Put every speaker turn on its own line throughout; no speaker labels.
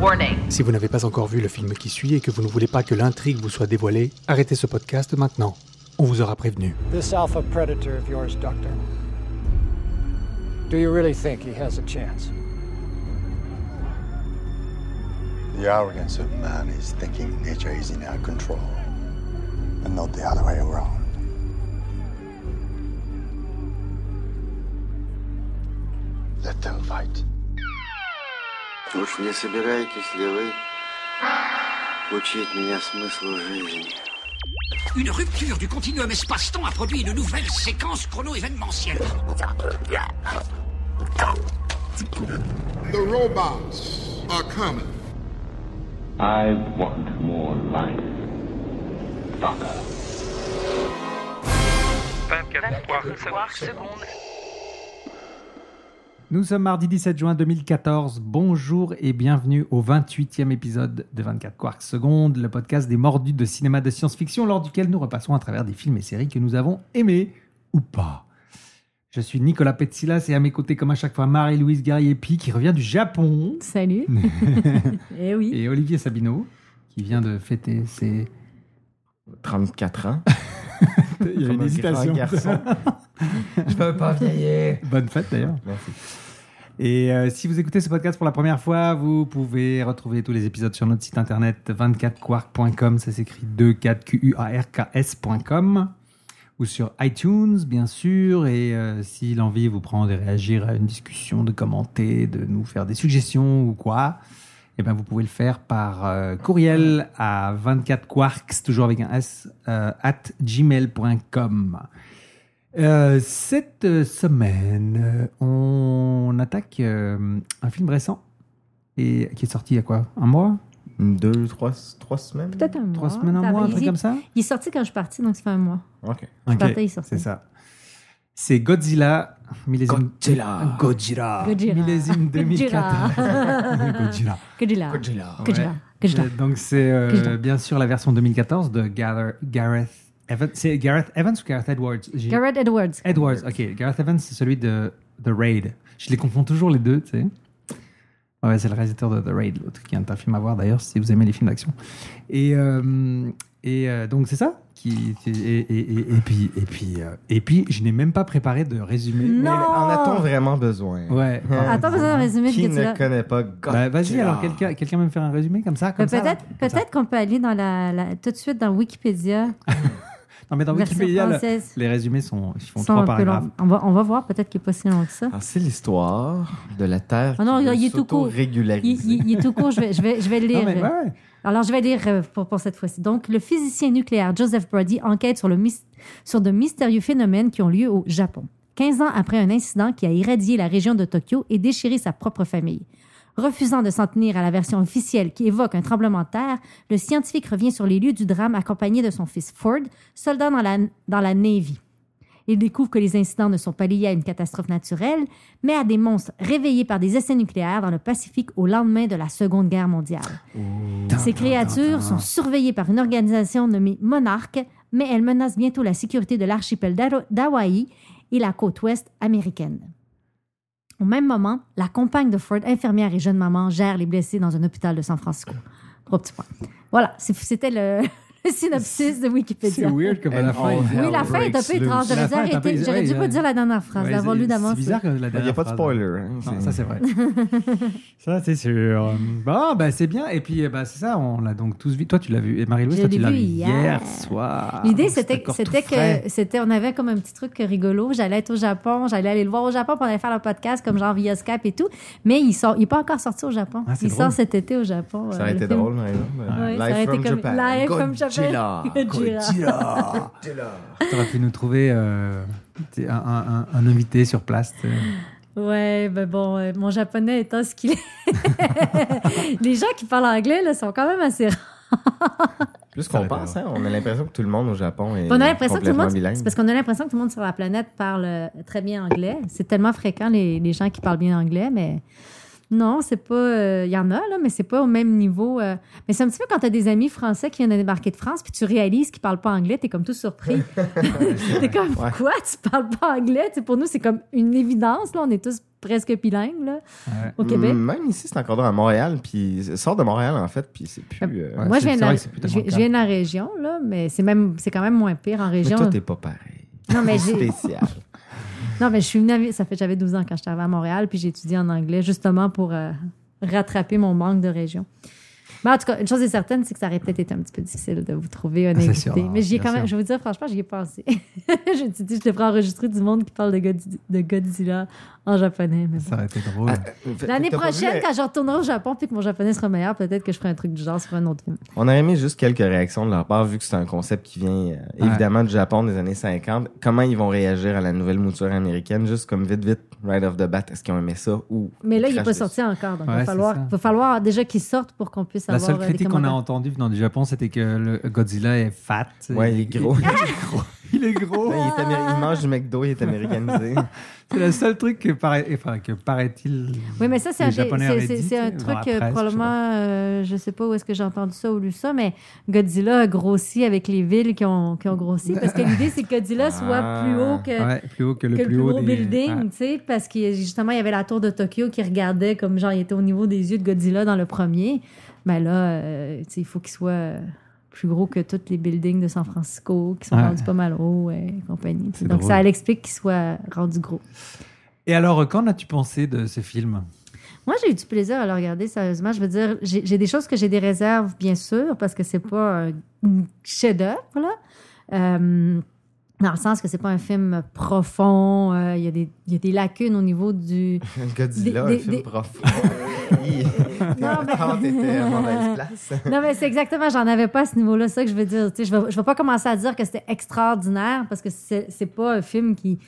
Warning.
Si vous n'avez pas encore vu le film qui suit et que vous ne voulez pas que l'intrigue vous soit dévoilée, arrêtez ce podcast maintenant. On vous aura prévenu.
This alpha predator of yours, Doctor. Do you really think he has a chance?
The arrogance of man is thinking nature is in our control and not the other way around. Let them fight.
Уж не собираетесь ли вы учить меня смыслу жизни?
Une rupture du continuum espace-temps a produit une nouvelle séquence chrono-événementielle.
The robots are coming.
I want more life. Fucker.
24 secondes.
Nous sommes mardi 17 juin 2014. Bonjour et bienvenue au 28e épisode de 24 Quarks Secondes, le podcast des mordus de cinéma de science-fiction, lors duquel nous repassons à travers des films et séries que nous avons aimés ou pas. Je suis Nicolas Petsilas et à mes côtés, comme à chaque fois, Marie-Louise Gariepi qui revient du Japon
Salut. Eh oui.
et Olivier Sabino qui vient de fêter ses.
34 ans.
Il y a
Comme
une
un
hésitation.
grand garçon. Je peux pas vieillir.
Bonne fête d'ailleurs.
Merci.
Et euh, si vous écoutez ce podcast pour la première fois, vous pouvez retrouver tous les épisodes sur notre site internet 24quark.com, ça s'écrit 24quarks.com, ou sur iTunes bien sûr, et euh, si l'envie vous prend de réagir à une discussion, de commenter, de nous faire des suggestions ou quoi, eh ben vous pouvez le faire par euh, courriel à 24quarks, toujours avec un S, euh, at gmail.com. Euh, cette euh, semaine, euh, on attaque euh, un film récent et qui est sorti il y a quoi Un mois
Deux, trois, trois semaines
Peut-être un
Trois
mois.
semaines, un
Ça
mois, un
va,
truc
il-
comme ça
Il est sorti quand je suis partie, donc ça fait un mois.
Ok.
Je
Ok,
partais, il sortait.
C'est ça. C'est Godzilla, millésime...
Godzilla.
Godzilla.
Godzilla.
Ah, Millésime 2014.
Godzilla.
Godzilla.
Que j'ai là.
Godzilla.
Que j'ai là. Que j'ai là.
Euh, Donc c'est euh,
Godzilla.
bien sûr la version 2014 de Gather- Gareth Evans. C'est Gareth Evans ou Gareth Edwards J'ai-
Garrett Edwards.
Edwards, ok. Gareth Evans, c'est celui de The Raid. Je les confonds toujours les deux, tu sais. Ouais, c'est le réalisateur de The Raid, l'autre, qui est un film à voir d'ailleurs, si vous aimez les films d'action. Et, euh, et euh, donc, c'est ça. Qui, et, et, et- et puis, et puis, euh, et puis, je n'ai même pas préparé de résumé.
Non.
Mais en a-t-on vraiment besoin
Ouais.
Ah, Attends, besoin d'un résumé de
Qui ne
Godzilla.
connaît pas Godzilla
Bah, vas-y, alors, quelqu'un quelqu'un veut me faire un résumé comme ça, comme
Mais
ça, là?
Peut-être
Comme ça.
peut-être qu'on peut aller dans la, la- tout de suite dans Wikipédia,
Non, mais dans
version
Wikipédia, là,
française.
les résumés sont, ils font
Ils sont
trois
un peu longs.
paragraphes. Ah,
On va, on va voir, peut-être qu'il n'est pas si long que ça.
Alors, c'est l'histoire de la Terre
Ah non,
qui
il
veut
est tout court. Il,
s'auto-régulariser.
il- il est tout court, je vais, je vais, je vais le lire.
Non, mais
je vais-
ouais, ouais.
Alors, je vais lire euh, pour, pour cette fois-ci. Donc, le physicien nucléaire Joseph Brody enquête sur, le mys- sur de mystérieux phénomènes qui ont lieu au Japon, 15 ans après un incident qui a irradié la région de Tokyo et déchiré sa propre famille. Refusant de s'en tenir à la version officielle qui évoque un tremblement de terre, le scientifique revient sur les lieux du drame accompagné de son fils Ford, soldat dans la, dans la Navy. Il découvre que les incidents ne sont pas liés à une catastrophe naturelle, mais à des monstres réveillés par des essais nucléaires dans le Pacifique au lendemain de la Seconde Guerre mondiale. Ces créatures sont surveillées par une organisation nommée Monarch, mais elles menacent bientôt la sécurité de l'archipel d'Haro- d'Hawaï et la côte ouest américaine. Au même moment, la compagne de Ford, infirmière et jeune maman, gère les blessés dans un hôpital de San Francisco. Trois petits points. Voilà, c'est- c'était le, le synopsis de
C'est
Wikipédia.
weird comme à la
And
fin.
all
ils-
hell
Oui, la fin est un peu
breaks
étrange.
loose.
J'aurais
La
dû
fin est un peu-
arrêter. J'aurais
ouais,
dû
ouais.
pas dire la dernière phrase,
Ouais,
l'avoir
c'est-
lu d'avance.
C'est bizarre que la
Il
dernière
n'y Bah, a pas de
phrase.
spoiler. hein,
Non,
c'est-
ça c'est vrai. ça c'est sûr. Bon, bah c'est bien. Et puis, eh ben, c'est ça, on l'a donc tous vu. Toi, tu l'as vu. Et Marie-Louise,
Je
toi, tu
l'ai
l'as vu
vu
hier,
hier.
soir.
L'idée,
Donc,
c'était,
encore
c'était
tout frais.
que c'était, on avait comme un petit truc rigolo. J'allais être au Japon, j'allais aller le voir au Japon, puis on allait faire le podcast comme genre via Skype et tout. Mais il sort, il est pas encore sorti au Japon.
Ah, c'est
il
drôle.
sort cet été au Japon.
Ça
euh,
aurait
le
été
film.
drôle, par exemple.
Ouais, ça aurait
Live
été
from
comme
Japan.
Live from
Godzilla.
Japan. Godzilla.
Godzilla.
T'aurais pu nous trouver euh, t'es un, un- un- un invité sur place. euh. t'es-
Ouais, ben bon, euh, mon japonais étant ce qu'il est. Les gens qui parlent anglais, là, sont quand même assez rares.
Plus qu'on pense, hein, on a l'impression que tout le monde au Japon est
Puis On a l'impression que tout le monde,
complètement bilingue.
c'est parce qu'on a l'impression que tout le monde sur la planète parle euh, très bien anglais. C'est tellement fréquent les, les gens qui parlent bien anglais, mais Non, c'est pas. euh, Il y en a, là, mais c'est pas au même niveau. euh. mais c'est un petit peu quand t'as des amis français qui viennent de débarquer de France, puis tu réalises qu'ils parlent pas anglais, t'es comme tout surpris. t'es comme,
Ouais.
quoi, tu parles pas anglais? Tu sais, pour nous, c'est comme une évidence, là. On est tous presque bilingues, là. Au Québec?
Mm.
Même ici, c'est encore drôle à Montréal, puis sors de Montréal, en fait, puis c'est plus. euh,
Moi, je viens, de la,
c'est plus tellement
je-
le
je
cas.
viens de la région, là, mais c'est même c'est quand même moins pire en
Mais
région.
toi, t'es pas pareil.
Non, mais
C'est
j'ai-
spécial.
non, mais je suis venue, avec- ça fait j'avais 12 ans quand j'étais arrivée à Montréal, puis j'ai étudié en anglais justement pour euh, rattraper mon manque de région. Mais en tout cas, une chose est certaine, c'est que ça aurait peut-être été un petit peu difficile de vous trouver un
Ah, c'est
invité.
sûr,
mais j'y ai
bien
quand même,
sûr.
je vais vous dire franchement, j'y ai pensé. je me suis dit, je devrais enregistrer du monde qui parle de, Godzi- de Godzilla en japonais. mais bon.
Ça aurait été drôle.
Ah,
L'année
T'as pas vu,
prochaine,
mais
quand je retournerai au Japon puis que mon japonais sera meilleur, peut-être que je ferai un truc du genre sur un autre film.
On aurait mis juste quelques réactions de leur part, vu que c'est un concept qui vient euh, évidemment du Japon des années 50. Comment ils vont réagir à la nouvelle mouture américaine, juste comme vite, vite, right off the bat, est-ce qu'ils ont aimé ça ou.
Mais là,
ils
il n'est pas
crachent
sorti encore. Donc, il
Ouais,
va,
c'est
falloir,
ça.
va falloir déjà qu'il sorte pour qu'on puisse
La
avoir
seule
euh, des
critique qu'on a
commentaires.
entendue venant du Japon, c'était que le Godzilla est fat.
dessus. Ouais, il est gros. Ben,
Il est gros.
il, est améri- il mange du McDo, il est américanisé.
C'est le seul truc que, paraît, enfin, que paraît-il.
Oui, mais ça, c'est
les
un, des-
Japonais
c'est-
auraient
c'est-
dit,
c'est un
tu sais, dans
truc
la
euh,
presse,
probablement, euh, je sais pas où est-ce que j'ai entendu ça ou lu ça, mais Godzilla a grossi avec les villes qui ont, qui ont grossi parce que l'idée, c'est que Godzilla soit
Ah.
plus haut que,
Ouais, plus haut que
que
le plus,
gros
haut des...
building, tu sais, parce que justement, il y avait la tour de Tokyo qui regardait comme genre, il était au niveau des yeux de Godzilla dans le premier. Mais là, euh, tu sais, il faut qu'il soit euh, plus gros que tous les buildings de San Francisco qui sont
Ouais.
rendus pas mal hauts ouais, et compagnie. tu sais.
C'est
Donc,
drôle.
ça elle explique qu'il soit rendu gros.
Et alors, euh, qu'en as-tu pensé de ce film
Moi, j'ai eu du plaisir à le regarder, sérieusement. Je veux dire, j'ai j'ai des choses que j'ai des réserves, bien sûr, parce que c'est pas un chef-d'œuvre, là. Euh, dans le sens que c'est pas un film profond, euh, il y, a des- il y a des lacunes au niveau du.
Godzilla,
Des-
un film
des-
profond. Il- Ah, T'étais à mauvaise place.
Non, mais c'est exactement, j'en avais pas à ce niveau-là, c'est ça que je veux dire. Tu sais, je ne vais, je vais pas commencer à dire que c'était extraordinaire parce que c'est c'est pas un film qui,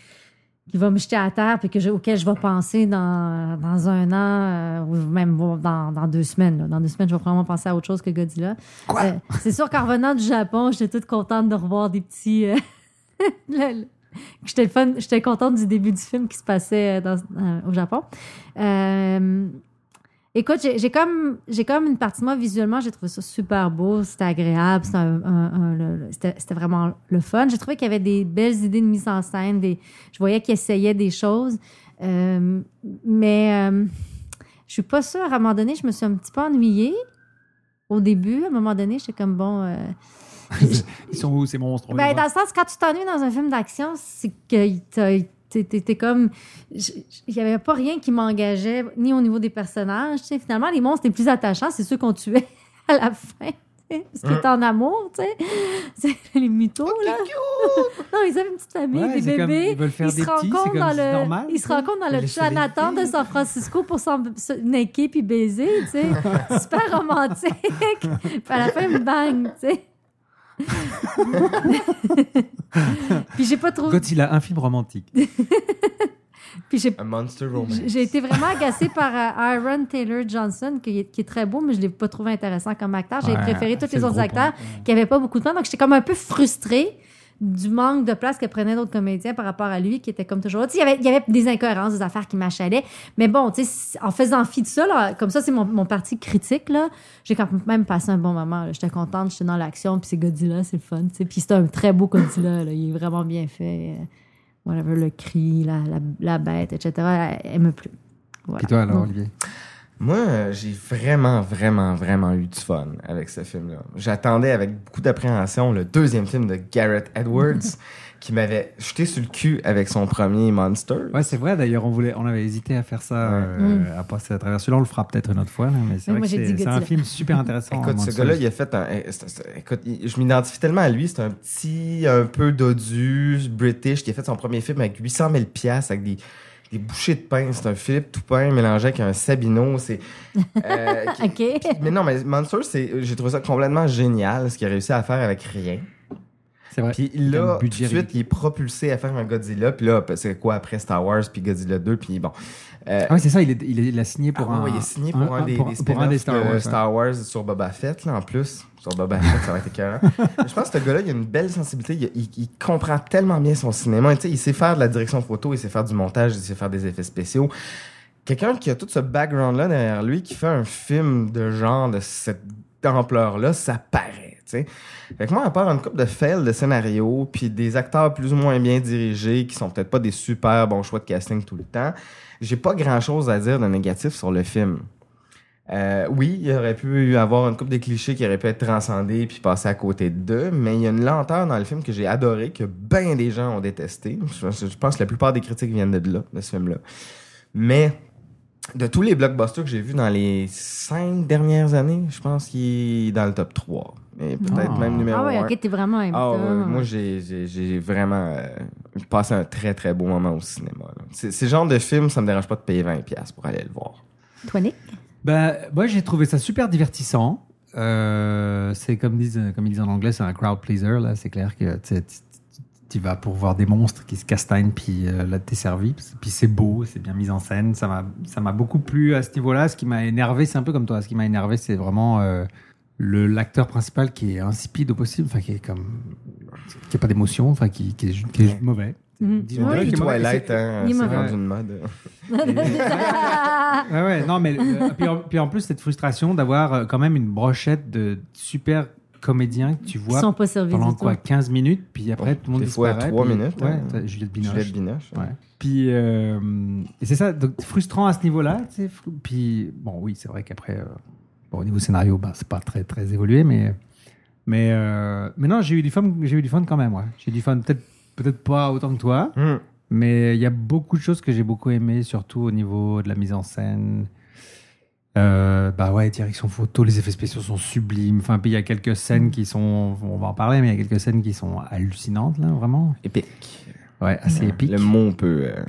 qui va me jeter à terre puis que je- auquel je vais penser dans, dans un an euh, ou même bon, dans, dans deux semaines. là. Dans deux semaines, je vais probablement penser à autre chose que Godzilla. Euh, c'est sûr qu'en revenant du Japon, j'étais toute contente de revoir des petits. euh, le- le- J'étais le fun- j'étais contente du début du film qui se passait euh, dans- euh, au Japon. Euh, Écoute, j'ai j'ai comme, j'ai comme une partie de moi visuellement, j'ai trouvé ça super beau, c'était agréable, c'était un- un- un- le- le- c'était c'était vraiment le fun. J'ai trouvé qu'il y avait des belles idées de mise en scène, des, je voyais qu'il essayait des choses, Euh, mais euh, je suis pas sûre. À un moment donné, je me suis un petit peu ennuyée au début. À un moment donné, j'étais comme bon. euh,
Ils sont où ces monstres On les
ben, dans
voit.
le sens, quand tu t'ennuies dans un film d'action, c'est que t'as- t'es- t'es t'es comme. je- Il n'y avait pas rien qui m'engageait, ni au niveau des personnages. tu sais. Finalement, les monstres les plus attachants, c'est ceux qu'on tuait à la fin. tu sais, Parce que
Hein?
t'es en amour, tu sais. C'est les mythos, là. non, ils avaient une petite famille,
Ouais,
des
c'est comme-
bébés.
ils veulent faire
se
des petits, c'est
rencontrent
comme-
dans
c'est
le,
normal,
ils se
ça.
rencontrent dans le
Laisser
Jonathan
les
de
filles.
San Francisco pour s'en- se naquer puis baiser, tu sais. Super romantique. puis à la fin, bang, tu sais. Puis j'ai pas trouvé.
Godzilla, un film romantique.
Puis
ah
j'ai
A monster romance.
j'ai été vraiment agacée par euh, Aaron Taylor Johnson, qui est, qui est très beau, mais je ne l'ai pas trouvé intéressant comme acteur. J'ai
Ouais,
préféré tous
c'est
les
le
autres
gros
acteurs qui n'avaient pas beaucoup de temps. Donc, j'étais comme un peu frustrée du manque de place que prenaient d'autres comédiens par rapport à lui, qui était comme toujours. Tu sais, il y avait- il y avait des incohérences, des affaires qui m'achalaient. Mais bon, tu sais, en faisant fi de ça, là, comme ça, c'est mon, mon parti critique, là. J'ai quand même passé un bon moment. là. J'étais contente, j'étais dans l'action, puis c'est Godzilla, c'est le fun, tu sais. Puis c'est un très beau Godzilla, là. Il est vraiment bien fait. euh, whatever, le cri, la, la, la bête, etc. Elle, elle me plut. Voilà.
Et toi, alors,
Bon.
Olivier
Moi, euh, j'ai vraiment, vraiment, vraiment eu du fun avec ce film-là. J'attendais avec beaucoup d'appréhension le deuxième film de Garrett Edwards qui m'avait jeté sur le cul avec son premier Monster.
Ouais, c'est vrai, d'ailleurs, on, voulait, on avait hésité à faire ça, euh, à passer à travers celui-là. On le fera peut-être une autre fois, là, mais c'est
Mais
vrai
moi,
que
j'ai
c'est-
dit
c'est un
Godzilla.
film super intéressant.
Écoute, ce
Oh, Monster.
gars-là, il a fait un. eh, c'est- c'est- Écoute, il- je m'identifie tellement à lui. C'est un petit, un peu dodu, british, qui a fait son premier film avec 800 000 piastres, avec des, des bouchées de pain. C'est un Philippe Toupin mélangé avec un Sabino. C'est. euh, qui-
OK.
mais non, mais Monster, c'est, j'ai trouvé ça complètement génial, ce qu'il a réussi à faire avec rien.
C'est vrai.
Puis
Comme
là, tout de
budget
suite, il est propulsé à faire un Godzilla. Puis là, c'est quoi après Star Wars, puis Godzilla 2, puis bon. Euh,
Ah oui, c'est ça, il, est, il, est- il a signé pour
ah
un.
ouais, il est signé pour un, des,
pour-
des
pour un des
spin-offs de
Star Wars. hein. ouais.
Star Wars sur Boba Fett, là, en plus. Sur Boba Fett, ça va être écœurant. Mais je pense que ce gars-là, il a une belle sensibilité. Il, il- il comprend tellement bien son cinéma. Tu sais, il sait faire de la direction photo, il sait faire du montage, il sait faire des effets spéciaux.
quelqu'un qui a tout ce background-là derrière lui, qui fait un film de genre de cette ampleur-là, ça paraît. tu sais. Fait que moi, à part une couple de fails de scénario, puis des acteurs plus ou moins bien dirigés, qui sont peut-être pas des super bons choix de casting tout le temps, j'ai pas grand-chose à dire de négatif sur le film. Euh, oui, il aurait pu avoir une couple de clichés qui auraient pu être transcendés puis passer à côté d'eux, mais il y a une lenteur dans le film que j'ai adoré, que bien des gens ont détesté. Je, je pense que la plupart des critiques viennent de là, de ce film-là. Mais de tous les blockbusters que j'ai vus dans les cinq dernières années, je pense qu'il est dans le top 3. Et peut-être
Ah.
même numéro
Ah
1.
ouais, ok, t'es vraiment un
Ah ouais,
putain.
moi j'ai- j'ai j'ai vraiment euh, passé un très très beau moment au cinéma. là. C'est c'est le genre de film, ça me dérange pas de payer 20$ pour aller le voir.
Toi, Nick?
Ben, moi, j'ai trouvé ça super divertissant. Euh, c'est comme, disent, comme ils disent en anglais, c'est un crowd pleaser. Là, c'est clair que tu sais, tu- tu- tu vas pour voir des monstres qui se castagnent, puis euh, là, t'es servi. Puis c'est- Puis c'est beau, c'est bien mis en scène. Ça m'a, ça m'a beaucoup plu à ce niveau-là. Ce qui m'a énervé, c'est un peu comme toi. Ce qui m'a énervé, c'est vraiment euh, le, l'acteur principal qui est insipide au possible, enfin, qui est comme. qui n'a pas d'émotion, enfin, qui, qui est, ju- qui est juste mauvais.
Mhm.
Dis-
C'est
dis-moi
depuis
qui est mauvais,
Twilight,
c'est-
hein,
Il est
c'est
mauvais.
rendu une mode.
Ouais, ouais, non, mais euh, puis, en, puis en plus, cette frustration d'avoir euh, quand même une brochette de super comédiens que tu vois
sont pas servis
pendant
du
quoi
tout.
15 minutes, puis après tout le monde
Des fois,
disparaît.
trois
puis-
minutes,
Ouais,
hein.
t'as Juliette Binoche.
Juliette Binoche.
Ouais. Puis, euh, et c'est ça, donc frustrant à ce niveau-là. tu sais, fru- Puis, bon, oui, c'est vrai qu'après, euh, bon, au niveau scénario, bah, c'est pas très, très évolué, mais, mais, euh, mais non, j'ai eu, du fun- j'ai eu du fun quand même. ouais. J'ai eu du fun, peut-être peut pas autant que toi,
Hmm.
mais il y a beaucoup de choses que j'ai beaucoup aimées, surtout au niveau de la mise en scène. Euh, bah ouais, direction photo, les effets spéciaux sont sublimes. Enfin, puis il y a quelques scènes qui sont, on va en parler, mais il y a quelques scènes qui sont hallucinantes, là, vraiment.
Épique.
Ouais, assez épiques.
Le mot peut. euh,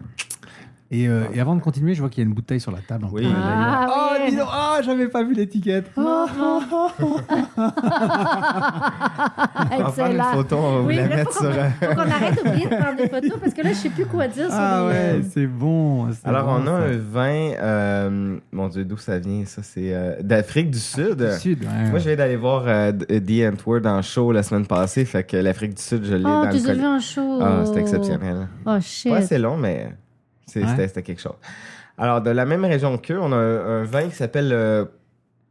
Et, euh, et avant de continuer, je vois qu'il y a une bouteille sur la table. en
Oui.
train de-
Ah,
Oh,
ouais. Oh,
dis donc, ah, j'avais pas vu l'étiquette.
On va prendre une
Excellent.
photo, on va vous
Oui,
la
mais
mettre
faut
sur.
qu'on-
euh,
faut qu'on arrête d'oublier de prendre des photos parce que là, je sais plus quoi dire sur
Ah
les- euh,
ouais, c'est bon. c'est
Alors,
bon,
on a
ça.
un vin. euh, mon Dieu, d'où ça vient, ça? C'est euh, d'Afrique du Sud.
Du Sud. ouais.
Moi, je viens d'aller voir euh, D- The Antwoord en show la semaine passée, fait que l'Afrique du Sud, je l'ai
Oh,
dans
tu
le
as vu
collier.
un show.
Ah, c'était exceptionnel.
Oh, shit.
Ouais, c'est long, mais c'est-
Ouais.
c'était c'était quelque chose. Alors, de la même région qu'eux, on a un, un vin qui s'appelle euh,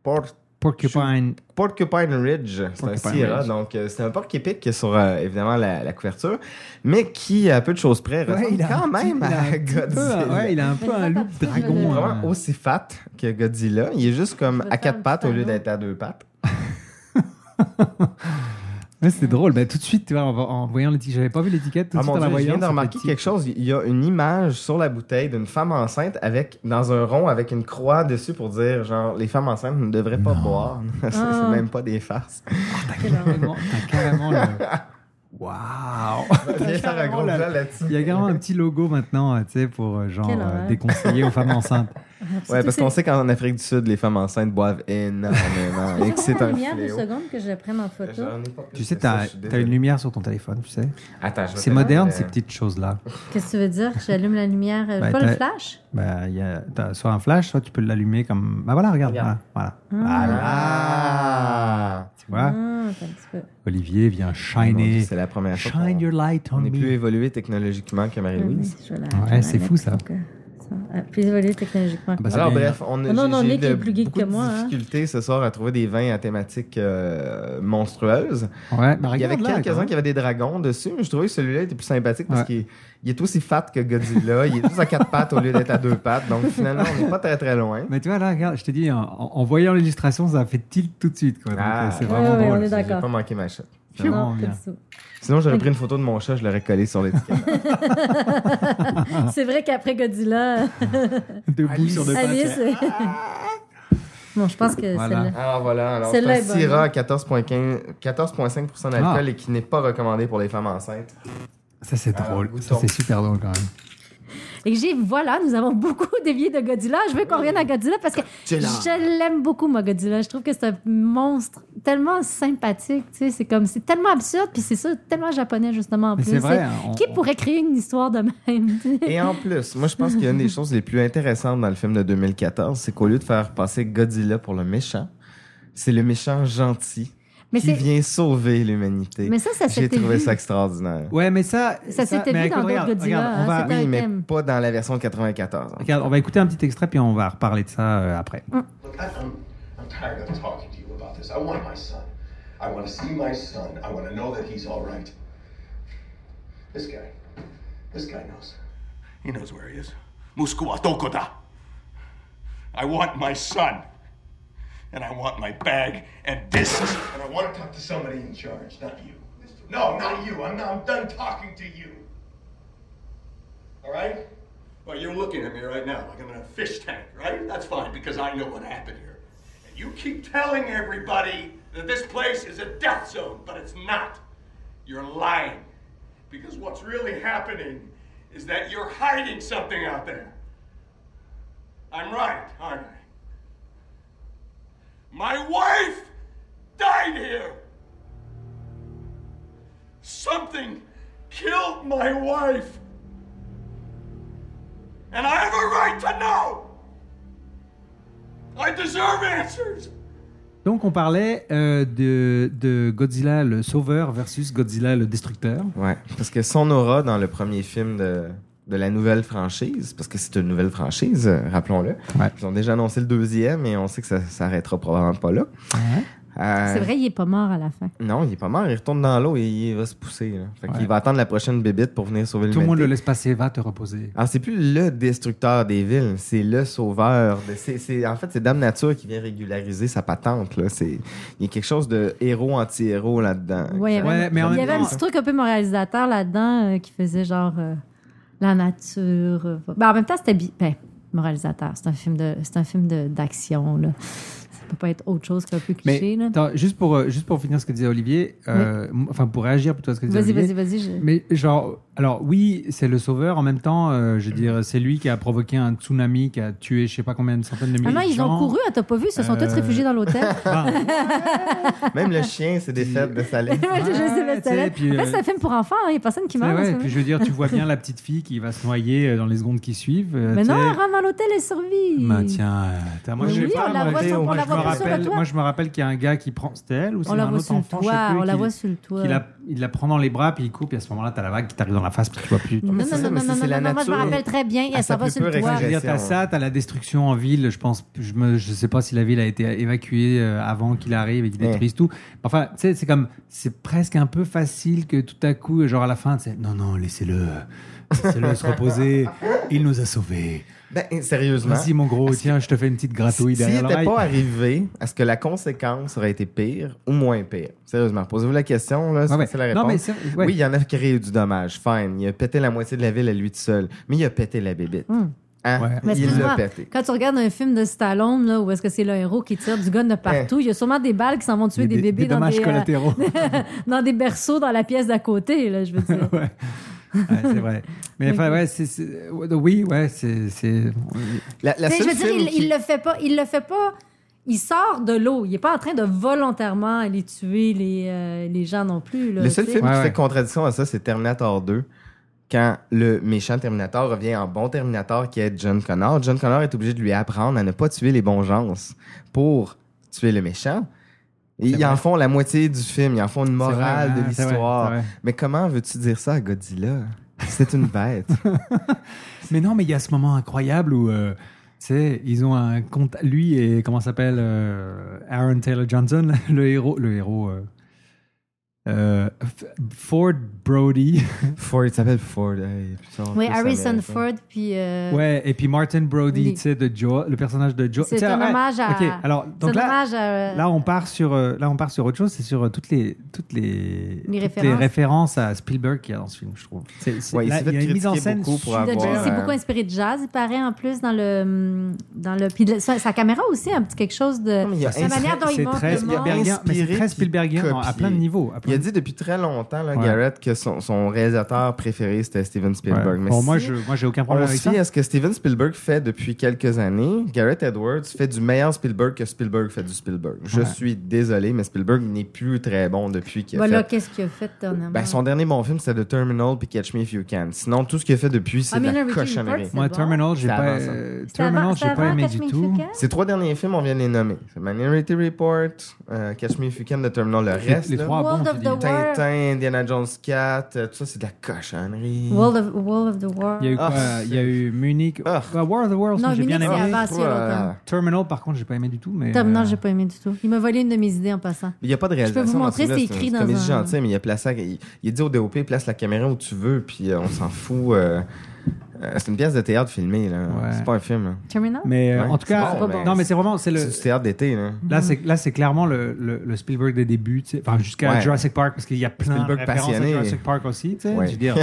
Port-
Porcupine.
Porcupine Ridge. C'est un
Porcupine
Syrah,
Ridge.
donc euh, c'est un porc épique qui est sur, euh, évidemment, la, la couverture, mais qui, à peu de choses près, ressemble quand
un petit-
même
il a un
à
petit peu,
Godzilla.
ouais, il a un peu un look
Mais c'est pas
Il est
dragon.
parti,
vraiment
hein.
aussi fat que Godzilla. Il est juste comme
Je vais faire
à
un
quatre
petit
pattes au lieu
panneau.
d'être à deux pattes.
Ouais, c'est drôle. Ben, tout de suite, tu vois, en, en voyant l'étiquette, j'avais pas vu l'étiquette. Tout de
Ah
suite,
mon
en la
Dieu, je
voyant,
viens de
ça fait
remarquer
petit.
quelque chose. Il y a une image sur la bouteille d'une femme enceinte avec dans un rond avec une croix dessus pour dire genre les femmes enceintes ne devraient pas boire. c'est c'est
Ah.
même pas des farces.
T'as carrément, t'as carrément le. Waouh!
Je viens faire un gros
la-
plan là-dessus.
Il y a carrément un petit logo maintenant, euh, tu sais, pour euh, genre
Quelle
euh,
horreur.
déconseiller aux femmes enceintes.
Ouais, parce
C'est-
qu'on sait qu'en Afrique du Sud, les femmes enceintes boivent énormément Ah, et que
C'est
c'est
vraiment
un
une lumière de
fléau.
seconde que je prenne en photo.
J'en ai pas plus
Tu sais,
que ça,
t'as
je suis
t'as
désolé.
une lumière sur ton téléphone, tu sais.
Attends, je vais
C'est
te-
moderne,
euh,
ces petites choses-là.
Qu'est-ce que tu veux dire? J'allume la lumière. euh,
Ben,
pas le
t'as-
flash?
Bah, il y a, t'as soit un flash, soit tu peux l'allumer comme. Bah voilà, regarde.
Regarde.
Voilà. Voilà.
Ah! Oh
Tu vois,
Ah, attends un petit peu.
Olivier vient
Mon Dieu,
shiner.
C'est la première fois. qu'on-
Shine your light on
On est plus
me.
évolué technologiquement que Marie-Louise.
Je vais la-
Ouais,
je vais
c'est
la mettre
fou, ça.
pour que ça- ah, Plus évolué technologiquement.
Ah, bah, ça
Alors
vient-
bref, on a,
Oh non,
j'ai-
non,
j'ai
Nick
de-
est plus geek
beaucoup
que
de
moi, hein.
difficulté ce soir à trouver des vins à thématique euh, monstrueuse.
Ouais, bah,
il y avait
regarde là,
quelques-uns
quand
qui avaient des dragons dessus, mais je trouvais que celui-là était plus sympathique parce
Ouais.
qu'il il est aussi fat que Godzilla. il est juste à quatre pattes au lieu d'être à deux pattes. Donc finalement, on n'est pas très très loin.
Mais tu vois, là, regarde, je te dis, en, en voyant l'illustration, ça a fait tilt tout de suite. Quoi. Donc,
Ah.
euh, c'est
Ouais,
vraiment
ouais,
drôle.
on est
J'ai
d'accord.
pas manqué ma shot.
C'est vraiment
Non, pas
bien.
du tout.
Sinon, j'aurais pris une photo de mon chat, je l'aurais collé sur l'étiquette. Ah.
C'est vrai qu'après Godzilla,
Debout sur deux pattes.
Alice. Ah. Bon, je pense que
Voilà.
Euh, celle-là.
alors Ah, voilà, alors c'est
Celle-là
un
est bonne.
Syrah à 14,5% 14,5% d'alcool
Ah.
et qui n'est pas recommandé pour les femmes enceintes.
Ça, c'est
Alors,
drôle. Ça,
goûtons.
c'est super drôle quand même.
Et j'ai, voilà, nous avons beaucoup dévié de Godzilla. Je veux qu'on revienne à Godzilla parce que je l'aime beaucoup, moi, Godzilla. Je trouve que c'est un monstre tellement sympathique. Tu sais, c'est comme, c'est tellement absurde, puis c'est ça, tellement japonais, justement, en
Mais
plus.
c'est vrai.
C'est-
hein, on-
Qui pourrait créer une histoire de même? tu sais?
Et en plus, moi je pense qu'il y a une des choses les plus intéressantes dans le film de 2014, c'est qu'au lieu de faire passer Godzilla pour le méchant, c'est le méchant gentil.
Mais
qui
c'est-
vient sauver l'humanité.
Mais ça, ça
J'ai
s'était
trouvé
vu.
ça extraordinaire.
Ouais, mais ça.
Ça s'était
mais
vu
écoute,
dans
regarde,
d'autres Godzilla,
regarde, on
hein,
va-
c'était
Oui,
un
mais
thème.
pas dans la version de 94. hein.
Regarde, on va écouter un petit extrait puis on va reparler de ça euh, après.
Look, I- I'm, I'm tired of talking to you about this. I want my son. I want to see my son. I want to know that he's all right. This guy, this guy knows. He knows where he is. Muskua Tokoda. I want my son. And I want my bag and this. is- And I want to talk to somebody in charge, not you. No, not you. I'm, not, I'm done talking to you. All right? Well, you're looking at me right now like I'm in a fish tank, right? That's fine, because I know what happened here. And you keep telling everybody that this place is a death zone, but it's not. You're lying. Because what's really happening is that you're hiding something out there. I'm right, aren't I? My wife died here! Something killed my wife! and I have a right to know. I deserve answers.
Donc, on parlait euh, de, de Godzilla le sauveur versus Godzilla le destructeur.
Ouais, parce que son aura dans le premier film de, de la nouvelle franchise, parce que c'est une nouvelle franchise, euh, rappelons-le. Ils ont déjà annoncé le deuxième et on sait que ça s'arrêtera probablement pas là. Euh,
C'est vrai, il est pas mort à la fin.
Non, il est pas mort, il retourne dans l'eau et il va se pousser. là. Fait qu'il va attendre la prochaine bébite pour venir sauver
Tout le monde
l'humanité.
le laisse passer, va te reposer.
Alors, c'est plus le destructeur des villes, c'est le sauveur. de- c'est- c'est- en fait, c'est Dame Nature qui vient régulariser sa patente. Là. C'est- Il y a quelque chose de héros anti-héros là-dedans.
Ouais, il y avait,
Ouais, mais en
il y
même
avait un
temps-
petit truc un peu moralisateur là-dedans euh, qui faisait genre euh, la nature. euh, va- Ben, en même temps, c'était bi- ben, moralisateur. C'est un film de, c'est un film de- d'action. là. Ça peut pas être autre chose qu'un peu cliché. là.
attends, juste pour, euh, juste pour finir ce que disait Olivier, euh, m- enfin pour réagir plutôt à ce que disait
Vas-y,
Olivier.
vas-y, vas-y. je-
Mais genre, alors oui, c'est le sauveur. En même temps, euh, je veux dire, c'est lui qui a provoqué un tsunami qui a tué je sais pas combien de centaines de milliers
Ah non,
de
ils
gens.
ont couru, ah, t'as pas vu, ils se sont
Euh,
tous réfugiés dans l'hôtel.
Même le chien, c'est des faibles de sa
Ouais,
liste.
je sais pas,
tu
ça
sais,
va.
puis,
En fait,
euh,
c'est un film pour enfants, hein, il y a personne qui
Ouais,
meurt. dans
ouais,
ce
puis
film.
je veux dire, tu vois bien la petite fille qui va se noyer euh, dans les secondes qui suivent. euh,
Mais
tu
non,
sais.
elle rentre dans l'hôtel, elle survit.
Ben, tiens, euh, attends, moi
Mais
je
oui,
sais pas,
on la
moi,
voit
je-
sur- on
moi,
la
je
voit
me
plus sur le
rappelle,
toit.
moi je me rappelle qu'il y a un gars qui prend, c'était elle ou c'est
On la
un
voit
autre
sur le
enfant, je sais
toit,
plus,
on la
qui-
voit sur euh. le toit.
qui la- Ah, il la prend dans les bras puis il coupe et à ce moment-là t'as la vague qui t'arrive dans la face puis tu vois plus.
Non, non,
c'est ça,
non,
mais
non,
c'est-
non,
c'est
non,
la
non, moi je me
nature.
rappelle très bien,
Ah,
elle s'en
ça
va
peut
sur le
peu
toit.
Je veux dire, t'as
Agression,
ça, t'as la destruction en ville. Je pense, je, me, je sais pas si la ville a été évacuée euh, avant qu'il arrive et qu'il
Ouais.
détruise tout. Enfin, tu sais, c'est comme, c'est presque un peu facile que tout à coup, genre à la fin, tu sais, non, non, laissez-le, laissez-le se reposer. Il nous a sauvés.
Ben, sérieusement.
Vas-y, mon gros, tiens, je te fais une petite gratouille
S'il
derrière
n'était
l'oreille.
pas arrivé, est-ce que la conséquence aurait été pire ou moins pire? Sérieusement, posez-vous la question, là,
Ouais, ouais.
c'est la
Non,
réponse.
mais c'est- ouais.
Oui, il y en a qui créé du dommage, fine. Il a pété la moitié de la ville à lui tout seul, mais il a pété la bébite.
Hum.
Hein?
Mais
Il l'a
excuse-moi,
pété.
quand tu regardes un film de Stallone, là, où est-ce que c'est le héros qui tire du gun
Hein?
de partout, il y a sûrement des balles qui s'en vont tuer
Des-
des,
des
bébés dans,
dommages
des, euh,
collatéraux.
dans des berceaux dans la pièce d'à côté, là, je veux dire.
Ouais. Ouais, c'est vrai. Mais enfin, ouais, c'est, c'est- ouais, oui, ouais, c'est, c'est-
La, la
Tu sais, je
seule
veux dire,
film
il,
qui-
il le fait pas. Il le fait pas. Il sort de l'eau. Il est pas en train de volontairement aller tuer les, euh, les gens non plus. là,
Le seul
tu sais.
film qui
ouais.
fait contradiction à ça, c'est Terminator 2. Quand le méchant Terminator revient en bon Terminator qui est John Connor, John Connor est obligé de lui apprendre à ne pas tuer les bons gens pour tuer le méchant. Et
C'est
ils en
vrai.
font la moitié du film, ils en font une
vrai,
morale
hein,
de
c'est vrai,
l'histoire.
c'est vrai.
Mais comment veux-tu dire ça à Godzilla? C'est une bête.
Mais non, mais il y a ce moment incroyable où, euh, tu sais, ils ont un compte. Lui et comment ça s'appelle euh, Aaron Taylor Johnson, le héros, le héros. euh, euh, F- Ford Brody.
Ford, il s'appelle Ford. hey, putain,
Oui,
plus
Harrison
américain.
Ford, puis. euh,
Ouais, et puis Martin Brody,
oui.
tu sais, de Joe, le personnage de Joe.
C'est
Tiens,
un
ouais,
hommage à.
Ok, alors,
c'est
donc
un
là,
hommage à-
là, on part sur, euh, là, on part sur autre chose, c'est sur euh, toutes les, toutes les, toutes
références.
références à Spielberg qu'il y a dans ce film, je trouve. C'est- c'est-
Ouais, il
là,
s'est fait
y a une mise en
critiquer
scène
beaucoup pour
super-
de-
avoir,
il s'est
euh,
beaucoup inspiré de jazz, il paraît en plus dans le dans le puis de- sa, sa caméra aussi un petit quelque chose de
mais il y a
la
un-
manière dont
C'est
il montre
très
le monde.
Spielbergien, mais c'est
Inspiré
très
puis
Spielbergien en- à
copié.
plein de niveaux. à
Il
plein
y a
a dit depuis très longtemps, là,
Ouais.
Garrett, que son, son réalisateur préféré, c'était Steven Spielberg.
Ouais.
Mais
Bon,
si
moi, je- moi, j'ai aucun problème
on
avec
se fie
ça.
à ce que Steven Spielberg fait depuis quelques années. Garrett Edwards fait du meilleur Spielberg que Spielberg fait du Spielberg. Je
Ouais.
suis désolé, mais Spielberg n'est plus très bon depuis qu'il a
Voilà,
fait...
qu'est-ce qu'il a fait dernièrement?
Ben, son dernier bon film, c'était The Terminal puis Catch Me If You Can. Sinon, tout ce qu'il a fait depuis, c'est
Ah,
de la
Minority Report,
cochonnerie.
c'est Moi, bon. Terminal,
j'ai
C'est
pas-
avant ça.
euh, C'était Terminal, avant- j'ai c'était pas avant aimé Catch du Me If tout. You Can?
Ces trois derniers films, on vient de les nommer. C'est Minority Report, euh, Catch Me If You Can, The Terminal, le
Les-
reste.
les
là,
trois World bons, of tu dis. the War.
Tintin, Indiana Jones 4, euh, tout ça, c'est de la cochonnerie.
World of, World of the War.
Il y a eu quoi
Ah,
Il y a eu Munich. Bah, War of the Worlds,
Non,
moi, j'ai
Munich,
bien aimé.
c'est avant, c'est il y a longtemps.
Terminal, par contre, j'ai pas aimé du tout. Mais
Terminal,
euh,
j'ai pas aimé du tout. Il m'a volé une de mes idées en passant.
Il n'y a pas de
Je peux
réalisation.
vous
dans
montrer,
ce film-là,
c'est écrit
une
dans
comédie
un-
gentille, mais il a placé, il, il a dit au DOP, place la caméra où tu veux, puis euh, on s'en fout. euh, euh, c'est une pièce de théâtre filmée, là. C'est pas un film. là.
Terminal?
Mais euh,
Ouais,
en tout cas,
c'est bon, mais
non, mais c'est vraiment c'est le.
C'est du théâtre d'été, là.
Là, c'est là, c'est clairement le, le, le Spielberg des débuts, tu sais. enfin jusqu'à
Ouais.
Jurassic Park, parce qu'il y a plein
Spielberg
de références
passionné.
à Jurassic Park aussi. Tu sais.
Ouais.
Je veux dire,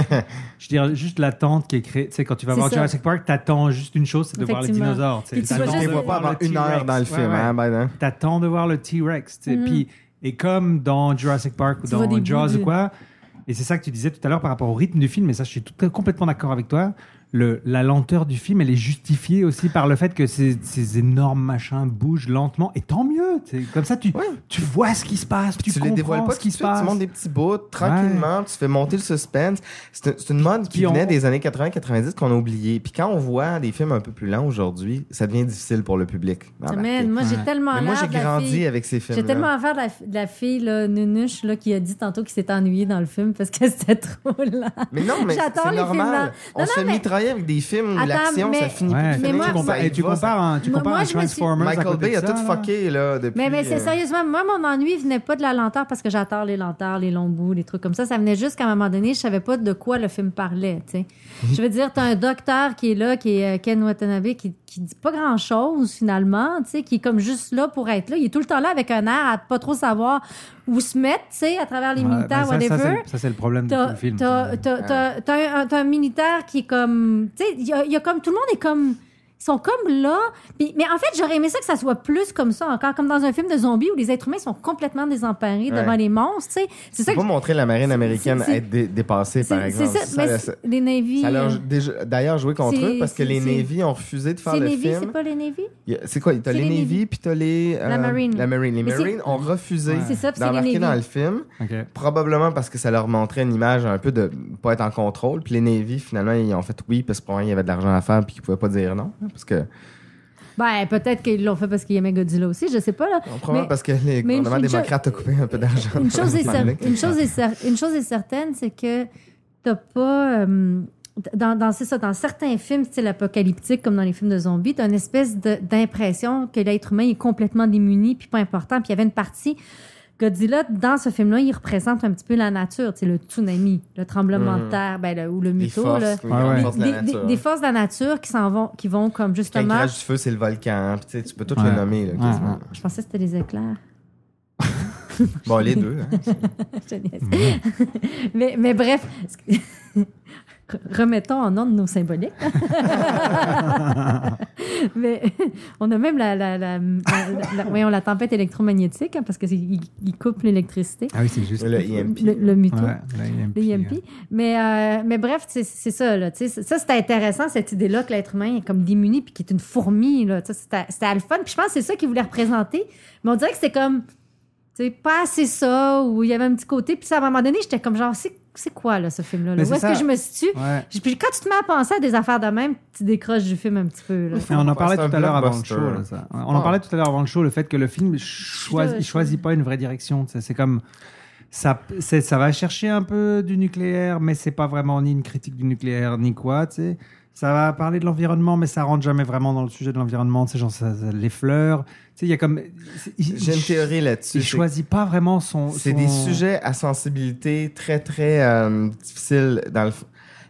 je veux dire, juste l'attente qui est créée. Tu sais, quand tu vas
C'est
voir
ça.
Jurassic Park, t'attends juste une chose, c'est de voir les
Effectivement.
dinosaures. sais.
Puis tu vas
T'attends
juste
de
les voir
voir
pendant
le
une heure
T-Rex.
dans le film, hein, Biden.
T'attends de voir le T-Rex. tu sais.
Mhm.
Puis et comme dans Jurassic Park ou
Tu vois
dans
des
Jaws
bouts
ou
de-
quoi. Et c'est ça que tu disais tout à l'heure par rapport au rythme du film, et ça, je suis tout- complètement d'accord avec toi. Le, la lenteur du film, elle est justifiée aussi par le fait que ces, ces énormes machins bougent lentement, et tant mieux. tu sais. Comme ça, tu, tu vois ce qui se passe, tu,
Tu les
comprends
dévoiles pas
ce qui se
passe.
passe.
Tu montes des petits bouts tranquillement, tu fais monter le suspense. C'est un- c'est une mode qui
Puis on-
venait des années 80-90 qu'on a oublié. Puis quand on voit des films un peu plus lents aujourd'hui, ça devient difficile pour le public. d'embarquer.
Ah, Man, moi, j'ai tellement
Mais moi,
l'air
j'ai
de la
grandi
fille-
avec ces films.
J'ai tellement affaire de la, de la fille, là, Nunuche, là, qui a dit tantôt qu'il s'est ennuyée dans le film parce que c'était trop lent.
Mais non, mais
J'adore
c'est
les films lents.
normal. On
Non,
se fait
mais-
mitrailler avec des films où
Attends,
l'action,
mais-
ça finit
Ouais.
plus.
Mais moi-
Ben, tu compares,
ça y
tu
va,
compares
un,
tu Moi- compares moi, un je me suis- Transformers à
Michael
côté
Bay
de
a
ça, hein.
tout
là.
fucké, là, depuis.
Mais, mais
euh,
c'est sérieusement, moi, mon ennui venait pas de la lenteur parce que j'adore les lenteurs, les longs bouts, les trucs comme ça. Ça venait juste qu'à un moment donné, je savais pas de quoi le film parlait, tu sais. Je veux dire, t'as un docteur qui est là, qui est euh, Ken Watanabe, qui, qui dit pas grand chose finalement, tu sais, qui est comme juste là pour être là. Il est tout le temps là avec un air à pas trop savoir où se mettre, tu sais, à travers les
Ouais,
militaires,
ben ça, ça,
whatever.
c'est le- ça, c'est le problème de
T'as-
tout le film.
T'as t'as- t'as- t'as un, un- t'as un militaire qui est comme. Tu sais, il y a, il y a comme. Tout le monde est comme. Ils sont comme là. Puis- mais en fait, j'aurais aimé ça que ça soit plus comme ça encore, comme dans un film de zombies où les êtres humains sont complètement désemparés
Ouais.
devant les monstres, tu sais. C'est ça
Faut
que.
pas montrer la marine américaine
c'est-
être dé- dépassée, par
C'est
exemple.
c'est ça, mais c'est- les Navy.
ça leur
euh,
a déjà- d'ailleurs joué contre
c'est-
eux parce que
c'est-
les
c'est-
Navy ont refusé de faire
c'est
le
Navy, c'est
film.
pas les Navy?
Il y a- C'est quoi
C'est
T'as les
les
Navy, puis t'as les. euh,
La Marine.
La Marine. Les
Mais c'est-
Marines ont refusé
Ouais. C'est ça, puis c'est les Navy.
d'embarquer dans le film. Probablement parce que ça leur montrait une image un peu de pas être en contrôle. Puis les Navy, finalement, ils ont fait oui, parce que probablement, il y avait de l'argent à faire, puis qu'ils pouvaient pas dire non. hein, Parce que.
Ben, peut-être qu'ils l'ont fait parce qu'il y a Godzilla aussi, je sais pas, là.
Probablement
Mais-
parce que les
mais une-
gouvernements
une chose-
démocrates ont coupé un peu d'argent.
une chose est,
dans
cer-
le
une chose est cer- une chose est certaine, c'est que t'as pas. euh, dans, dans, c'est ça, dans certains films style apocalyptique, comme dans les films de zombies, t'as une espèce de- d'impression que l'être humain est complètement démuni, puis pas important. Puis il y avait une partie. Godzilla, dans ce film-là, il représente un petit peu la nature, tu sais, le tsunami, le tremblement de
Mhm.
terre, ben, le- ou le
Les
mytho,
forces,
là.
les grandes
Des-
forces de la
des- des-
nature.
des forces de la nature qui s'en vont, qui vont comme
Quand il
justement.
crache du feu, c'est le volcan. hein, Puis, tu sais, tu peux tout
Ouais.
le nommer. Là,
Ah,
Ouais,
quasiment.
ouais.
Je pensais que c'était les éclairs.
Bon, les deux. hein.
Je niaise. mais, mais bref, remettons en ordre nos symboliques. mais on a même la, la, la, la- la- voyons, la tempête électromagnétique hein, parce qu'il coupe l'électricité.
Ah oui, c'est juste.
Le IMP.
Le, le mytho.
Ouais, le E IMP.
Le IMP. Mais, euh, mais bref, c'est c'est ça. Là, tu sais, ça, c'était intéressant, cette idée-là que l'être humain est comme démuni puis qu'il est une fourmi. là. Tu sais, C'était c'était le fun. Puis je pense que c'est ça qu'ils voulaient représenter. Mais on dirait que c'était comme, tu sais, pas assez ça, ou il y avait un petit côté. Puis ça, à un moment donné, j'étais comme genre, c'est c'est quoi là, ce film-là? là?
Mais
Où
c'est
est-ce que
ça.
je me situe?
Ouais.
Puis quand tu te mets à penser à des affaires de même, tu décroches du film un petit peu. là.
Mais on en parlait
C'est un
tout à l'heure avant le
blockbuster.
show. là, ça. On en parlait tout à l'heure avant le show, le fait que le film choisit, il choisit pas une vraie direction. tu sais. C'est comme ça, c'est- ça va chercher un peu du nucléaire, mais c'est pas vraiment ni une critique du nucléaire ni quoi. tu sais. Ça va parler de l'environnement, mais ça rentre jamais vraiment dans le sujet de l'environnement. tu sais, genre ça- ça- les fleurs. Tu sais, il y a comme c'est- il-
J'ai une
il-
théorie là-dessus.
Il
c'est-
choisit pas vraiment son.
C'est
son-
des sujets à sensibilité très, très euh, difficile dans le f-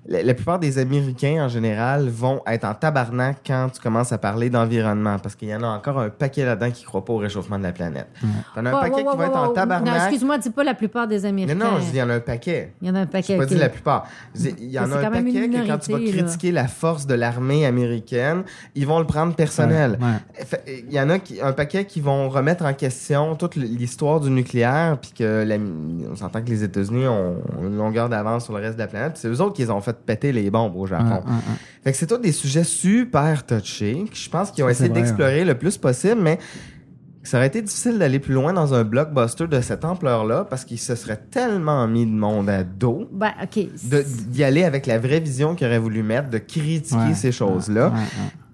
la, la plupart des Américains, en général, vont être en tabarnak quand tu commences à parler d'environnement, parce qu'il y en a encore un paquet là-dedans qui ne croit pas au réchauffement de la planète. T'en as un
Wow,
paquet
wow,
qui va
wow,
être en
wow.
tabarnak.
Non, excuse-moi, dis pas la plupart des
Non,
Américains.
non, je dis, il y en a un paquet.
Il y en a un
J'ai
paquet.
pas
ok.
dit la plupart. Je dis, Il y en
Mais
a
c'est
un
quand même
paquet
une
que quand tu vas
minorité, là.
critiquer la force de l'armée américaine, ils vont le prendre personnel. Fait- Il y en a qui, un paquet qui vont remettre en question toute l- l'histoire du nucléaire, puis que la- on s'entend que les États-Unis ont une longueur d'avance sur le reste de la planète. puis C'est eux autres qui les ont fait péter les bombes au Japon.
Ouais, ouais, ouais.
Fait que c'est tous des sujets super touchés. que Je pense qu'ils ont
Ça, c'est
essayé
vrai,
d'explorer le plus possible, mais ça aurait été difficile d'aller plus loin dans un blockbuster de cette ampleur-là parce qu'ils se seraient tellement mis de monde à dos
Ben, OK.
de- d'y aller avec la vraie vision qu'ils auraient voulu mettre, de critiquer
Ouais,
ces choses-là.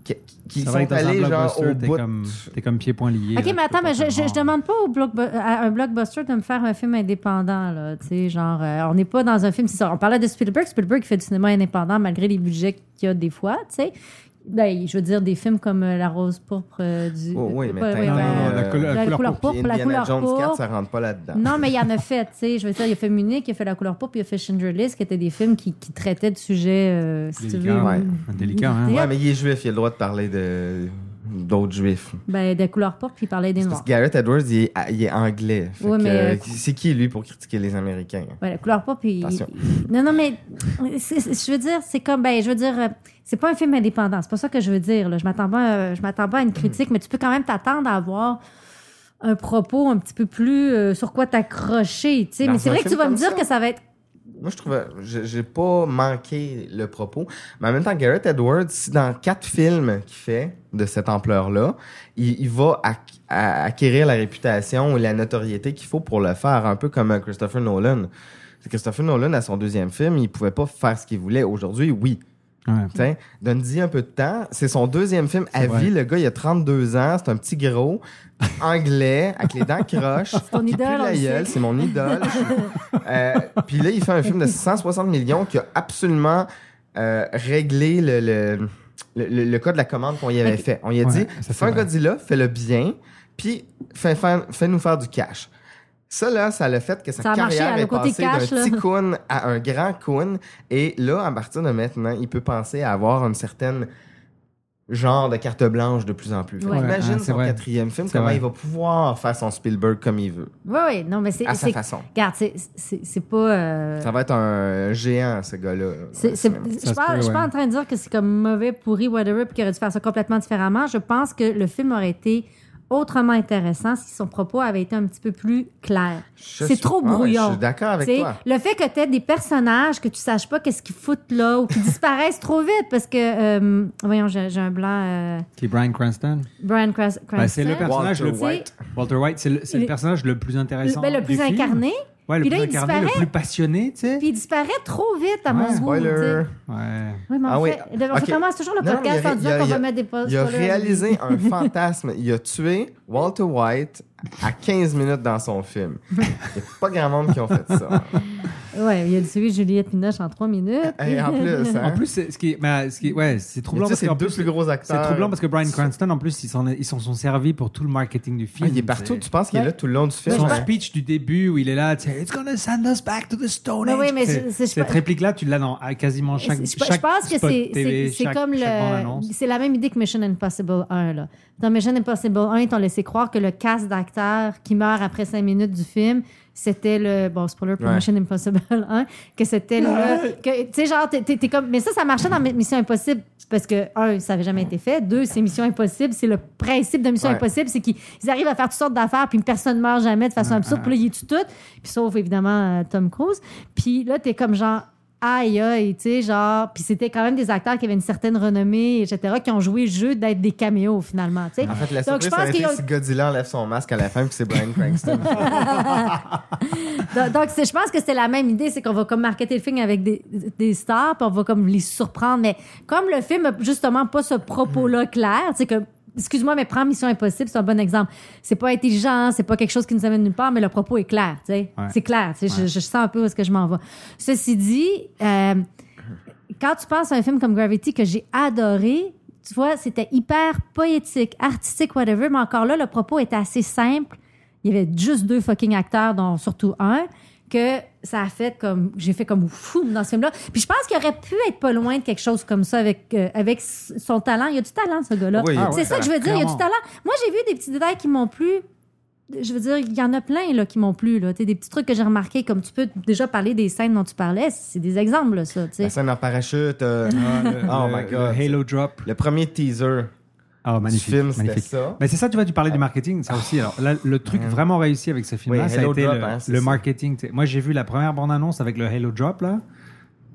qui- Qui
Ça
sont
va être dans un
allés genre
blockbuster,
au
t'es
bout.
comme- T'es comme pieds-poings
OK,
liés. là,
mais
tu peux
attends,
pas
mais je,
faire
je, je demande pas au blockbu- à un blockbuster de me faire un film indépendant, là. Tu sais, genre, euh, on n'est pas dans un film. c'est ça, On parlait de Spielberg. Spielberg fait du cinéma indépendant malgré les budgets qu'il y a des fois, tu sais. Ben, je veux dire, des films comme euh, La Rose Pourpre euh, du.
Oh, oui, mais
pas-
Tintin,
ben,
euh,
la couleur pourpre.
puis
La
Indiana
couleur
Jones
pourpre.
4, ça rentre pas là-dedans.
Non, mais il en a fait, tu sais. Je veux dire, il a fait Munich, il a fait La couleur pourpre, il a fait Schindler's List, qui étaient des films qui, qui traitaient de sujets, euh, si tu veux.
ouais.
Délicat, hein?
Ouais, mais il est juif, il a le droit de parler de d'autres juifs.
Ben, de couleur pourpre, puis il parlait des
Parce
noirs.
que Garrett Edwards, il est, il est anglais. Fait
Ouais,
que,
mais-
C'est qui, lui, pour critiquer les Américains?
Ouais, la couleur pourpre, puis.
Attention.
Non, non, mais c'est- c'est- je veux dire, c'est comme, ben, je veux dire, euh, c'est pas un film indépendant. C'est pas ça que je veux dire. Là. Je m'attends pas, à- je m'attends pas à
Mhm.
une critique, mais tu peux quand même t'attendre à avoir un propos un petit peu plus euh, sur quoi t'accrocher. tu sais.
Dans
Mais c'est
un
vrai que tu
film
vas me
comme
dire
ça.
que ça va être.
Moi, je trouve, je- j'ai pas manqué le propos. Mais en même temps, Garrett Edwards, si dans quatre films qu'il fait de cette ampleur-là, il, il va ac- à- acquérir la réputation ou la notoriété qu'il faut pour le faire, un peu comme euh, Christopher Nolan. Christopher Nolan, à son deuxième film, il pouvait pas faire ce qu'il voulait. Aujourd'hui, oui.
Ouais.
Tiens, donne-y un peu de temps. C'est son deuxième film à
C'est vrai.
vie. Le gars, il a 32 ans. C'est un petit gros, anglais, avec les dents croches.
ton
qui pue
idole, on
la
le
gueule.
sait.
C'est mon idole. Euh, Puis là, il fait un film de 160 millions qui a absolument euh, réglé le, le, le- le- le cas de la commande qu'on y avait
Ok.
fait. On y a
Ouais,
dit,
ça, c'est
fais un
vrai.
Godzilla, fais-le bien, puis fais, fais- fais-nous faire du cash. Ça, là, ça a le fait que sa
Ça a marché,
carrière
hein, le
est
côté
passée
cash,
d'un
là.
petit coon à un grand coon. Et là, à partir de maintenant, il peut penser à avoir une certaine genre de carte blanche de plus en plus. Fait
Ouais.
Imagine
Ouais, c'est
son
vrai.
quatrième film,
C'est
comment
vrai.
il va pouvoir faire son Spielberg comme il veut,
Oui, oui, non, mais c'est.
à sa
c'est-
façon.
Regarde, c'est- c'est c'est pas. euh,
Ça va être un géant, ce gars-là.
C'est- c'est-
Ouais,
je
se
parle-
peut,
je suis pas
ouais.
en train de dire que c'est comme mauvais, pourri, whatever, puis qu'il aurait dû faire ça complètement différemment. Je pense que le film aurait été autrement intéressant si son propos avait été un petit peu plus clair.
Je
C'est
suis-
trop
Ah ouais,
brouillon.
je suis d'accord avec
T'sais,
toi.
Le fait que tu aies des personnages que tu saches pas qu'est-ce qu'ils foutent là ou qui disparaissent trop vite parce que, euh, voyons, j'ai j'ai un blanc, euh,
Qui est Brian Cranston?
Brian Cras- Cranston.
Ben, c'est le personnage
Walter
le
White.
Walter White, c'est le, c'est le
Le-
personnage le plus intéressant.
Ben, le
du
plus
film.
incarné.
Ouais, le
Puis
plus
là, il
incarné, le
disparaît.
plus passionné, tu sais.
Puis il disparaît trop vite à mon
Ouais,
goût.
Spoiler.
t'sais.
Ouais.
Oui, mais on,
Ah oui.
fait, on
Ok.
commence toujours le
Non, non,
podcast
il a-
en
il a-
disant qu'on
il a-
va mettre des posts.
Il a
spoilers.
réalisé un fantasme. Il a tué Walter White à 15 minutes dans son film. Il n'y a pas grand monde qui ont fait ça.
Ouais, il a tué Juliette Minoche en trois minutes.
Et en plus, hein,
En plus, c'est- ce qui est, ben, ce qui est- ouais, c'est troublant
tu sais,
parce
c'est
qu'en
deux
plus,
plus gros acteurs. Ah,
c'est troublant parce que Brian Cranston, en plus, ils s'en ils s'en sont servis pour tout le marketing du
Ah,
film.
il est partout.
c'est-
Tu penses qu'il est là tout le long du film?
Son
hein?
speech du début où il est là, tu sais, It's gonna send us back to the Stone
Mais
Age.
Ben oui, mais
C'est-
je- c'est- je-
cette réplique-là, tu l'as dans à quasiment chaque.
je, je
chaque
pense que
spot
c'est-
TV,
c'est c'est
chaque-
comme
chaque bande-annonce.
le. C'est la même idée que Mission Impossible 1. Là. Dans Mission Impossible 1, ils t'ont laissé croire que le cast d'acteurs qui meurt après cinq minutes du film, c'était le. Bon, spoiler pour
Ouais.
Mission Impossible 1, que c'était le. que- Tu sais, genre, t'es- t'es t'es comme. Mais ça, ça marchait dans Mission Impossible parce que, un, ça n'avait jamais été fait. Deux, c'est Mission Impossible. C'est le principe de Mission
Ouais.
Impossible, c'est qu'ils ils arrivent à faire toutes sortes d'affaires, puis personne ne meurt jamais de façon absurde. Puis là, ils tuent tout. Puis sauf, évidemment, euh, Tom Cruise. Puis là, t'es comme genre aïe aïe, tu sais, genre, puis c'était quand même des acteurs qui avaient une certaine renommée, etc., qui ont joué le jeu d'être des caméos finalement, tu sais.
En fait, la
Donc, je
surprise, ça
pense
aurait
qu'il y
été
a-
si Godzilla enlève son masque à la fin puis c'est Brian Cranston.
Donc, donc, c'est- je pense que c'était la même idée, c'est qu'on va comme marketer le film avec des, des stars, puis on va comme les surprendre. Mais comme le film a justement pas ce
Mm.
propos-là clair, c'est que excuse-moi, mais prends Mission Impossible, c'est un bon exemple. C'est pas intelligent, c'est pas quelque chose qui nous amène nulle part, mais le propos est clair, tu sais.
Ouais.
C'est clair, tu sais, je, je sens un peu où est-ce que je m'en vais. Ceci dit, euh, quand tu penses à un film comme Gravity que j'ai adoré, tu vois, c'était hyper poétique, artistique, whatever, mais encore là, le propos était assez simple. Il y avait juste deux fucking acteurs, dont surtout un, que ça a fait comme j'ai fait comme fou dans ce film-là. Puis je pense qu'il aurait pu être pas loin de quelque chose comme ça avec euh, avec s- son talent. Il y a du talent ce gars-là.
Oui, il y a du
c'est ça
talent,
que je veux dire. Il y a du
clairement.
talent. Moi j'ai vu des petits détails qui m'ont plu. Je veux dire, il y en a plein là, qui m'ont plu. Là. Tu sais, Des petits trucs que j'ai remarqués, comme tu peux déjà parler des scènes dont tu parlais, c'est des exemples, là, ça. tu sais.
La scène en parachute. euh,
Ah,
oh my god.
Halo Drop.
Le premier teaser.
Ah, magnifique.
Du film, c'était
magnifique.
ça.
Mais c'est ça, tu vois, tu parlais du marketing, ça aussi. Alors là, le truc vraiment réussi avec ce film-là,
Ah. Mm. Oui,
ça a
Halo
été
Drop,
le,
hein, c'est
le
ça.
marketing. tu sais. Moi, j'ai vu la première bande-annonce avec le Halo Drop, là.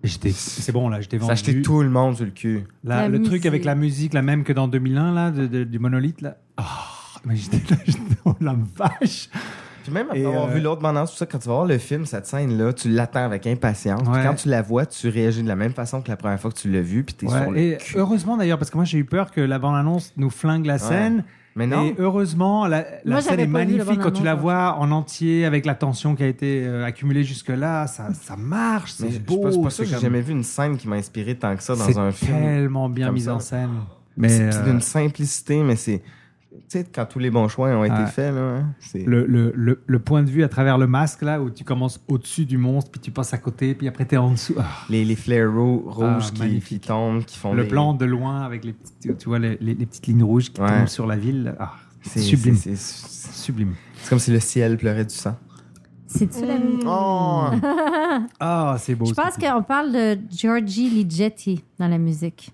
Et J'étais, c'est bon, là, j'étais
Ça
vendu.
achetait tout le monde sur le cul.
La-
La
le truc
musique.
avec la musique, la même que dans 2001, là, de- de- du monolithe, là. Ah, mais j'étais là, j'étais- oh la vache!
Puis même après
Et,
avoir
euh,
vu l'autre bande tout ça, quand tu vas voir le film, cette scène-là, tu l'attends avec impatience. Puis
Ouais.
quand tu la vois, tu réagis de la même façon que la première fois que tu l'as vu, puis t'es
Ouais,
sur le
et
cul.
heureusement d'ailleurs, parce que moi j'ai eu peur que la bande-annonce nous flingue la scène.
Mais non.
Et heureusement, la, la
Moi,
scène
j'avais
est
pas vu la
magnifique quand tu la
bande-annonce.
vois en entier avec la tension qui a été euh, accumulée jusque-là. Ça, ça marche,
Mais je-
c'est
je
beau.
pense pas ça,
c'est
j'ai
comme-
jamais vu une scène qui m'a inspiré tant que ça
c'est
dans un film.
tellement bien
comme
mise
ça.
en scène.
Mais c'est
Mais
c'est
euh,
d'une simplicité, mais c'est. Tu sais, quand tous les bons choix ont été
Ouais.
faits, là, hein, c'est.
le, le- le- le point de vue à travers le masque, là, où tu commences au-dessus du monstre, puis tu passes à côté, puis après t'es en dessous. Ah.
Les, les flares ro-
Ah,
rouges qui, qui
magnifique.
tombent, qui font
Le
des-
plan de loin avec les petites, tu- tu vois, les, les- les petites lignes rouges qui
Ouais.
tombent sur la ville. Ah,
C'est-
c'est sublime.
c'est- C'est
Sublime.
c'est comme si le ciel pleurait du sang.
C'est-tu la musique?
Oh!
Ah, c'est beau.
Je pense qu'on parle de Giorgi Ligeti dans la musique.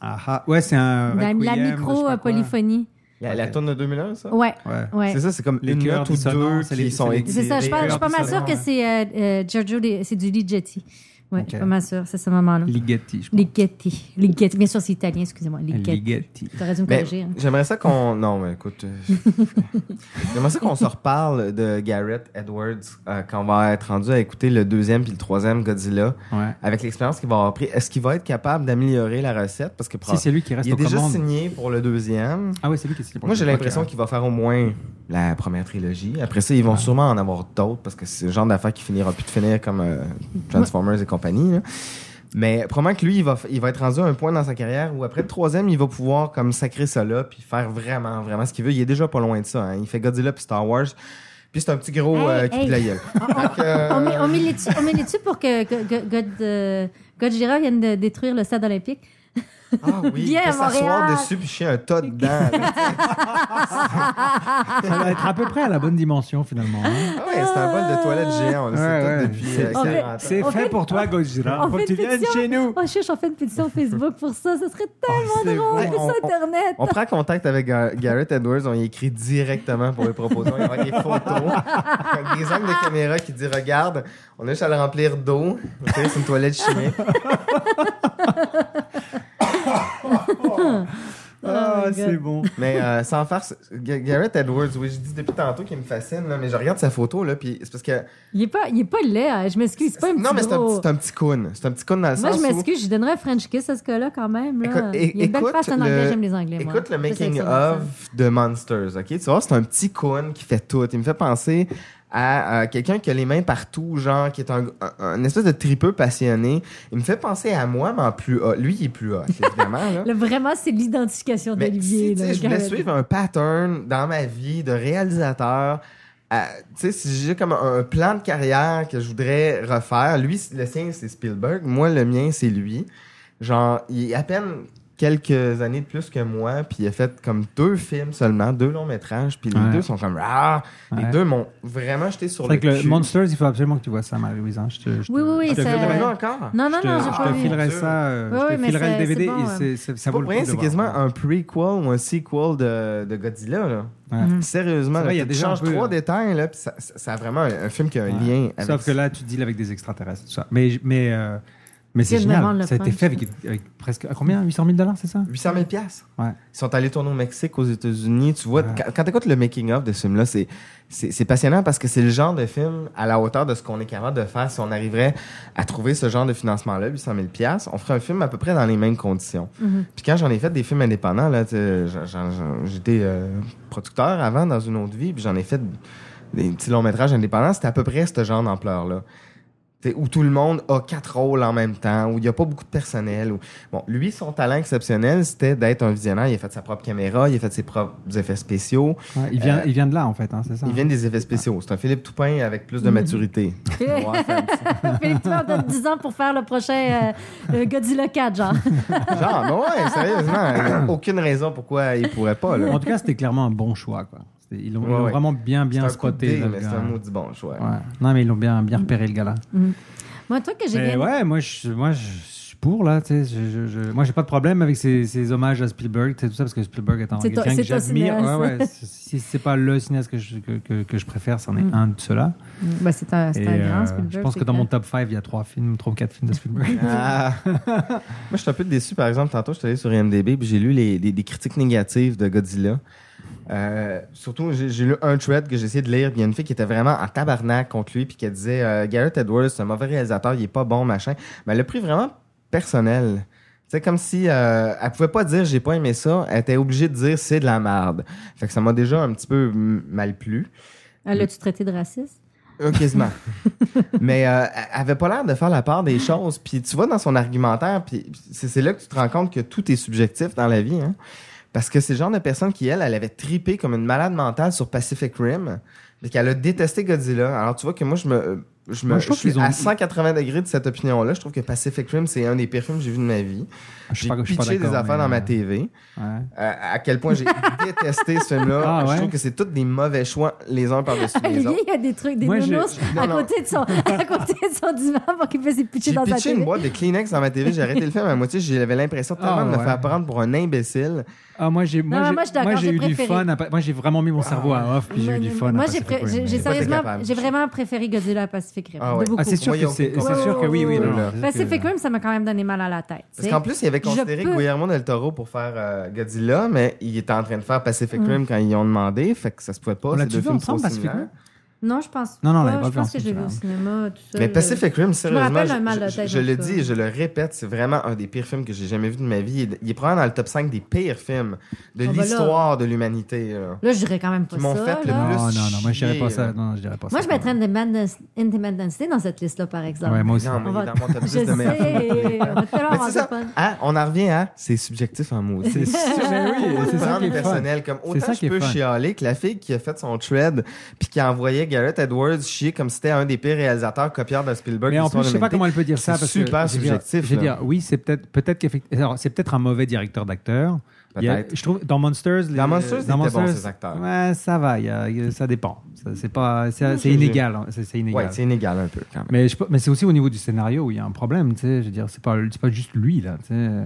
Ah, ah. ouais, c'est un.
La, la
requiem, je sais pas quoi.
micro-polyphonie.
La, la tourne de 2001, ça?
Ouais.
Ouais.
ouais.
C'est ça, c'est comme
Les
une
chœurs
note ou
dissonants,
deux
c'est
qui
les-
sont
c'est les-
C'est ça, je, pense- je suis pas mal
Dissonant,
sûre que
ouais.
c'est euh, euh, Giorgio, Li- c'est du Ligeti. Ouais, je suis
Ok.
pas mal sûre, c'est ce moment-là.
Ligeti, je crois.
Ligeti. Ligeti. Bien sûr, c'est italien, excusez-moi. Ligeti.
Ligeti. Ben,
T'aurais dû me
Mais
corriger. hein.
Ben, J'aimerais ça qu'on. Non, mais écoute. euh, J'aimerais ça qu'on se reparle de Garrett Edwards euh, quand on va être rendu à écouter le deuxième puis le troisième Godzilla.
Ouais.
Avec l'expérience qu'il va avoir pris, est-ce qu'il va être capable d'améliorer la recette? Parce que
Si c'est lui qui reste
il est
aux
déjà
commandes.
signé pour le deuxième.
Ah oui, c'est lui qui est signé pour
Moi,
le-
j'ai l'impression
Ok.
qu'il va faire au moins la première trilogie. Après ça, ils vont sûrement en avoir d'autres parce que c'est le genre d'affaire qui finira plus de finir comme euh, Transformers et compagnie. là. Mais probablement que lui, il va, f- il va être rendu à un point dans sa carrière où après le troisième, il va pouvoir comme sacrer ça là puis faire vraiment, vraiment ce qu'il veut. Il est déjà pas loin de ça. hein. Il fait Godzilla puis Star Wars. Puis c'est un petit gros
Hey,
euh, cul de
hey.
la gueule. Fait que, euh,
On met- On met les dessus- on met les dessus pour que Go- Go- God, euh, Godzilla vienne de détruire le stade olympique.
ah oui, il
Viens à
peut s'asseoir
Montréal.
dessus puis chier un tas dedans.
Ah, Ça va être à peu près à la bonne dimension finalement. hein.
Ah ouais, c'est un bol de toilette géant. On le sait
Ouais,
tout
ouais.
depuis
C'est-
euh,
On fait-
40 ans.
C'est
On
fait
fait-
pour toi, Godzilla.
On
Ah, Faut
fait
que tu
une
viennes
pétition.
chez nous.
Oh, je suis en fait une pétition Facebook pour ça. Ça serait
Oh, c'est
tellement drôle.
vrai.
On fait ça
On- on-
Internet.
On prend contact avec Gar- Garrett Edwards, on y écrit directement pour lui proposer. On y envoie des photos, avec des angles de caméra qui dit Regarde, on a juste à le remplir d'eau. Ok, C'est une toilette chimique.
Ah,
Oh my God.
c'est bon.
Mais euh, sans faire. ce- Ga- Garrett Edwards, oui, je dis depuis tantôt qu'il me fascine, là, mais je regarde sa photo, là, puis c'est parce que.
Il est pas, il est pas laid. hein. Je m'excuse. C'est pas un petit
non, mais c'est un,
gros.
petit- c'est un petit coon. C'est un petit coon dans le
Moi,
sens.
je
où-
m'excuse, je donnerais un French kiss à ce gars-là quand même. Là.
Écoute- é-
il y a une belle
écoute
face en anglais,
le-
j'aime les anglais. moi.
Écoute le
Je suis
making
excellente.
of de Monsters, ok? Tu vois, c'est un petit coon qui fait tout. Il me fait penser à euh, quelqu'un qui a les mains partout, genre, qui est un, un- un espèce de tripeux passionné. Il me fait penser à moi, mais en plus haut. Lui, il est plus haut, évidemment, là.
Là, vraiment, c'est l'identification
Mais
d'Olivier.
Ben, si, tu
là,
sais, je
quand
voulais
même.
suivre un pattern dans ma vie de réalisateur. à- Tu sais, si j'ai comme un un plan de carrière que je voudrais refaire, lui, le sien, c'est Spielberg. Moi, le mien, c'est lui. Genre, il est à peine quelques années de plus que moi, puis il a fait comme deux films seulement, deux longs métrages, puis les
Ouais.
deux sont comme... Ah!
Ouais.
Les deux m'ont vraiment jeté
C'est
sur le
vrai que le
cul.
Monsters, il faut absolument que tu vois ça, Marie-Louise. hein. Je te- je te-
Oui, oui, oui,
je te
ça-
Il y en a
filerai-
encore?
Non, non,
je te-
non, j'ai
je
pas
te
vu.
filerai ça. euh,
Oui, oui,
Je te
mais
filerai
c'est-
le DVD.
c'est bon,
et
ouais.
c'est- c'est- Ça
C'est
vaut
pas pour
le coup.
rien,
de
c'est
voir.
quasiment un prequel ou un sequel de, de Godzilla. Là.
Ouais.
Sérieusement,
C'est vrai,
là,
il y a
tu
déjà
changes
un peu,
trois
hein.
détails, là, puis ça, ça, ça a vraiment un, un film qui a un
Ouais.
lien avec
Sauf que là, tu deals avec des extraterrestres, tout ça. Mais, mais, euh, mais c'est
Je me demande
génial.
le
Ça a été
punch.
fait avec, avec presque. à combien 800 000 dollars, c'est ça
800 000 piastres.
Ouais.
Ils sont allés tourner au Mexique, aux États-Unis. Tu vois,
Ouais.
quand, quand t'écoutes le making-of de ce film-là, c'est, c'est, c'est passionnant parce que c'est le genre de film à la hauteur de ce qu'on est capable de faire. Si on arriverait à trouver ce genre de financement-là, 800 000 piastres, on ferait un film à peu près dans les mêmes conditions. Puis quand j'en ai fait des films indépendants, là, tu sais, j'en- j'en- j'en- j'étais euh, producteur avant dans une autre vie, puis j'en ai fait des petits longs métrages indépendants. C'était à peu près ce genre d'ampleur-là. T'sais, où tout le monde a quatre rôles en même temps, où il n'y a pas beaucoup de personnel. Où... Bon, lui, son talent exceptionnel, c'était d'être un visionnaire. Il a fait sa propre caméra, il a fait ses propres effets spéciaux.
Ouais, il, vient, euh, il vient de là, en fait, hein, c'est ça?
Il vient des effets spéciaux. C'est un Philippe Toupin avec plus de maturité.
Philippe Toupin, on donne 10 ans pour faire le prochain euh, le Godzilla 4, genre.
genre, ben ouais, sérieusement, il n'y a aucune raison pourquoi il pourrait pas. Là.
En tout cas, c'était clairement un bon choix, quoi. Ils l'ont ouais, ouais. vraiment bien, bien spoté.
C'est un maudit bon choix.
Ouais. Non, mais ils l'ont bien, bien repéré, le gars-là.
Mmh. Moi, un truc que j'ai bien.
Eh Ouais, moi, je, moi, je suis pour, là. Je, je, je, moi, j'ai pas de problème avec ces, ces hommages à Spielberg, tout ça, parce que Spielberg est un
quelqu'un
que
j'admire.
Ouais, ouais, si c'est pas le cinéaste que je, que, que, que je préfère, c'en est mmh. un de ceux-là.
Mmh. Bah, c'est un, c'est un
Et, euh,
grand Spielberg.
Je pense que dans mon top 5, il y a trois films, trois ou quatre films de Spielberg.
Ah. moi, je suis un peu déçu, par exemple. Tantôt, je suis allé sur IMDb, puis j'ai lu les, les, les critiques négatives de Godzilla. Euh, surtout, j'ai lu un thread que j'ai essayé de lire, puis il y a une fille qui était vraiment en tabarnak contre lui, puis qui disait euh, Garrett Edwards, c'est un mauvais réalisateur, il est pas bon, machin. Mais elle a pris vraiment personnel. C'est comme si euh, elle pouvait pas dire j'ai pas aimé ça, elle était obligée de dire c'est de la merde. Fait que ça m'a déjà un petit peu mal plu.
L'as-tu traité de raciste?
Euh, quasiment. Mais euh, elle avait pas l'air de faire la part des choses. Puis tu vois dans son argumentaire, puis c'est là que tu te rends compte que tout est subjectif dans la vie. Hein? Parce que c'est le genre de personne qui, elle, elle avait tripé comme une malade mentale sur Pacific Rim, mais qu'elle a détesté Godzilla. Alors tu vois que moi, je me. euh, Je me
Moi, je trouve
je suis
qu'ils ont-
à 180 degrés de cette opinion-là. Je trouve que Pacific Rim, c'est un des pires films que j'ai vu de ma vie.
Je suis
J'ai
pas- je suis pas
pitché des
d'accord,
affaires
mais,
dans ma
euh,
TV.
Ouais.
Euh, à quel point j'ai détesté ce film-là.
Ah, ouais?
Je trouve que c'est tous des mauvais choix les uns par-dessus les
Olivier,
autres.
Ah, il y a des trucs, des
Moi, je-
nounours
je- non,
à,
non.
côté de son, à côté de son divan pour qu'il puisse se pitcher
J'ai
dans sa
pitché
télé.
une boîte de Kleenex dans ma TV, j'ai arrêté le film à moitié, j'avais l'impression tellement
Ah,
de me
ouais.
faire prendre pour un imbécile.
Ah, moi, j'ai,
Non,
moi,
non,
j'ai,
moi, je suis d'accord,
moi, j'ai
j'ai
eu du
préféré. Ah,
fun. à pa- moi, j'ai vraiment mis mon cerveau à off, puis j'ai eu du fun. à
Moi, j'ai,
Pacific
pré-
Rim.
j'ai, j'ai
pas
sérieusement,
capable.
j'ai vraiment préféré Godzilla à Pacific Rim.
Ah ouais.
De beaucoup.
Ah, c'est sûr
Voyons, Oh
que c'est,
pourquoi?
c'est sûr que oui, oui. non, non, c'est sûr que-
Pacific Rim, ça m'a quand même donné mal à la tête. tu
Parce
sais.
qu'en plus, il avait
Je
considéré
peux-
Guillermo del Toro pour faire euh, Godzilla, mais il était en train de faire Pacific
Mm.
Rim quand ils y ont demandé, fait que ça se pouvait pas.
On
ces
l'a-tu
deux
vu
films
ensemble,
sont
Pacific
similaires.
Rim?
Non, je pense
Non, non, on
pas.
l'avait pas
je pense
vu
que j'ai vu au
ensemble.
cinéma, tout ça.
Mais
je-
Pacific Rim,
Euh, Je me
sérieusement,
rappelle un mal de
je,
tête.
je
en
le
tout
dis
cas.
et je le répète, c'est vraiment un des pires films que j'ai jamais vu de ma vie. Il, il est probablement dans le top 5 des pires films de
Ah, ben là.
l'histoire de l'humanité. là.
Là, je dirais quand même pas
Qui m'ont
ça.
fait le
là.
plus
Non, non, non, moi, je dirais pas
chier,
ça.
là.
Non, je dirais pas
Moi,
ça.
je mettrais hein. Independence Independence Day dans cette liste-là, par exemple.
Ouais, moi aussi.
Non, mais
On
il
va-
est dans mon top
je
10 de meilleurs films.
sais, Ah, on va tellement
Mais
avoir
c'est
de
ça.
fun.
Hein, on en revient à c'est subjectif en mots.
C'est ça, oui,
Ah,
c'est ça qui est fun.
personnel comme
C'est
autant
ça qui
je
est
peux
fun.
chialer que la fille qui a fait son thread puis qui envoyait Garrett Edwards chier comme si c'était un des pires réalisateurs copieurs de Spielberg.
Mais
de
en
l'histoire
plus, je sais
de
pas comment elle
l'humanité.
peut dire ça
C'est
parce
super
que je veux dire-
subjectif,
Je veux
là.
dire, oui, c'est peut-être peut-être qu'effectivement, alors, c'est peut-être un mauvais directeur d'acteur. Il y a-
Peut-être.
Je trouve dans Monsters, les-
Dans Monsters, c'était bon, ces acteurs.
ouais, ça va, il y a- il y a- ça dépend. Ça, C'est pas, c'est c'est
je-
inégal, hein, c'est c'est
Ouais,
inégal.
c'est inégal un peu quand même.
mais je peux- mais c'est aussi au niveau du scénario où il y a un problème, tu sais. Je veux dire, c'est pas c'est pas juste lui là. tu sais, euh,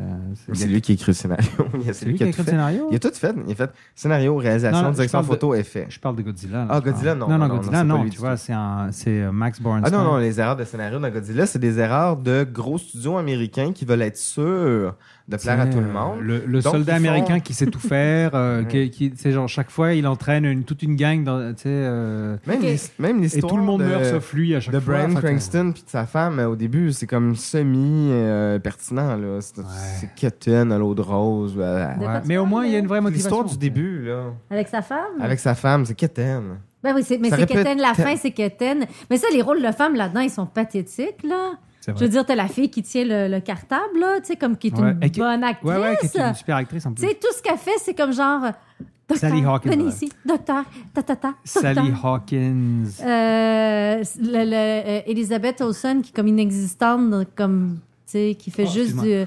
C'est lui qui écrit le scénario. Il y a
C'est
celui
lui qui a écrit
tout
le
fait.
scénario.
Il a tout fait. Il a fait scénario, réalisation,
Non, non, je
direction
parle de-
photo, effet.
Je parle de Godzilla. là,
Ah,
je parle.
Godzilla, non,
Non,
non,
non,
non,
Godzilla,
c'est pas
non.
lui
Tu
du
vois, c'est un, c'est euh, Max
Ah
Bornstein.
non, non, les erreurs de scénario dans Godzilla, c'est des erreurs de gros studios américains qui veulent être sûrs de plaire à tout le monde.
Le, le
Donc,
soldat
ils font-
américain qui sait tout faire, euh, qui, qui- c'est genre chaque fois il entraîne une- toute une gang dans, tu sais, euh,
Même l'his- même
et
l'histoire
tout le monde
de,
meurt sauf lui à chaque
de
fois.
Brian
Enfin,
Cranston puis de sa femme euh, au début, c'est comme semi euh, pertinent là, c'est c'est cotton à l'eau de rose. voilà.
De quoi
ouais.
tu
Mais au
parles,
moins il y a
là?
une vraie motivation.
L'histoire du début là,
Avec sa femme?
avec sa femme, c'est cotton.
Ben oui, c'est- mais
Ça
c'est
répète-
Keten, la fin, c'est Keten. Mais ça, les rôles de femmes là-dedans, ils sont pathétiques, là.
C'est vrai.
Je veux dire, t'as la fille qui tient le, le cartable, là, tu sais, comme qui est
Ouais.
une
Et qui-
bonne actrice.
Ouais, ouais, qui est une super actrice en
Tu
plus.
sais, tout ce qu'elle fait, c'est comme genre. euh, Docteur,
Sally Hawkins.
venez ici. Docteur, ta ta ta. docteur.
Sally Hawkins.
Euh, le- le- euh, Elizabeth Olsen, qui est comme inexistante, donc, comme, tu sais, qui fait
Oh,
juste
excuse-moi.
du.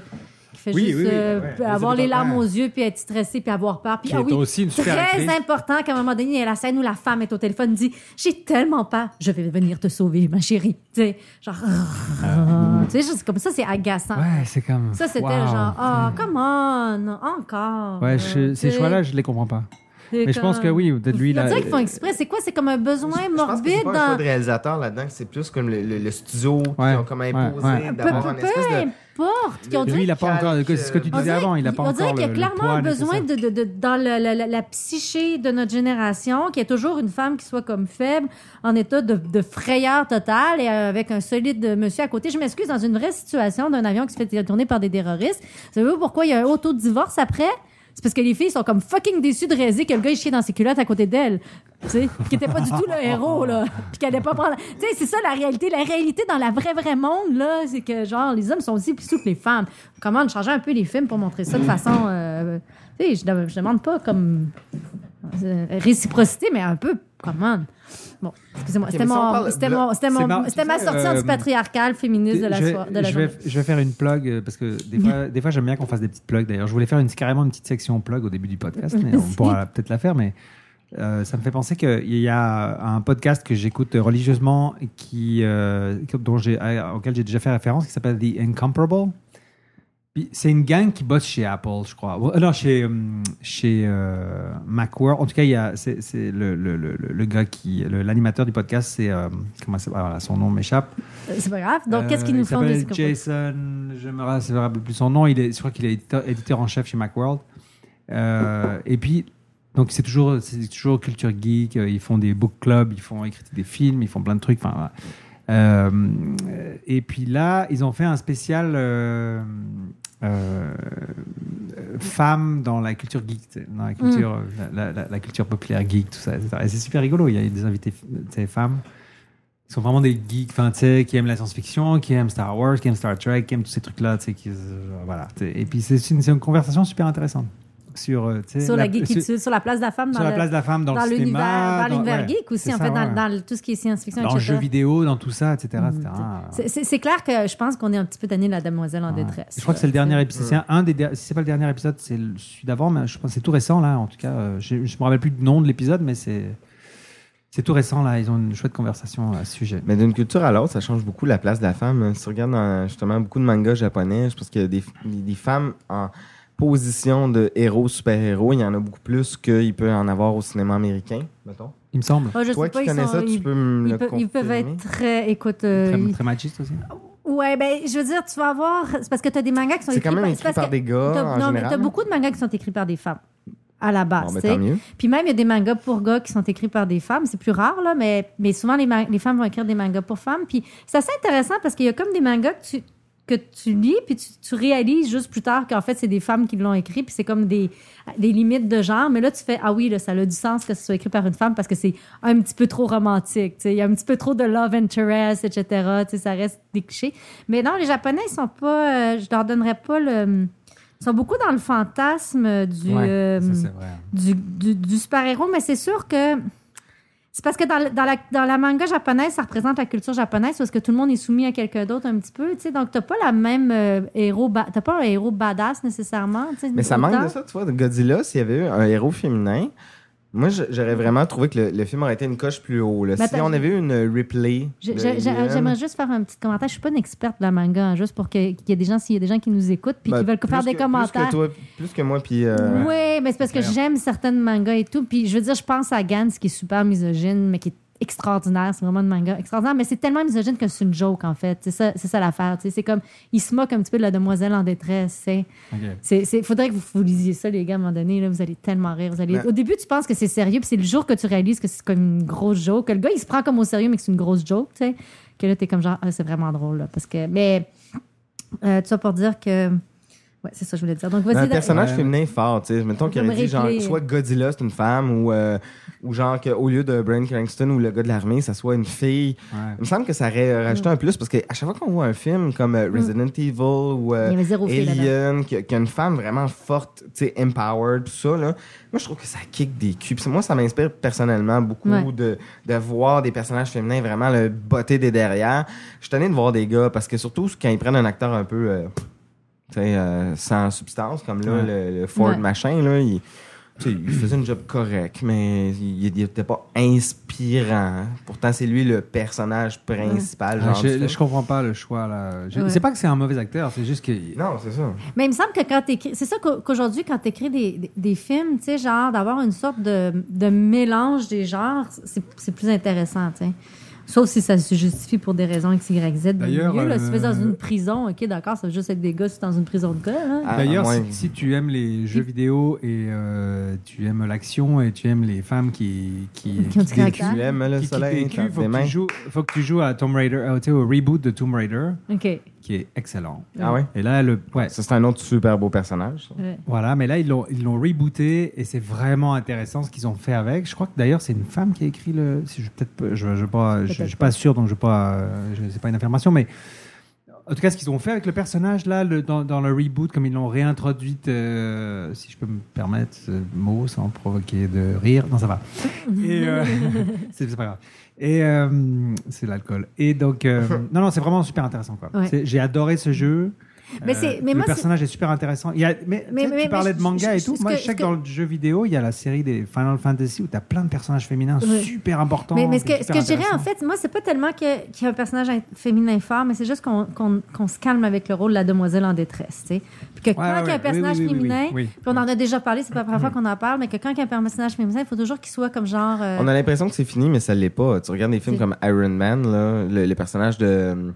Qui fait
Oui,
juste
oui, oui,
euh,
ouais.
avoir les
Elizabeth
larmes aux
Olsen.
yeux, puis être stressée, puis avoir peur. Puis,
Qui
ah
est
oui,
aussi une super
très
actrice.
important qu'à un moment donné, il y a la scène où la femme est au téléphone, dit J'ai tellement peur, je vais venir te sauver, ma chérie. Tu sais, genre. Tu sais, juste comme ça, c'est agaçant.
Ah. Ouais, c'est comme.
Ça, c'était
Wow. Mm.
genre, oh, come on, encore.
Ouais, je-
euh,
ces
tu sais.
choix-là, je les comprends pas.
C'est
Mais je pense
comme-
que oui, peut-être lui
On
là. euh,
dirait qu'ils font exprès. C'est quoi? C'est comme un besoin
Je pense que c'est
morbide
pas un choix
dans.
de réalisateur là-dedans, que c'est plus comme le, le- le studio
Ouais,
qui ont comme
ouais,
imposé
ouais.
d'avoir
Peu-
un
peu
espèce de
importe. qu'on dirait-
Lui, il a pas encore.
calque,
C'est ce que tu
on
disais
dirait-
avant, il a pas
on dirait
encore
qu'il y a
le- le
clairement
poids
un besoin
nécessaire.
de, de- de- dans le- la, la- la psyché de notre génération, qu'il y ait toujours une femme qui soit comme faible, en état de, de frayeur totale et euh, avec un solide euh, monsieur à côté. Je m'excuse, dans une vraie situation d'un avion qui se fait tourner par des terroristes, savez-vous pourquoi il y a un auto-divorce après? C'est parce que les filles sont comme fucking déçues de réaliser que le gars, il chiait dans ses culottes à côté d'elle. Tu sais, qui était pas du tout le héros, là. Puis qu'elle allait pas prendre. Tu sais, c'est ça la réalité. La réalité dans la vraie, vraie monde, là, c'est que, genre, les hommes sont aussi plus sous que les femmes. Comment on changeait un peu les films pour montrer ça de façon. euh, tu sais, je, dem- je demande pas comme. euh, réciprocité, mais un peu, comment. Bon, excusez-moi.
Ok,
C'était
mais si on
mon-
parle-
c'était
là,
mon- c'était
c'est
mon-
marrant,
c'était
tu
ma
sais,
sortie
euh,
anti-patriarcale féministe de la,
je,
soir- de la
je
journée.
vais, je vais faire une plug euh, parce que des fois, des fois j'aime bien qu'on fasse des petites plugs d'ailleurs. Je voulais faire une, carrément une petite section plug au début du podcast, mais on
Vas-y.
pourra peut-être la faire. Mais euh, ça me fait penser qu'il y a un podcast que j'écoute religieusement et qui, euh, dont j'ai, à- auquel j'ai déjà fait référence qui s'appelle The Incomparable. Puis C'est une gang qui bosse chez Apple, je crois. Ou- euh, Non, chez, hum, chez euh, Macworld. En tout cas, il y a, c'est, c'est le, le- le- le gars qui. le- l'animateur du podcast, c'est. euh, comment ça, ah, voilà, son nom m'échappe.
Euh, C'est pas grave. Donc, qu'est-ce qu'ils
Euh,
nous
il
font des
s'appelle Jason, je me ra- je me rappelle plus son nom. Il est, je crois qu'il est éditeur, éditeur en chef chez Macworld. Euh, et puis, donc c'est toujours, c'est toujours culture geek. euh, Ils font des book clubs, ils font ils critiquent des films, ils font plein de trucs. Enfin, voilà. Euh, et puis là, ils ont fait un spécial euh, euh, femme dans la culture geek, tu sais,
Mm.
dans la culture, euh, la, la- la culture populaire geek, tout ça. etc. Et c'est super rigolo. Il y a des invités, tu sais, femmes qui sont vraiment des geeks, enfin, tu sais, qui aiment la science-fiction, qui aiment Star Wars, qui aiment Star Trek, qui aiment tous ces trucs-là, tu sais, qui, euh, voilà. tu sais. Et puis, c'est une, c'est une conversation super intéressante sur, euh, tu sais,
sur la,
sur-
geekitude, sur, la place de la femme dans
sur la
le-
place de la femme dans le cinéma,
l'univers, dans
dans-
l'univers
ouais,
geek aussi,
c'est
en
ça,
fait, dans,
ouais.
dans le- tout ce qui est science-fiction,
dans le
etc.
jeu vidéo, hein. dans tout ça, etc. etc.
C'est- C'est c'est clair que je pense qu'on est un petit peu tanné de la demoiselle en détresse. Euh,
Je crois que c'est le dernier épisode. C'est un des der- Si c'est pas le dernier épisode, c'est le- celui d'avant, mais je pense que c'est tout récent là. En tout cas, euh, je, je me rappelle plus du nom de l'épisode, mais c'est c'est tout récent là. Ils ont une chouette conversation à ce sujet.
Mais d'une culture à l'autre, ça change beaucoup la place de la femme. hein. Si tu regardes dans, justement beaucoup de mangas japonais, je pense qu'il y a des, des femmes en position de héros, super-héros, il y en a beaucoup plus qu'il peut en avoir au cinéma américain, mettons.
Il me semble.
Oh, je
Toi
sais
qui
pas, ils
connais
sont-
ça, tu
ils-
peux me
ils
le
peuvent- Ils peuvent
confirmer?
être très. Écoute. euh, ils-
Très machiste aussi.
Ouais, ben, je veux dire, tu vas voir. C'est parce que tu as des mangas qui sont
C'est
écrits
quand même
par-
écrit
parce
par
que
des gars,
t'as-
en
Non, mais
général.
tu as beaucoup de mangas qui sont écrits par des femmes, à la base.
Bon, ben,
tu sais.
tant mieux.
Puis même, il y a des mangas pour gars qui sont écrits par des femmes. C'est plus rare, là, mais, mais souvent, les, ma- les femmes vont écrire des mangas pour femmes. Puis c'est assez intéressant parce qu'il y a comme des mangas que tu, que tu lis, puis tu, tu réalises juste plus tard qu'en fait, c'est des femmes qui l'ont écrit, puis c'est comme des, des limites de genre. Mais là, tu fais, ah oui, là, ça a du sens que ce soit écrit par une femme parce que c'est un petit peu trop romantique. tu sais. Il y a un petit peu trop de love interest, etc. Tu sais, ça reste des clichés. Mais non, les Japonais, ils sont pas. euh, je leur donnerais pas le. Ils sont beaucoup dans le fantasme du.
Ouais,
euh,
ça, c'est vrai. hein.
du, du- du super-héros, mais c'est sûr que c'est parce que dans, le- dans la, dans la manga japonaise, ça représente la culture japonaise parce que tout le monde est soumis à quelqu'un d'autre un petit peu, tu sais. Donc, t'as pas la même euh, héros, ba- t'as pas un héros badass nécessairement, tu sais,
Mais ça
autant.
manque de ça, tu vois. De Godzilla, s'il y avait eu un héros féminin, moi, je- j'aurais vraiment trouvé que le, le film aurait été une coche plus haut. là.
Mais
Si
attends,
on avait eu une Ripley.
Je-
de
je- je-
Alien, ben,
J'aimerais juste faire un petit commentaire. Je suis pas une experte de la manga, hein, juste pour que- qu'il y ait des gens, s'il y a des gens qui nous écoutent puis
ben,
qui veulent
plus
faire des
que- Plus
commentaires.
que toi, plus que moi, puis. euh,
Oui, mais c'est parce que
Claire.
j'aime certaines mangas et tout. Puis je veux dire, je pense à Gantz qui est super misogyne, mais qui est extraordinaire. C'est vraiment un manga extraordinaire, mais c'est tellement misogyne que c'est une joke, en fait. C'est ça, c'est ça l'affaire. tu sais. C'est comme, il se moque un petit peu de la demoiselle en détresse. Il faudrait que vous, vous lisiez ça, les gars, à un moment donné. Là, vous allez tellement rire. Vous allez...
Mais-
Au début, tu penses que c'est sérieux, puis c'est le jour que tu réalises que c'est comme une grosse joke. Que le gars, il se prend comme au sérieux, mais que c'est une grosse joke, tu sais. Que là, t'es comme genre, Ah, c'est vraiment drôle, là, Parce que. Mais, euh, tout ça pour dire que. Ouais, c'est ça que je voulais dire. Donc, vas-y.
Ben, un
Dan-
personnage
Ouais.
féminin fort, tu sais. Mettons qu'il aurait
Comme
dit, genre,
Ripley.
soit Godzilla, c'est une femme, ou, euh, ou genre, qu'au lieu de Brian Cranston ou le gars de l'armée, ça soit une fille. Il me semble que ça aurait
Mm.
rajouté un plus, parce qu'à chaque fois qu'on voit un film comme euh, Resident Evil ou euh,
Il y avait zéro fille là-dedans.
Alien, qu'il y a- qu'il y a une femme vraiment forte, tu sais, empowered, tout ça, là, moi, je trouve que ça kick des culs. Puis moi, ça m'inspire personnellement beaucoup
Ouais.
de, de voir des personnages féminins vraiment le botter des derrière. Je suis tanné de voir des gars, parce que surtout quand ils prennent un acteur un peu... euh, tu sais, euh, sans substance, comme là,
Ouais.
le, le Ford
Ouais.
machin, là, il, tu sais, il faisait une job correcte, mais il n'était pas inspirant. Pourtant, c'est lui le personnage principal.
Ah,
Genre, du
je,
film.
je comprends pas le choix là. Je-
Ouais.
C'est pas que c'est un mauvais acteur, c'est juste que.
Non, c'est ça.
Mais il me semble que quand t'écris, c'est ça qu'au- qu'aujourd'hui, quand t'écris des, des, des films, tu sais, genre, d'avoir une sorte de, de mélange des genres, c'est c'est plus intéressant, tu sais. Sauf si ça se justifie pour des raisons X, Y, Z.
D'ailleurs,
D'ailleurs, là, si tu fais ça dans
euh,
une prison, ok, d'accord, ça veut juste être des gars c'est dans une prison de gars.
Ah,
hein.
D'ailleurs, si, si tu aimes les jeux vidéo et euh, tu aimes l'action et tu aimes les femmes qui qui,
Qui ont du caractère.
Tu aimes le
qui- qui
soleil,
décuent,
tape
faut,
des
que
mains.
tu joues, faut que tu joues à Tomb Raider, euh, tu sais, au reboot de Tomb Raider,
Ok.
qui est excellent.
Ah ouais?
Et là, le ouais.
Ça, c'est un autre super beau personnage. ça.
Ouais.
Voilà, mais là ils l'ont ils l'ont rebooté et c'est vraiment intéressant ce qu'ils ont fait avec. Je crois que d'ailleurs c'est une femme qui a écrit le. Si je peut-être pas- je je pas je, je suis pas sûr donc je pas euh, je- c'est pas une affirmation mais en tout cas ce qu'ils ont fait avec le personnage là le- dans, dans le reboot comme ils l'ont réintroduite euh, si je peux me permettre ce mot sans provoquer de rire non ça va et euh, c'est c'est pas grave et euh, c'est l'alcool et donc euh, non non c'est vraiment super intéressant quoi
Ouais.
C'est- j'ai adoré ce jeu Euh,
Mais c'est- mais
le
moi, c'est-
personnage est super intéressant. Il y a- mais
Mais-
tu sais,
mais-
tu parlais
mais
de manga
je-
et
je-
tout.
ce
Moi,
que-
je
ce
sais que
que-
dans le jeu vidéo, il y a la série des Final Fantasy où tu as plein de personnages féminins
Ouais.
super importants.
Mais, mais ce que, ce
super
que je dirais, en
intéressants.
fait, moi, c'est pas tellement que- qu'il y a un personnage in- féminin fort, mais c'est juste qu'on qu'on- qu'on se calme avec le rôle de la demoiselle en détresse. tu sais. Puis que quand
ouais,
il y a un
oui,
personnage
oui, oui, oui,
féminin,
oui.
puis on en a déjà parlé, c'est pas la première fois qu'on en parle, mais que quand il y a un personnage féminin, il faut toujours qu'il soit comme genre. euh,
On a l'impression que c'est fini, mais ça l'est pas. Tu regardes des films
C'est-
comme Iron Man, là, le, le personnage de euh,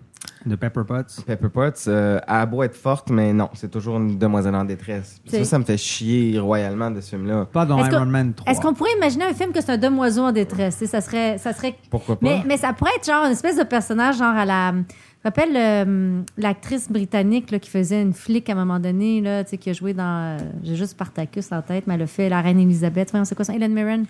De Pepper Potts.
Pepper Potts euh, a beau être forte, mais non, c'est toujours une demoiselle en détresse. Puis
C'est-
Ça, ça me fait chier royalement de ce film-là.
Pas dans
Est-ce
Iron
qu'on-
Man 3.
Est-ce qu'on pourrait imaginer un film que c'est un demoiselle en détresse? tu sais, Ça serait, ça serait
Pourquoi pas?
Mais, mais ça pourrait être genre une espèce de personnage, genre à la. Je me rappelle euh, l'actrice britannique là, qui faisait une flic à un moment donné, là, tu sais, qui a joué dans. euh, J'ai juste Spartacus en tête, mais elle a fait la reine Elisabeth. Voyons, c'est quoi ça? Helen Mirren.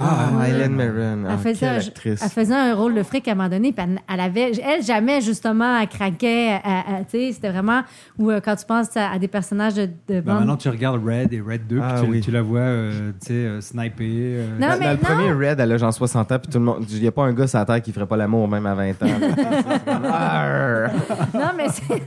Ah,
Ouais.
Helen Mirren. Ah,
Elle faisait,
quelle
un,
actrice.
elle faisait un rôle de fric à un moment donné, puis elle, elle avait, elle jamais justement, elle craquait, elle- elle- tu sais, c'était vraiment, ou euh, quand tu penses à, à des personnages de, de
Bah,
bande-
maintenant, tu regardes Red et Red 2,
Ah,
puis tu,
oui.
tu la vois euh, tu sais, euh, sniper. euh,
Non,
Dans-
mais
dans le
non.
premier Red, elle a genre 60 ans, puis tout le monde. Il n'y a pas un gars sur la terre qui ferait pas l'amour même à 20 ans. Arr!
Non, mais c'est,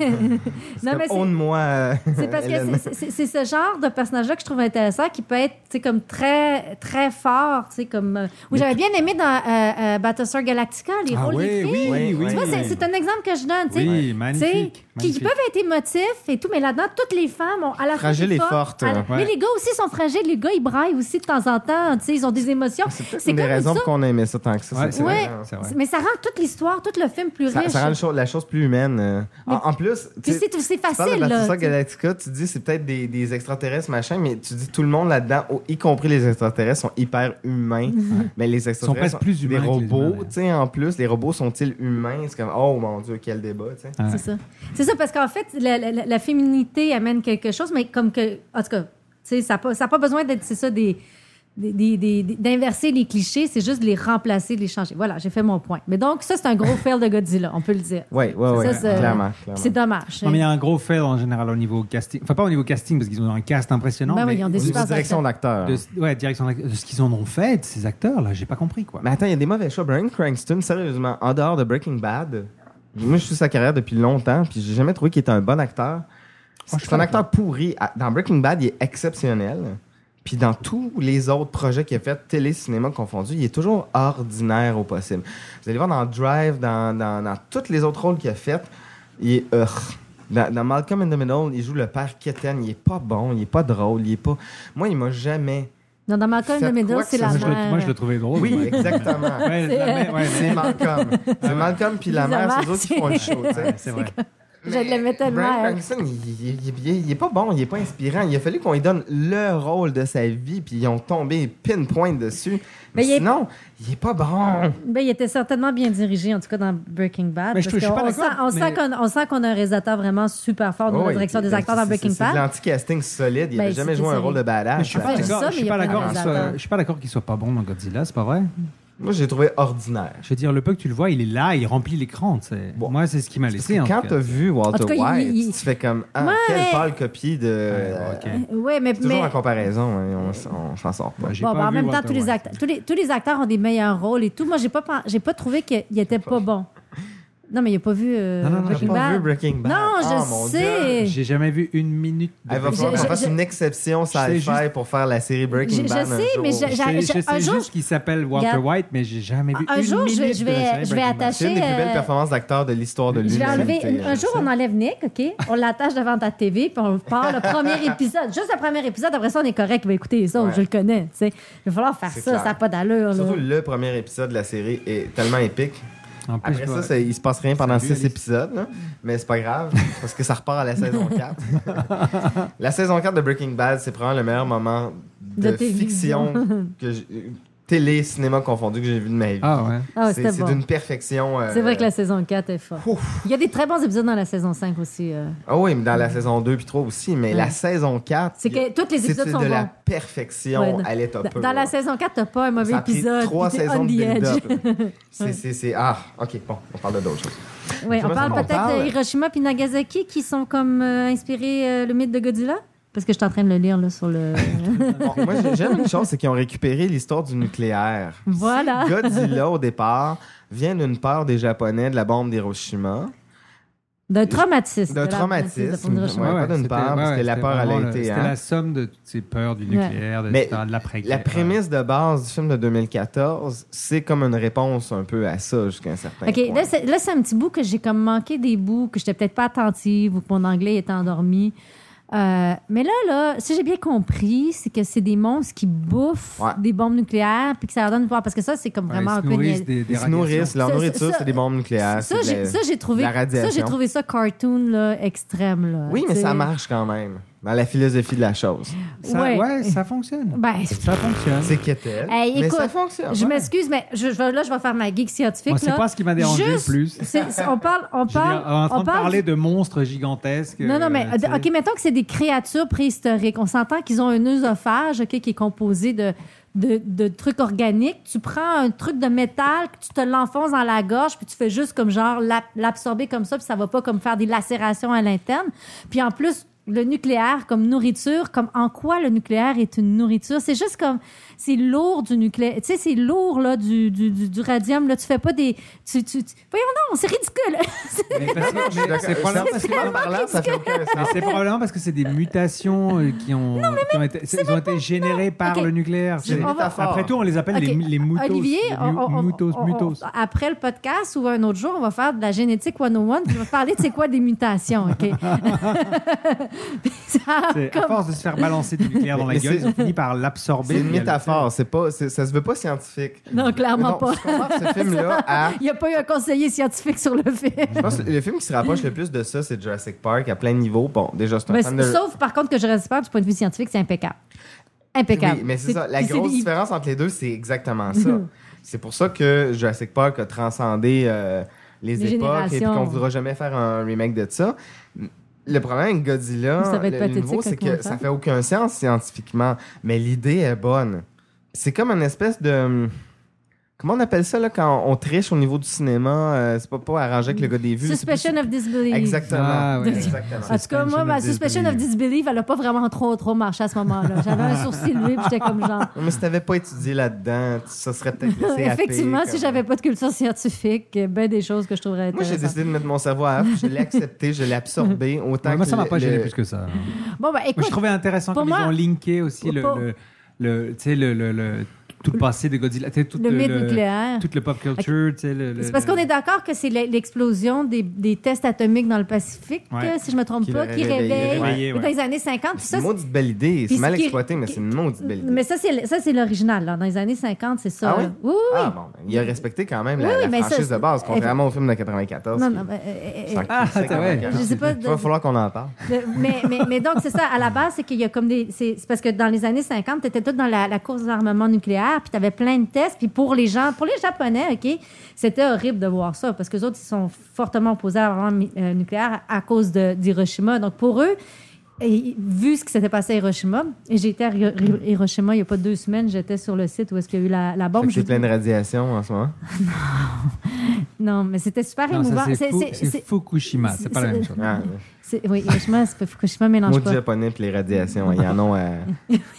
non, mais
Comme, Honne-moi. euh,
C'est parce que
Hélène.
c'est- c'est- c'est c'est ce genre de personnage-là que je trouve intéressant, qui peut être, tu sais, comme très, très fort, tu sais, comme... euh, oui, j'avais bien aimé dans euh, euh, Battlestar Galactica, les
Ah
rôles
oui,
des filles.
oui, oui,
Tu vois, c'est c'est un exemple que je donne, tu sais.
Oui,
Tu sais,
magnifique,
Qui, qui
magnifique.
peuvent être émotifs et tout, mais là-dedans, toutes les femmes ont à la fois
Fragiles
des
et
forces,
fortes,
à la-
ouais.
Mais les gars aussi sont fragiles. Les gars, ils braillent aussi de temps en temps, tu sais, ils ont des émotions.
C'est peut-être
C'est
une des
comme
raisons
ça.
pour qu'on aimait ça tant que ça.
Ouais,
c'est- c'est
Ouais.
vrai, hein.
C'est vrai.
Mais ça rend toute l'histoire, tout le film plus
Ça,
riche.
ça rend le cho- la chose plus humaine. euh. En, en plus,
Puis
tu-
c'est c'est
tu parles de
facile, là.
Battlestar
tu sais.
Galactica, tu dis c'est peut-être des, des extraterrestres, machin, mais tu dis tout le monde là-dedans, au- y compris les extraterrestres, sont hyper humains. mais les extraterrestres
presque plus humains
des
que les humains,
robots,
d'ailleurs.
tu sais, en plus, les robots sont-ils humains? C'est comme, oh mon Dieu, quel débat, tu sais.
Ouais.
C'est ça. C'est ça, parce qu'en fait, la, la- la- la féminité amène quelque chose, mais comme que. En tout cas, tu sais, ça n'a pas, ça a pas besoin d'être, c'est ça, des. des- des- des- des- d'inverser les clichés, c'est juste de les remplacer, de les changer. Voilà, j'ai fait mon point. Mais donc, ça, c'est un gros fail de Godzilla, on peut le dire.
Oui, oui, oui.
Ça, c'est-
Clairement,
Puis
clairement.
C'est dommage.
Non, mais il y a un gros fail en général au niveau casting. Enfin, pas au niveau casting, parce qu'ils ont un cast impressionnant.
Ben oui,
mais
ils ont
Au
des
niveau
super
direction d'acteur.
de, ouais, direction de de ce qu'ils en ont fait, ces acteurs-là, j'ai pas compris quoi.
Mais attends, il y a des mauvais choix. Brian Cranston, sérieusement, en dehors de Breaking Bad, moi je suis sa carrière depuis longtemps, puis j'ai jamais trouvé qu'il était un bon acteur.
Ah, je
C'est un
comprends.
acteur pourri. À- Dans Breaking Bad, il est exceptionnel. Puis dans tous les autres projets qu'il a fait, télé, cinéma confondus, il est toujours ordinaire au possible. Vous allez voir dans Drive, dans, dans, dans tous les autres rôles qu'il a fait, il est euh, dans, dans Malcolm in the Middle, il joue le père Keten. Il est pas bon, il est pas drôle, il est pas. Moi, il m'a jamais.
Non, dans Malcolm in the
Faites
Middle,
quoi que
c'est
ça
la
Moi,
soit-
je le-
mère.
moi, je le trouvais drôle.
Oui,
Ouais.
exactement.
Ouais, la mère- ouais,
C'est Malcolm. C'est Malcolm puis la
Puis la
mère, c'est
mère,
eux autres qui font le show. tu sais.
ouais, c'est vrai.
Je l'aimais tellement.
Bryan
elle.
Cranston, il, il- il- il est pas bon, il est pas inspirant. Il a fallu qu'on lui donne le rôle de sa vie, puis ils ont tombé pinpoint dessus.
Mais
Mais
il est-
sinon, il est pas bon.
Ben, il était certainement bien dirigé, en tout cas dans Breaking Bad.
Mais je
parce
suis pas
qu'on
d'accord,
sent- on sent,
mais-
qu'on- on sent qu'on a un réalisateur vraiment super fort dans
Oh,
la
oui,
direction des
c'est-
acteurs dans
c'est-
Breaking
c'est- C'est de
Bad.
l'anti-casting solide. Il
Ben,
n'avait jamais
c'est
joué un
sérieux.
rôle de badass.
Mais je suis
Ah,
pas
je dis ça,
d'accord.
mais il
Je
y
suis
a
pas
plein
d'accord qu'il
d'acteurs.
soit- je suis pas d'accord qu'il soit pas bon dans Godzilla, c'est pas vrai.
Moi, j'ai trouvé ordinaire.
Je veux dire, le peu que tu le vois, il est là, il remplit l'écran. tu sais.
Bon.
Moi, c'est ce qui m'a laissé. en
Quand
tout
t'as
cas.
vu Walter
En tout cas, il-
White,
il-
tu fais comme ah,
Ouais,
quelle
mais-
pâle copie de. euh,
Ouais, ok.
Oui, mais,
Toujours
mais-
en comparaison, hein, on, s- on s'en sort pas.
Ouais, j'ai
Bon,
pas
ben, en
vu
même temps,
Walter
tous les,
White.
acteurs, tous, les, tous les acteurs ont des meilleurs rôles et tout. Moi, j'ai pas, pen- j'ai pas trouvé qu'il était pas bon. Non, mais il a pas vu euh,
Non, non, non,
J'ai
Breaking
pas
Bad.
vu Breaking Bad.
Non,
Ah,
je
mon Dieu.
sais.
J'ai jamais vu une minute. de
Il va
Breaking
falloir
Je-
qu'on
Bad.
fasse
je-
une exception
sais
sci-fi
juste-
pour faire la série Breaking
Je- je
Bad. un
sais,
jour.
mais je-
Je
J'a-
sais,
j'a-
je sais
un jour,
juste qu'il s'appelle Walter
Regarde.
White, mais j'ai jamais vu
Un
une
jour, je-
minute
je
de la
vais-
série
je vais
Breaking Bad.
C'est une des plus belles
euh,
performances d'acteur de l'histoire de
Je vais
l'humanité.
enlever. une- un
euh,
jour, on enlève Nick, OK? On l'attache devant ta TV, puis on part le premier épisode. Juste le premier épisode, après ça, on est correct. Il va écouter les autres,
Ouais.
je le connais. tu sais. Il va falloir faire
C'est
ça,
clair.
ça n'a pas d'allure. là.
Surtout le premier épisode de la série est tellement épique.
En
Ah,
plus,
Après
je
Ah, ça,
dois-
ça, il se passe rien pendant
Salut,
six
Alice.
épisodes, là. mais c'est pas grave, parce que ça repart à la saison 4. la saison 4 de Breaking Bad, c'est probablement le meilleur moment de,
De télévision.
fiction, que j'ai- télé, cinéma confondu que j'ai vu de ma vie.
Ah ouais.
Ah ouais,
c'est
c'était
c'est
bon.
d'une perfection. euh,
C'est vrai que la saison 4 est forte. Il y a des très bons épisodes dans la saison 5 aussi. euh.
Ah oui, mais dans la saison 2 puis 3 aussi, mais
Ouais.
la saison 4.
C'est que tous les
c'est
épisodes
de
sont
la
bons.
perfection
Ouais,
à l'état
dans,
pur.
dans la saison 4, t'as pas un mauvais
Ça a pris
épisode.
trois
puis t'es
saisons
on
de
the edge.
build-up. C'est, c'est, c'est- Ah, ok, bon, on parle d'autre chose.
Ouais,
Comment
on
ça
parle
va? On
peut-être
parle?
de Hiroshima puis Nagasaki qui sont comme euh, inspirés euh, le mythe de Godzilla. Parce que je suis en train de le lire là, sur le.
Bon, moi, j'ai- j'aime une chose, c'est qu'ils ont récupéré l'histoire du nucléaire.
voilà.
Godzilla, au départ, vient d'une peur des Japonais de la bombe d'Hiroshima.
D'un traumatisme.
D'un
de la-
traumatisme.
de la- de Hiroshima.
Ouais, pas d'une
c'était-
part, parce que la
c'était
peur, elle a
vraiment le-
été,
C'était
hein.
la somme de toutes ces peurs du
Ouais.
nucléaire, de,
Mais
de l'après-guerre.
La prémisse de base du film de 2014, c'est comme une réponse un peu à ça jusqu'à un certain
OK,
point.
là, c'est là, c'est un petit bout que j'ai comme manqué des bouts, que j'étais peut-être pas attentive ou que mon anglais est endormi. Euh, mais là, là, si j'ai bien compris, c'est que c'est des monstres qui bouffent
Ouais.
des bombes nucléaires puis que ça leur donne pouvoir. Parce que ça, c'est comme vraiment un peu. niais-
Ils se nourrissent. Leur
Ça, ça,
nourriture,
ça,
c'est des bombes nucléaires.
Ça,
c'est de
j'ai-
la-
ça, j'ai trouvé,
de La
ça,
radiation.
j'ai trouvé ça cartoon là, extrême. Là,
Oui, mais
tu
ça
sais.
marche quand même, dans la philosophie de la chose.
Ça,
ouais.
ouais. ça fonctionne.
Ben,
Ça fonctionne.
C'est qu'est-elle.
Hey,
mais
écoute,
ça fonctionne.
je
Ah ouais.
m'excuse, mais je, je vais- là, je vais faire ma geek scientifique.
Moi, c'est
là.
pas ce qui m'a dérangé le
Juste-
plus.
c'est- c'est- on parle, on
Je veux
parle,
dire, en train
on
de
parle
parler de monstres gigantesques.
Non, non, mais
euh, tu sais.
OK, mettons que c'est des créatures préhistoriques. On s'entend qu'ils ont un œsophage OK, qui est composé de, de, de trucs organiques. Tu prends un truc de métal, que tu te l'enfonces dans la gorge, puis tu fais juste comme genre l'ab- l'absorber comme ça, puis ça va pas comme faire des lacérations à l'interne. Puis en plus, le nucléaire comme nourriture, comme en quoi le nucléaire est une nourriture. C'est juste comme, c'est lourd du nucléaire. Tu sais, c'est lourd là, du, du, du, du radium. Là. Tu fais pas des... Tu, tu, tu- Voyons non, c'est ridicule.
Mais parce que-
Je suis
mais
d'accord.
c'est probablement parce que-
Scientifiquement parlant, ça fait aucun
mais
sens.
c'est probablement parce que c'est des mutations euh, qui ont, qui ont été, ils ont été générées par
Ok.
le nucléaire.
C'est une
On va-
métaphore.
Après tout, on les appelle les,
Ok,
mu- les mutos.
Olivier,
les
on-
mu-
on- on-
mutos,
on-
mutos.
on- après le podcast ou un autre jour, on va faire de la génétique 101 puis on va parler de c'est quoi des mutations, OK? Puis ça,
C'est- À
comme-
force de se faire balancer du nucléaire dans la
Mais
gueule,
c'est-
ils ont fini par l'absorber.
C'est une
via le-
métaphore. C'est pas, c'est- ça se veut pas scientifique.
Non, clairement
Non,
pas.
Je compare ce film-là à.
Il n'y a pas eu un conseiller scientifique sur le film.
Je pense que le film qui se rapproche le plus de ça, c'est Jurassic Park à plein niveau. Bon, déjà, c'est un
Mais
fan
c'est-
de.
Sauf, par contre, que je respecte du point de vue scientifique, c'est impeccable. Impeccable.
Oui, mais c'est ça. La
puis c'est-
grosse
il- Mhm.
différence entre les deux, c'est exactement ça. c'est pour ça que Jurassic Park a transcendé euh, les,
Les
époques et puis
générations.
qu'on ne voudra jamais faire un remake de ça. Le problème avec Godzilla,
Ça va être
le- le,
pathétique
nouveau,
quand
c'est
on va le
que ça
faire.
fait aucun sens scientifiquement, mais l'idée est bonne. C'est comme une espèce de... hum, Comment on appelle ça là, quand on triche au niveau du cinéma? euh, c'est pas, pas arrangé avec le gars des vues. c'est plus-
Suspension of disbelief.
Exactement.
Ah, ouais.
Exactement.
En tout cas, moi, ma suspension
Suspension
of
of
disbelief, elle n'a pas vraiment trop, trop marché à ce moment-là. J'avais un sourcil levé, puis j'étais comme genre.
Non, Mais si t'avais pas étudié là-dedans, tu- ça serait peut-être laissé happer,
Effectivement, si
comme- euh,
j'avais pas de culture scientifique, ben des choses que je trouverais
Moi, j'ai
intéressantes.
décidé de mettre mon cerveau à half, je l'ai accepté, je l'ai absorbé autant
Ouais, Moi,
que
ça m'a
le-
pas gêné
le-
plus que ça.
Bon, ben
Moi,
écoute,
je trouvais intéressant
pour
comme
moi-
ils ont linké aussi le,
pour-
le, le- tu sais, le- le- le- tout le passé de Godzilla, tu sais, tout
le mythe nucléaire.
tout le pop culture. tu sais, le- le-
Ah. C'est parce
le-
qu'on est d'accord que c'est l'e- l'explosion des, des tests atomiques dans le Pacifique,
Ouais.
euh, si je me trompe
Qui
pas,
l'a
qui
réveillé,
réveille
réveillé, ouais.
dans les années 50. puis
C'est
ça,
une
c'est-
maudite belle idée. C'est
Puis
mal
ce qui-
exploité, mais c'est une maudite belle idée.
mais ça, c'est ça, c'est l'original. là. Dans les années 50, c'est ça.
ah oui?
là. Oui, oui, oui.
Ah bon, ben, il a respecté quand même la,
Oui, oui,
la
mais ça,
franchise
c'est-
de base, contrairement au film de 94.
Non,
qui-
non, ben, euh, euh, Oh,
qui s'en
Ah,
crissait
t'as- ouais.
complètement.
Je sais pas de-
Il va falloir qu'on en parle.
Le- mais, mais, mais donc, c'est ça, à la base, c'est qu'il y a comme des. C'est c'est parce que dans les années 50, tu étais tout dans la, la course d'armement nucléaire, puis tu avais plein de tests. Puis pour les gens, pour les Japonais, OK, c'était horrible de voir ça, parce que les autres, ils sont fortement opposés à l'armement mi- euh, nucléaire à cause de- d'Hiroshima. Donc pour eux, et vu ce qui s'était passé à Hiroshima, et j'ai été à Hi- Hi- Hiroshima il n'y a pas deux semaines, j'étais sur le site où est-ce qu'il y a eu la, la bombe.
Fait que c'est
Je-
plein de radiation en ce moment.
Non, mais c'était super
Non, ça,
émouvant.
c'est
C'est-
Fu-
c'est-
C'est
c'est-
Fukushima,
c'est-
c'est pas la
c'est-
même chose.
Ah,
c'est- Oui, Hiroshima, c'est pas Fukushima, mélange
Maudit
pas.
japonais puis les radiations. Il y en a euh,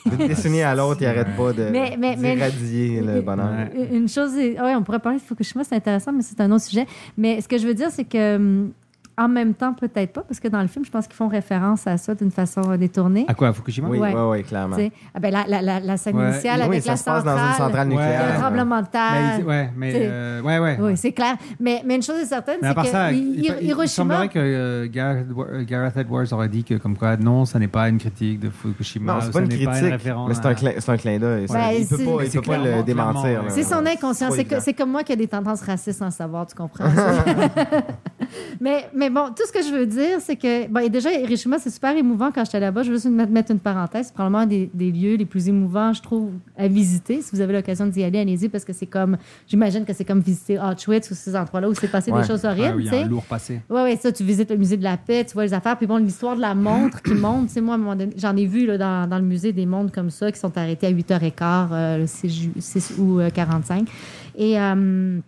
d'une décennie à l'autre, ils n'arrêtent pas de
Mais- mais- mais-
d'irradier le bonheur.
Ouais.
Une une chose, est- ouais, on pourrait parler de Fukushima, c'est intéressant, mais c'est un autre sujet. Mais ce que je veux dire, c'est que hum, En même temps, peut-être pas, parce que dans le film, je pense qu'ils font référence à ça d'une façon euh, détournée.
À quoi, à Fukushima?
Oui, oui, oui, clairement.
Tu sais, ah ben, la, la- la- la scène
Ouais.
initiale
Oui,
avec
ça
la
se passe dans une centrale
il y a
nucléaire.
un tremblement de terre.
Mais, ouais, mais,
tu sais.
euh, ouais, ouais.
Ah. Oui, c'est clair. Mais, mais une chose est certaine,
Mais à
c'est
part
que
ça,
Hi- Hi-
il, il- il
Hiroshima,
semblerait que euh, Gareth, Edwa- euh, Gareth Edwards aurait dit que, comme quoi, non, ça n'est pas une critique de Fukushima.
Non,
ou
c'est Ah, pas
ça
une
n'est
critique,
une référence
mais c'est un
à-
clin, c'est un clin d'œil. ça.
Ben,
il peut
c'est-
pas, il
c'est
peut pas
clairement,
le démentir.
clairement,
là.
c'est son
C'est
inconscient.
trop
C'est que-
évident.
c'est comme moi qui a des tendances racistes sans le savoir, tu comprends. mais, mais bon, tout ce que je veux dire, c'est que. Bon, et déjà, Hiroshima, c'est super émouvant quand j'étais là-bas. Je veux juste mettre mettre une parenthèse. C'est probablement un des, des lieux les plus émouvants, je trouve, à visiter. Si vous avez l'occasion d'y aller, allez-y, parce que c'est comme. J'imagine que c'est comme visiter Auschwitz ou ces endroits-là où s'est passé
Ouais.
des choses
Ah
horribles.
oui, il y
tu
a
sais.
un lourd passé.
Oui, oui, ça, tu visites le musée de la paix, tu vois les affaires. Puis bon, l'histoire de la montre qui monte, tu sais, moi, à un moment donné, j'en ai vu là, dans, dans le musée des montres comme ça qui sont arrêtées à 8h15, euh, le 6, ju- 6 août euh, 45. Et, euh,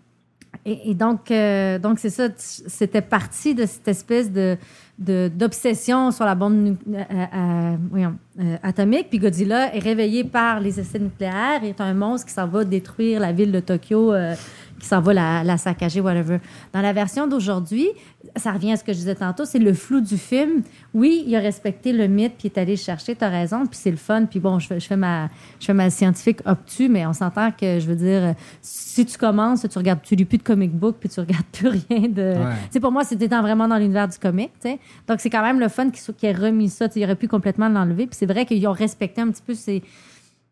et, et donc, euh, donc c'est ça, tu- c'était parti de cette espèce de de- d'obsession sur la bombe nu- euh, euh, voyons, euh, atomique. Puis Godzilla est réveillé par les essais nucléaires et est un monstre qui s'en va détruire la ville de Tokyo, euh, qui s'en va la, la saccager, whatever. Dans la version d'aujourd'hui, ça revient à ce que je disais tantôt, c'est le flou du film. Oui, il a respecté le mythe, puis il est allé le chercher, t'as raison, puis c'est le fun. Puis bon, je, fais- je, fais ma, je fais ma scientifique obtue, mais on s'entend que, je veux dire, si tu commences, tu regardes, tu lis plus de comic book, puis tu regardes plus rien de...
Ouais.
Tu sais, pour moi, c'était dans- vraiment dans l'univers du comic. tu sais. Donc, c'est quand même le fun qu'ils qui aient remis ça. Tu sais, Ils auraient pu complètement l'enlever. Puis c'est vrai qu'ils ont respecté un petit peu ces.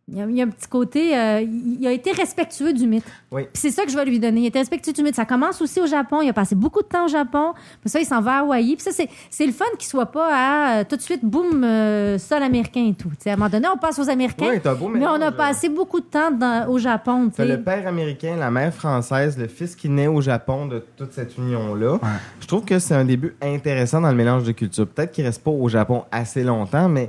Il y a- il y a un petit côté. euh, il il a été respectueux du mythe.
Oui.
Puis c'est ça que je vais lui donner. Il était respectueux du mythe. Ça commence aussi au Japon. Il a passé beaucoup de temps au Japon. Puis ça, il s'en va à Hawaï. Puis ça, c'est, c'est le fun qu'il soit pas à euh, tout de suite, boum, euh, sol américain et tout. Tu sais, à un moment donné, on passe aux Américains.
Oui, t'as beau
mais on a
mélange,
passé beaucoup de temps dans- au Japon. tu
T'as
sais.
le père américain, la mère française, le fils qui naît au Japon de toute cette union-là. Je trouve que c'est un début intéressant dans le mélange de cultures. Peut-être qu'il reste pas au Japon assez longtemps, mais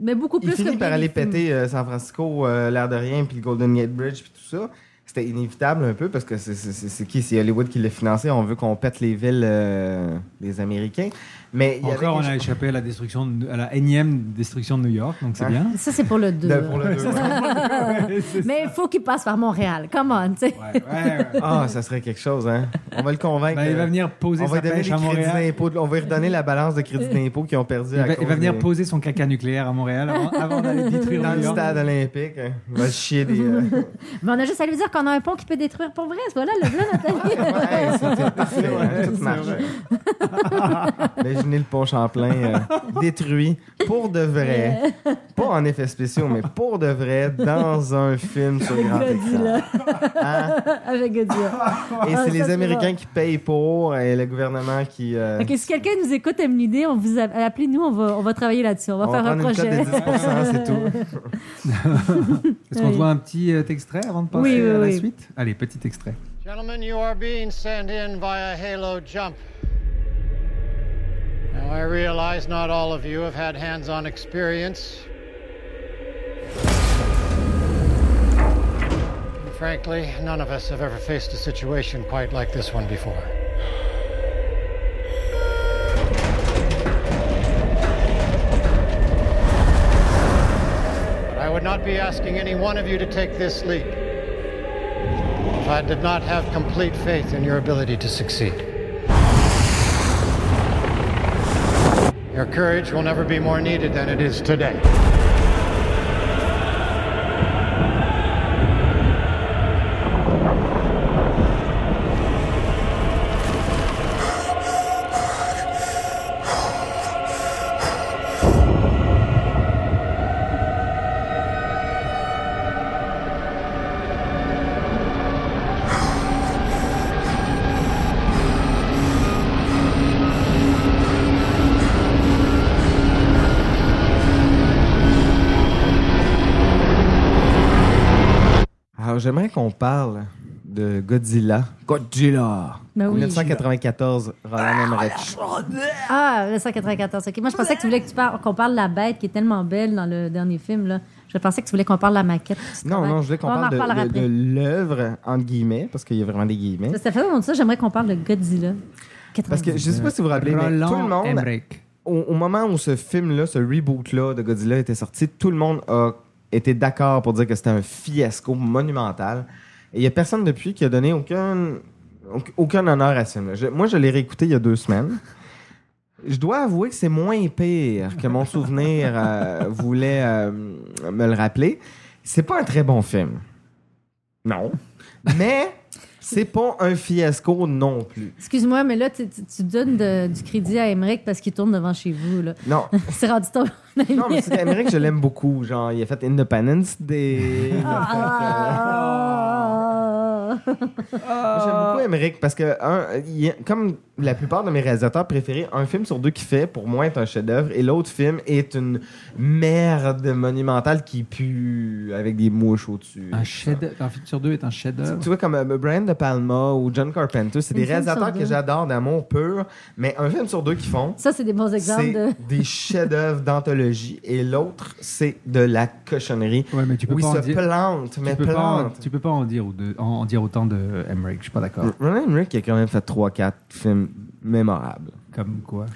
Mais beaucoup
il
plus
finit
que
par aller
Billy Flynn.
péter euh, San Francisco, euh, l'air de rien, puis le Golden Gate Bridge, puis tout ça. C'était inévitable un peu parce que c'est- c'est c'est- c'est qui C'est Hollywood qui l'a financé. On veut qu'on pète les villes euh, des Américains. Mais il y avait
Encore, on
quelque
a échappé à la destruction, de- à la énième destruction de New York, donc c'est
Ouais.
bien.
Ça, c'est pour le 2.
De-
Ben,
pour le deux,
Mais il faut qu'il passe par Montréal. Come on, tu sais.
Ah, ça serait quelque chose, hein? On va le convaincre. euh,
Ben, il va venir poser
on va
sa
lui donner
pêche
les
à
crédits
Montréal.
d'impôt de- On va lui redonner la balance de crédits d'impôt qu'ils ont perdu
Il
à
va, il
cause
va venir
des-
poser son caca nucléaire à Montréal avant, avant d'aller détruire
Dans
New
le
York.
stade olympique. hein. Il va chier des... euh,
Mais on a juste à lui dire qu'on a un pont qui peut détruire pour vrai. Voilà, le blanc,
Hey,
Nathalie.
c'était parfait, hein, tout
c'est
marche. Imaginez le pont Champlain euh, détruit pour de vrai. Pas en effets spéciaux, mais pour de vrai, dans un film sur grand écran.
Godzilla. Avec Godzilla.
Et
Ah, ça,
c'est les Américains
bon.
qui payent pour et le gouvernement qui... euh,
Ok, si quelqu'un nous écoute, aime l'idée, on vous a- appelez-nous, on va, on va travailler là-dessus, on va
On va
faire un
prendre une cote
projet.
de 10%, c'est tout.
Est-ce qu'on
Oui.
te voit un petit euh, extrait avant de passer
Oui, oui,
à la
oui.
suite Allez, petit extrait.
Gentlemen, you are being sent in via Halo Jump. Now, I realize not all of you have had hands on experience. And frankly, none of us have ever faced a situation quite like this one before. But I would not be asking any one of you to take this leap if I did not have complete faith in your ability to succeed. Your courage will never be more needed than it is today.
Alors, j'aimerais qu'on parle de Godzilla. Godzilla!
Ben oui.
1994, Roland Emmerich.
Ah, le 194, ok. Moi, je pensais que tu voulais que tu parles- qu'on parle de la bête qui est tellement belle dans le dernier film, là. Je pensais que tu voulais qu'on parle de la maquette.
Non, non, je voulais qu'on
On en
parle de,
reparlera
de- de
après.
l'œuvre, entre guillemets, parce qu'il y a vraiment des guillemets.
Ça fait longtemps ça, j'aimerais qu'on parle de Godzilla.
Parce que je sais pas si vous vous rappelez, mais
Roland
tout le monde,
Emmerich.
au, au moment où ce film-là, ce reboot-là de Godzilla était sorti, tout le monde a été d'accord pour dire que c'était un fiasco monumental. Et il y a personne depuis qui a donné aucun Donc, aucun honneur à ce film-là. Je- moi, je l'ai réécouté il y a deux semaines. Je dois avouer que c'est moins pire que mon souvenir euh, voulait euh, me le rappeler. C'est pas un très bon film. Non. Mais c'est pas un fiasco non plus.
Excuse-moi, mais là, tu, tu- tu donnes de- du crédit à Emmerich parce qu'il tourne devant chez vous. Là.
Non.
C'est rendu ton ami.
Non, mais c'est Amérique, je l'aime beaucoup. Genre, il a fait Independence Day. il a fait,
Ah.
Moi, J'aime beaucoup Emmerich parce que, un, il est- comme la plupart de mes réalisateurs préférés, un film sur deux qui fait, pour moi, est un chef-d'œuvre et l'autre film est une merde monumentale qui pue avec des mouches au-dessus.
Un chef Un film sur deux est un
Tu,
chef-d'œuvre.
tu vois, comme euh, Brian De Palma ou John Carpenter, c'est
Une
des
film sur
réalisateurs que
deux.
j'adore d'amour pur, mais un film sur deux qui font,
Ça, c'est des bons exemples
c'est
de.
des chefs-d'œuvre d'anthologie et l'autre, c'est de la cochonnerie.
Ouais, mais tu peux
où
pas
il
en
se
dire-
plante, mais
tu peux pas, en-
plante.
tu peux pas en dire, ou de- en, en dire autant de Emmerich, je suis pas d'accord.
Roland Emmerich a quand même fait 3-4 films mémorables.
Comme quoi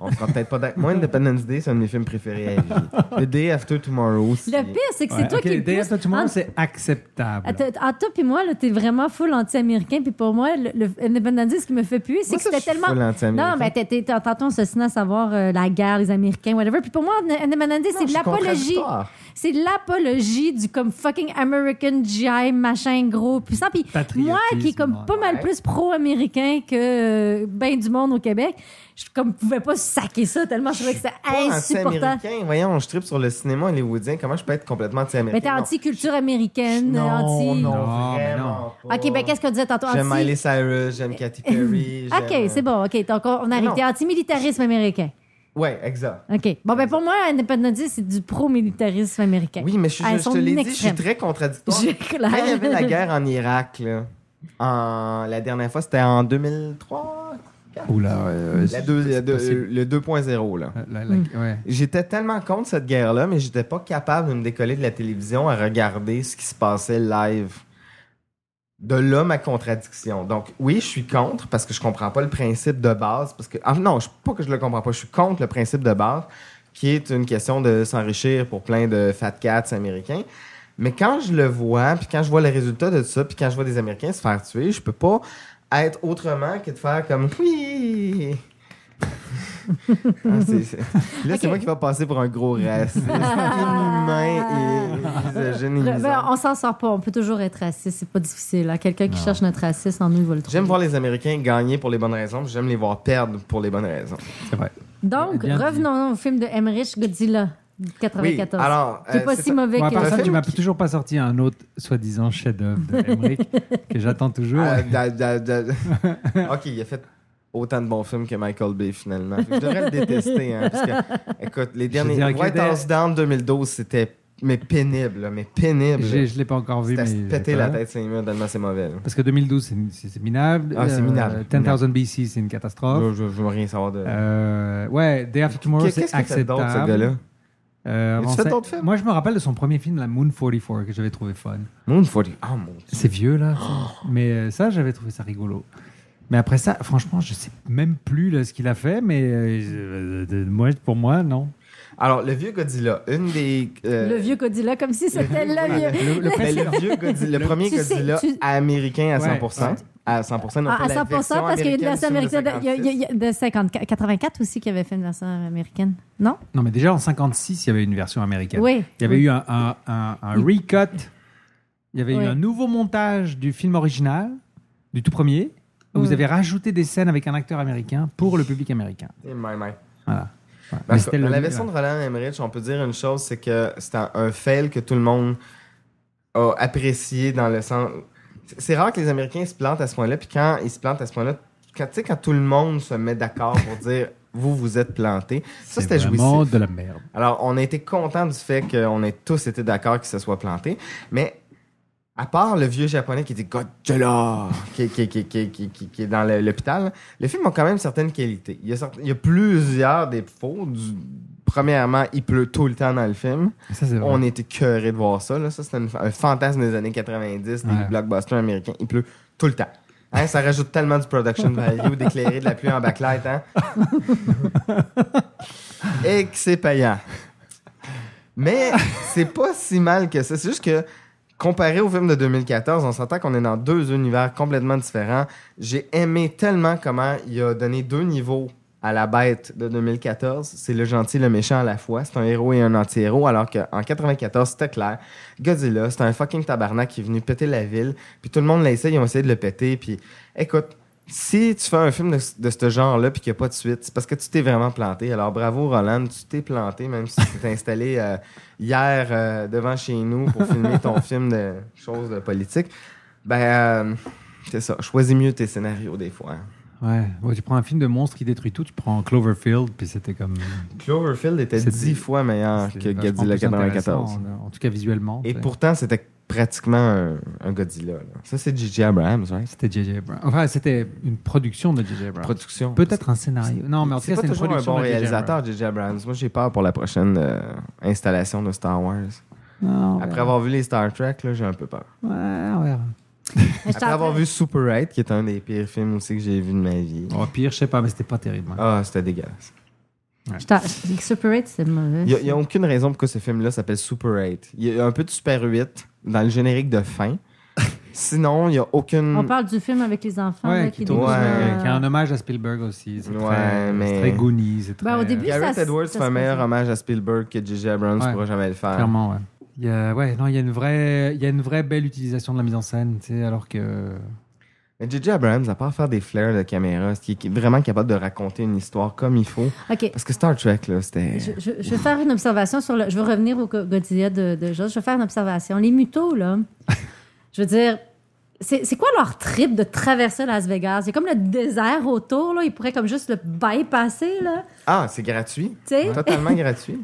On sera peut-être pas d'accord. Moi, Independence Day, c'est un de mes films préférés à vie. The Day After Tomorrow aussi.
Le pire, c'est que c'est
Ouais,
toi
ok,
qui. le Ah,
Day
plus-
After Tomorrow,
en-
c'est acceptable.
à toi- À ah, toi puis moi, là, t'es vraiment full anti-américain. Puis pour moi, le, le Independence Day, ce qui me fait puer, c'est
Moi,
que
ça,
c'était
je suis
tellement.
full anti-américain.
Non, mais t'es- t'es- t'es- tantôt, on se signe à savoir euh, la guerre, les Américains, whatever. Puis pour moi, Independence Day, c'est de
je suis
l'apologie.
contradictoire.
C'est de l'apologie du comme fucking American GI, machin gros, puissant. Puis moi, qui est comme pas mal plus pro-américain que euh, ben du monde au Québec, je comme pouvais pas saquer ça tellement je trouvais que c'était
Pas
insupportable.
anti-américain. Voyons, je tripe sur le cinéma hollywoodien. Comment je peux être complètement
Mais Ben, t'es
anti-américain?
anti-culture américaine,
non,
anti.
non, non,
Non, mais
vraiment pas.
OK, ben qu'est-ce qu'on disait tantôt?
J'aime
Anti-
Miley Cyrus, j'aime Katy Perry.
OK, c'est bon. OK, donc on on arrive.
Non.
T'es anti-militarisme américain.
Ouais, exact.
OK. Bon, ben pour moi, Independence Day, c'est du pro-militarisme américain.
Oui, mais je, suis-
À
je
son
te l'ai dit, je suis
extrême.
très contradictoire.
J'ai
Quand
clair.
il y avait la guerre en Irak, là, en- la dernière fois, c'était en 2003.
Oula, euh,
La deux- la deux- le 2.0, là.
la- la- ouais.
J'étais tellement contre cette guerre-là, mais j'étais pas capable de me décoller de la télévision à regarder ce qui se passait live. De là ma contradiction. Donc oui, je suis contre parce que je comprends pas le principe de base. Parce que ah, non, je, pas que je le comprends pas. Je suis contre le principe de base, qui est une question de s'enrichir pour plein de fat cats américains. Mais quand je le vois, puis quand je vois les résultats de ça, puis quand je vois des Américains se faire tuer, je peux pas être autrement que de faire comme oui. Ah, c'est- c'est- Là, c'est moi qui va passer pour un gros raciste, inhumain et misogyne et
Ben,
misandre.
on s'en sort pas. On peut toujours être raciste. C'est pas difficile. hein. Quelqu'un qui cherche notre raciste en nous, il va le trouver.
J'aime voir les Américains gagner pour les bonnes raisons, puis j'aime les voir perdre pour les bonnes raisons.
C'est vrai.
Donc,
Bien dit.
revenons au film de Emmerich Godzilla, 94.
Oui, alors,
Qui est
euh,
pas
c'est
si
ça.
mauvais
Bon, à
que
part
ça.
ça, tu
film
m'as toujours pas sorti un autre soi-disant chef-d'œuvre de Emmerich que j'attends toujours.
Ah, da- da- da- ok, il a fait autant de bons films que Michael Bay finalement. Fait que Je devrais le détester. Hein, parce que, écoute, les derniers.
dirais que
White
les-
House Down 2012, c'était mais pénible, là, mais pénible.
J'ai- je l'ai pas encore vu,
C'était à se
mais j'ai
péter la
peur.
tête, c'est mieux, tellement c'est mauvais. là.
Parce que 2012, c'est- c'est c'est minable. Euh,
Ah, c'est minable.
10,000 BC, c'est une catastrophe.
Je, je- je veux rien savoir de.
Euh, ouais, Day After Tomorrow,
Qu'est-
c'est
qu'est-ce qu'il fait
acceptable.
d'autre, ce gars-là?
Euh,
As-tu
avant
fait
ça-
d'autres films?
Moi, je me rappelle de son premier film, la Moon 44, que j'avais trouvé fun.
Moon 40. Ah, mon Dieu.
C'est vieux, là. ça.
Oh.
Mais euh, ça, j'avais trouvé ça rigolo. Mais après ça, franchement, je sais même plus là, ce qu'il a fait, mais euh, euh, moi, pour moi, non.
Alors, le vieux Godzilla, une des. euh,
Le vieux Godzilla, comme si c'était le vieux.
Le, le
Mais
précédent.
Ben, le vieux Godzilla, le premier
Tu sais,
Godzilla
tu-
américain à
Ouais,
100%.
ouais.
À 100%,
Ah, à 100 parce qu'il y a une version américaine de, il y a- il y a- il y a- de 54 84 aussi qui avait fait une version américaine. Non?
Non, mais déjà en 56, il y avait une version américaine.
Oui.
Il y avait
Oui.
eu un, un- un- un recut. Il y avait
Oui.
eu un nouveau montage du film original, du tout premier. où Vous
Oui.
avez rajouté des scènes avec un acteur américain pour le public américain. Voilà. Ouais. Mais
Parce que
c'était
dans
le-
la version de
ouais.
Roland Emmerich, on peut dire une chose, c'est que c'est un, un fail que tout le monde a apprécié dans le sens... C'est- C'est rare que les Américains se plantent à ce point-là, puis quand ils se plantent à ce point-là, quand, tu sais, quand tout le monde se met d'accord pour dire « vous, vous êtes plantés », ça, c'était
C'est vraiment
jouissif.
de la merde.
Alors, on a été content du fait qu'on ait tous été d'accord qu'il se soit planté, mais à part le vieux japonais qui dit Godzilla, qui, qui, qui, qui, qui, qui- qui est dans le- l'hôpital, le film a quand même certaines qualités. Il y a, cert- il y a plusieurs défauts. Du- Premièrement, il pleut tout le temps dans le film.
Ça, c'est vrai.
On était curés de voir ça. Là. Ça, c'était une- un fantasme des années 90, des
Ouais.
blockbusters américains. Il pleut tout le temps. Hein, ça rajoute tellement du production value d'éclairer de la pluie en backlight. Hein? Et que c'est payant. Mais c'est pas si mal que ça. C'est juste que comparé au film de 2014, on s'entend qu'on est dans deux univers complètement différents. J'ai aimé tellement comment il a donné deux niveaux à la bête de 2014. C'est le gentil et le méchant à la fois. C'est un héros et un anti-héros. Alors qu'en 94, c'était clair. Godzilla, c'est un fucking tabarnak qui est venu péter la ville. Puis tout le monde l'a essayé, ils ont essayé de le péter. Puis écoute, si tu fais un film de, de ce genre-là puis qu'il n'y a pas de suite, c'est parce que tu t'es vraiment planté. Alors bravo Roland, tu t'es planté même si tu t'es installé euh, hier euh, devant chez nous pour filmer ton film de choses de politique. Ben, euh, c'est ça. Choisis mieux tes scénarios des fois. hein.
Ouais. Ouais, tu prends un film de monstre qui détruit tout, tu prends Cloverfield, puis c'était comme.
Cloverfield était
C'était-
dix fois meilleur Ah, que
c'était vachement
Godzilla
plus intéressant,
94.
En, en tout cas, visuellement.
Et
t'sais.
pourtant, c'était pratiquement un, un Godzilla. là. Ça, c'est J.J. Abrams, right?
C'était J.J. Abrams. Enfin, c'était une production de J.J. Abrams.
Production.
Peut-être un scénario. Non, mais en tout
C'est
cas,
pas
c'est une
toujours un
production
bon
de J.J. Abrams.
réalisateur, J.J. Abrams. Moi, j'ai peur pour la prochaine euh, installation de Star Wars.
Ah, Non, on
Après
verra.
avoir vu les Star Trek, là, j'ai un peu peur.
Ouais, on verra.
Après avoir vu Super 8, qui est un des pires films aussi que j'ai vu de ma vie.
Oh, pire, je sais pas, mais c'était pas terrible. hein.
Ah, c'était dégueulasse.
Je t'en- Super 8, c'est mauvais.
Il n'y a, aucune raison pour que ce film-là s'appelle Super 8. Il y a un peu de Super 8 dans le générique de fin. Sinon, il n'y a aucune.
On parle du film avec les enfants.
Ouais,
là,
qui,
Ah, qui
tourne-
découvre,
ouais,
euh,
qui a un hommage à Spielberg aussi. C'est
Ouais,
très,
mais-
c'est très Goonies. c'est
Ben, au
très-
début,
Garrett
ça-
Edwards
ça
fait
se
un meilleur
faisait.
hommage à Spielberg que J.J. Abrams
Ouais.
pourra jamais le faire.
Clairement, ouais. Il y a, ouais, non, il y a une vraie, il y a une vraie belle utilisation de la mise en scène, tu sais, alors que.
Mais J.J. Abrams, à part faire des flares de caméra, ce qui est qui est vraiment capable de raconter une histoire comme il faut.
OK.
Parce que euh, Star Trek, là, c'était.
Je, je, je vais faire une observation sur le. Je vais revenir au Go- Godzilla de, de Joss. Je vais faire une observation. Les mutos, là, je veux dire, c'est c'est quoi leur trip de traverser Las Vegas? Il y a comme le désert autour, là. Ils pourraient comme juste le bypasser, là.
Ah, c'est gratuit.
Tu sais?
Totalement gratuit.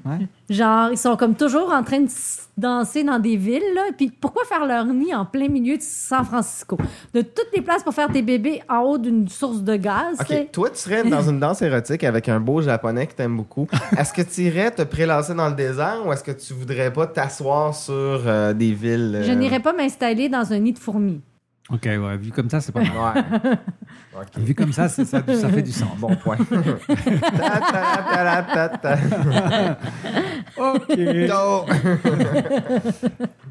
Genre, ils sont comme toujours en train de s- danser dans des villes, là. Puis pourquoi faire leur nid en plein milieu de San Francisco? De toutes les places pour faire tes bébés en haut d'une source de gaz, tu sais.
Ok, toi, tu serais dans une danse érotique avec un beau japonais que t'aimes beaucoup. Est-ce que tu irais te prélasser dans le désert ou est-ce que tu voudrais pas t'asseoir sur euh, des villes euh,
Je n'irai pas m'installer dans un nid de fourmis.
Ok, ouais, vu comme ça, c'est pas mal.
Ouais.
Vu comme ça, c'est- ça, ça fait du sens.
Bon point. Ta-ta-ta-ta-ta.
Ok.
Non.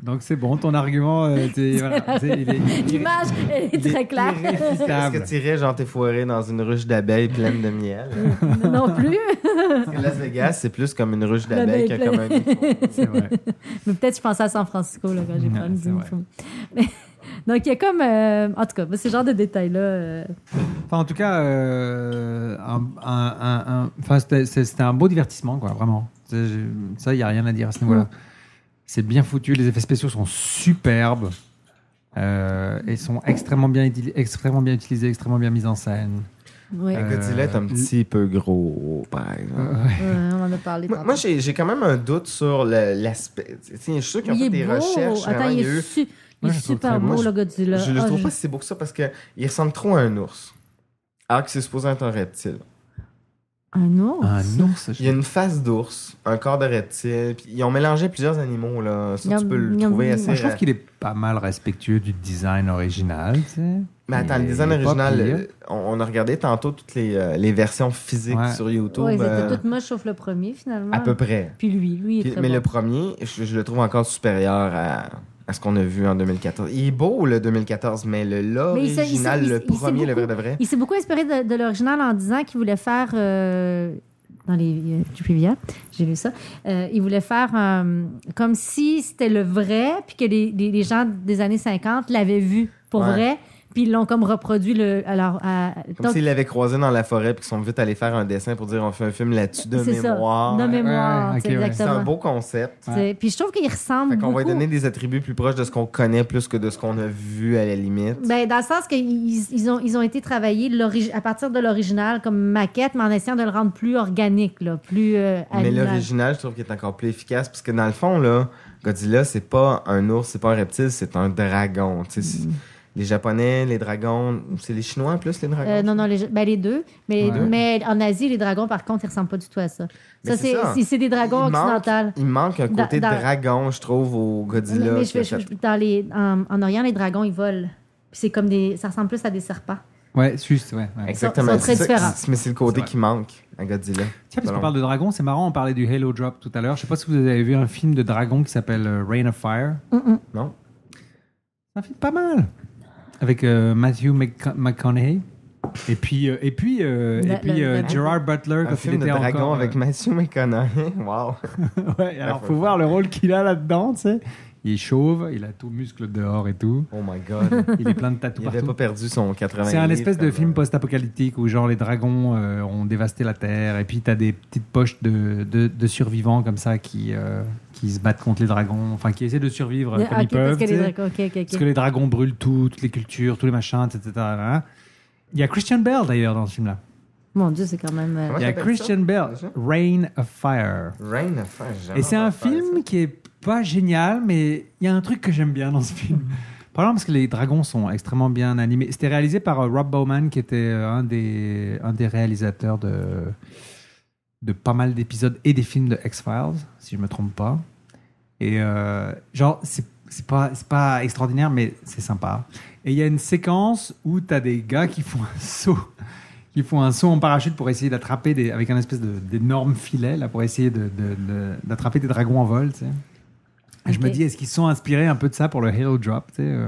Donc c'est bon, ton argument, euh, t'es- voilà, t'sais, il est- il est-
L'image, elle est
il est
très claire.
Est-ce
irréfutable.
que tu irais, genre, t'es foiré dans une ruche d'abeilles pleine de miel?
non plus.
Parce que Las Vegas, c'est plus comme une ruche
La
d'abeilles que
belle
comme un
plaie.
C'est vrai.
Mais peut-être je pensais à San Francisco là, quand j'ai
Ouais,
parlé
c'est
du
vrai.
fourmi. Mais- Donc il y a comme. euh, en tout cas, moi, ce genre de détails-là. euh,
Enfin, en tout cas, euh, un- un- un- un- enfin, c'était- c'est- c'était un beau divertissement, quoi, vraiment. C'est- j'ai- Ça, il n'y a rien à dire à ce niveau-là. C'est bien foutu, les effets spéciaux sont superbes euh, et sont extrêmement bien, uti- extrêmement bien utilisés, extrêmement bien mis en scène.
ouais.
La Godzilla est un petit peu gros, par exemple.
Ouais, on en a parlé.
Moi,
tantôt.
moi, j'ai j'ai quand même un doute sur le- l'aspect. Tu sais, Je suis sûr qu'ils ont
il
fait
est
des
beau.
recherches.
Attends,
vraiment,
il
il y a eu-
est, su- il
Moi,
est
je le trouve
super
très beau.
beau,
Moi,
le Godzilla.
Je le
Ah,
trouve pas si beau que ça parce qu'il ressemble trop à un ours. Alors que c'est supposé être un reptile.
Un ours.
Un ours,
Il y a une face d'ours, un corps de reptile. Puis ils ont mélangé plusieurs animaux, là. Ça, tu
Miam,
peux le
miam,
trouver
miam.
assez. euh,
Moi, je trouve qu'il est pas mal respectueux du design original. tu sais.
Mais attends,
Il
le
est-
design
il est pas
original,
pire.
euh, on, on a regardé tantôt toutes les, euh, les versions physiques
Ouais.
sur YouTube.
Ouais, ils
euh,
étaient toutes moches sauf le premier finalement.
à peu près.
Puis lui, lui il est
Puis-
très
mais
beau.
le premier, je, je le trouve encore supérieur à, à ce qu'on a vu en 2014. Il est beau, le 2014, mais le
Mais il s'est- il s'est-
l'original,
il
le
s'est- il s'est
premier, le vrai de vrai.
Il s'est beaucoup inspiré de, de l'original en disant qu'il voulait faire. euh, dans les euh, du Privia, j'ai lu ça. euh, il voulait faire euh, comme si c'était le vrai, puis que les, les- les gens des années 50 l'avaient vu pour
Ouais.
vrai, puis ils l'ont comme reproduit. Le, alors, à-
Comme
donc,
s'ils l'avaient croisé dans la forêt puis qu'ils sont vite allés faire un dessin pour dire on fait un film là-dessus de
c'est ça,
mémoire.
de mémoire,
ouais,
tu sais,
ok, ouais.
C'est un
exactement.
beau concept.
Tu sais, Puis je trouve qu'il ressemble
Fait qu'on
beaucoup.
va lui donner des attributs plus proches de ce qu'on connaît plus que de ce qu'on a vu à la limite.
Ben, dans le sens qu'ils ils ont, ils ont été travaillés l'ori- à partir de l'original comme maquette, mais en essayant de le rendre plus organique, là, plus euh,
Mais
animal.
l'original, je trouve qu'il est encore plus efficace parce que dans le fond, là, Godzilla, c'est pas un ours, c'est pas un reptile, c'est un dragon. Tu sais,
Mm.
c'est- Les Japonais, les dragons, c'est les Chinois en plus, les dragons.
Euh, non, non, les, ben, les deux. Mais,
Ouais.
mais en Asie, les dragons, par contre, ils ressemblent pas du tout à ça.
Mais
Ça,
c'est
c'est-
ça.
c'est c'est des dragons
Il manque-
occidentaux.
Il manque un
Dans-
côté
dans-
dragon, je trouve, au Godzilla.
Mais
qui
je fais-
a
je-
fait-
je- dans les, en, en Orient, les dragons, ils volent. Puis c'est comme des. Ça ressemble plus à des serpents.
Ouais, juste, ouais. ouais.
Exactement.
sont très
c'est ça,
différents.
c'est- Mais c'est le côté
C'est vrai.
qui manque à Godzilla.
Tiens, parce qu'on
Selon-
parle de dragon, c'est marrant, on parlait du Halo Drop tout à l'heure. Je sais pas si vous avez vu un film de dragon qui s'appelle euh, Rain of Fire.
Mm, mm.
Non?
Un film pas mal. Avec euh, Matthew McC- McConaughey. Et puis, euh, et puis, euh,
Le-
et puis
le-
euh,
le-
Gerard Butler,
Un
quand
film
il
de
était
dragon
encore, euh,
avec Matthew McConaughey. Wow.
ouais, alors faut voir le rôle qu'il a là-dedans, tu sais. Il est chauve, il a tout muscle dehors et tout.
Oh my god.
Il est plein de tatous
Il avait
partout.
pas perdu son 80
C'est un
livres, euh,
espèce de
comme,
film post-apocalyptique où genre les dragons euh, ont dévasté la terre et puis t'as des petites poches de, de, de survivants comme ça qui, euh, qui se battent contre les dragons, enfin qui essaient de survivre euh,
Ah,
comme
ok,
ils peuvent.
parce que
tu
les
sais.
dragons- ok, ok, ok.
Parce que les dragons brûlent tout, toutes les cultures, tous les machins, etc. hein. Il y a Christian Bale d'ailleurs dans ce film-là.
Mon Dieu, c'est quand même. euh,
Il y a Christian Bale, Rain of Fire.
euh, Rain of Fire, j'ai
Et c'est un
entendu parler
film qui est pas génial, mais il y a un truc que j'aime bien dans ce film. Par exemple, parce que les dragons sont extrêmement bien animés. C'était réalisé par euh, Rob Bowman, qui était euh, un des, un des réalisateurs de, de pas mal d'épisodes et des films de X-Files, si je me trompe pas. Et euh, genre, c'est c'est pas, c'est pas extraordinaire, mais c'est sympa. Et il y a une séquence où tu as des gars qui font un saut. Ils font un saut en parachute pour essayer d'attraper des, avec un espèce de- d'énorme filet là pour essayer de- de- de- d'attraper des dragons en vol. tu sais. Et Je me
Ok.
dis, est-ce qu'ils se sont inspirés un peu de ça pour le Halo Drop tu sais, euh?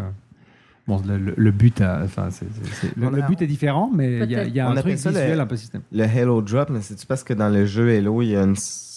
Bon, le, le- le but, a- enfin, c'est- c'est- c'est- le, le but est différent, mais il y a, il y a
On
un truc
appelle ça le-
visuel un peu système.
Le Hello Drop, mais c'est-tu parce que dans le jeu Hello, il y a une-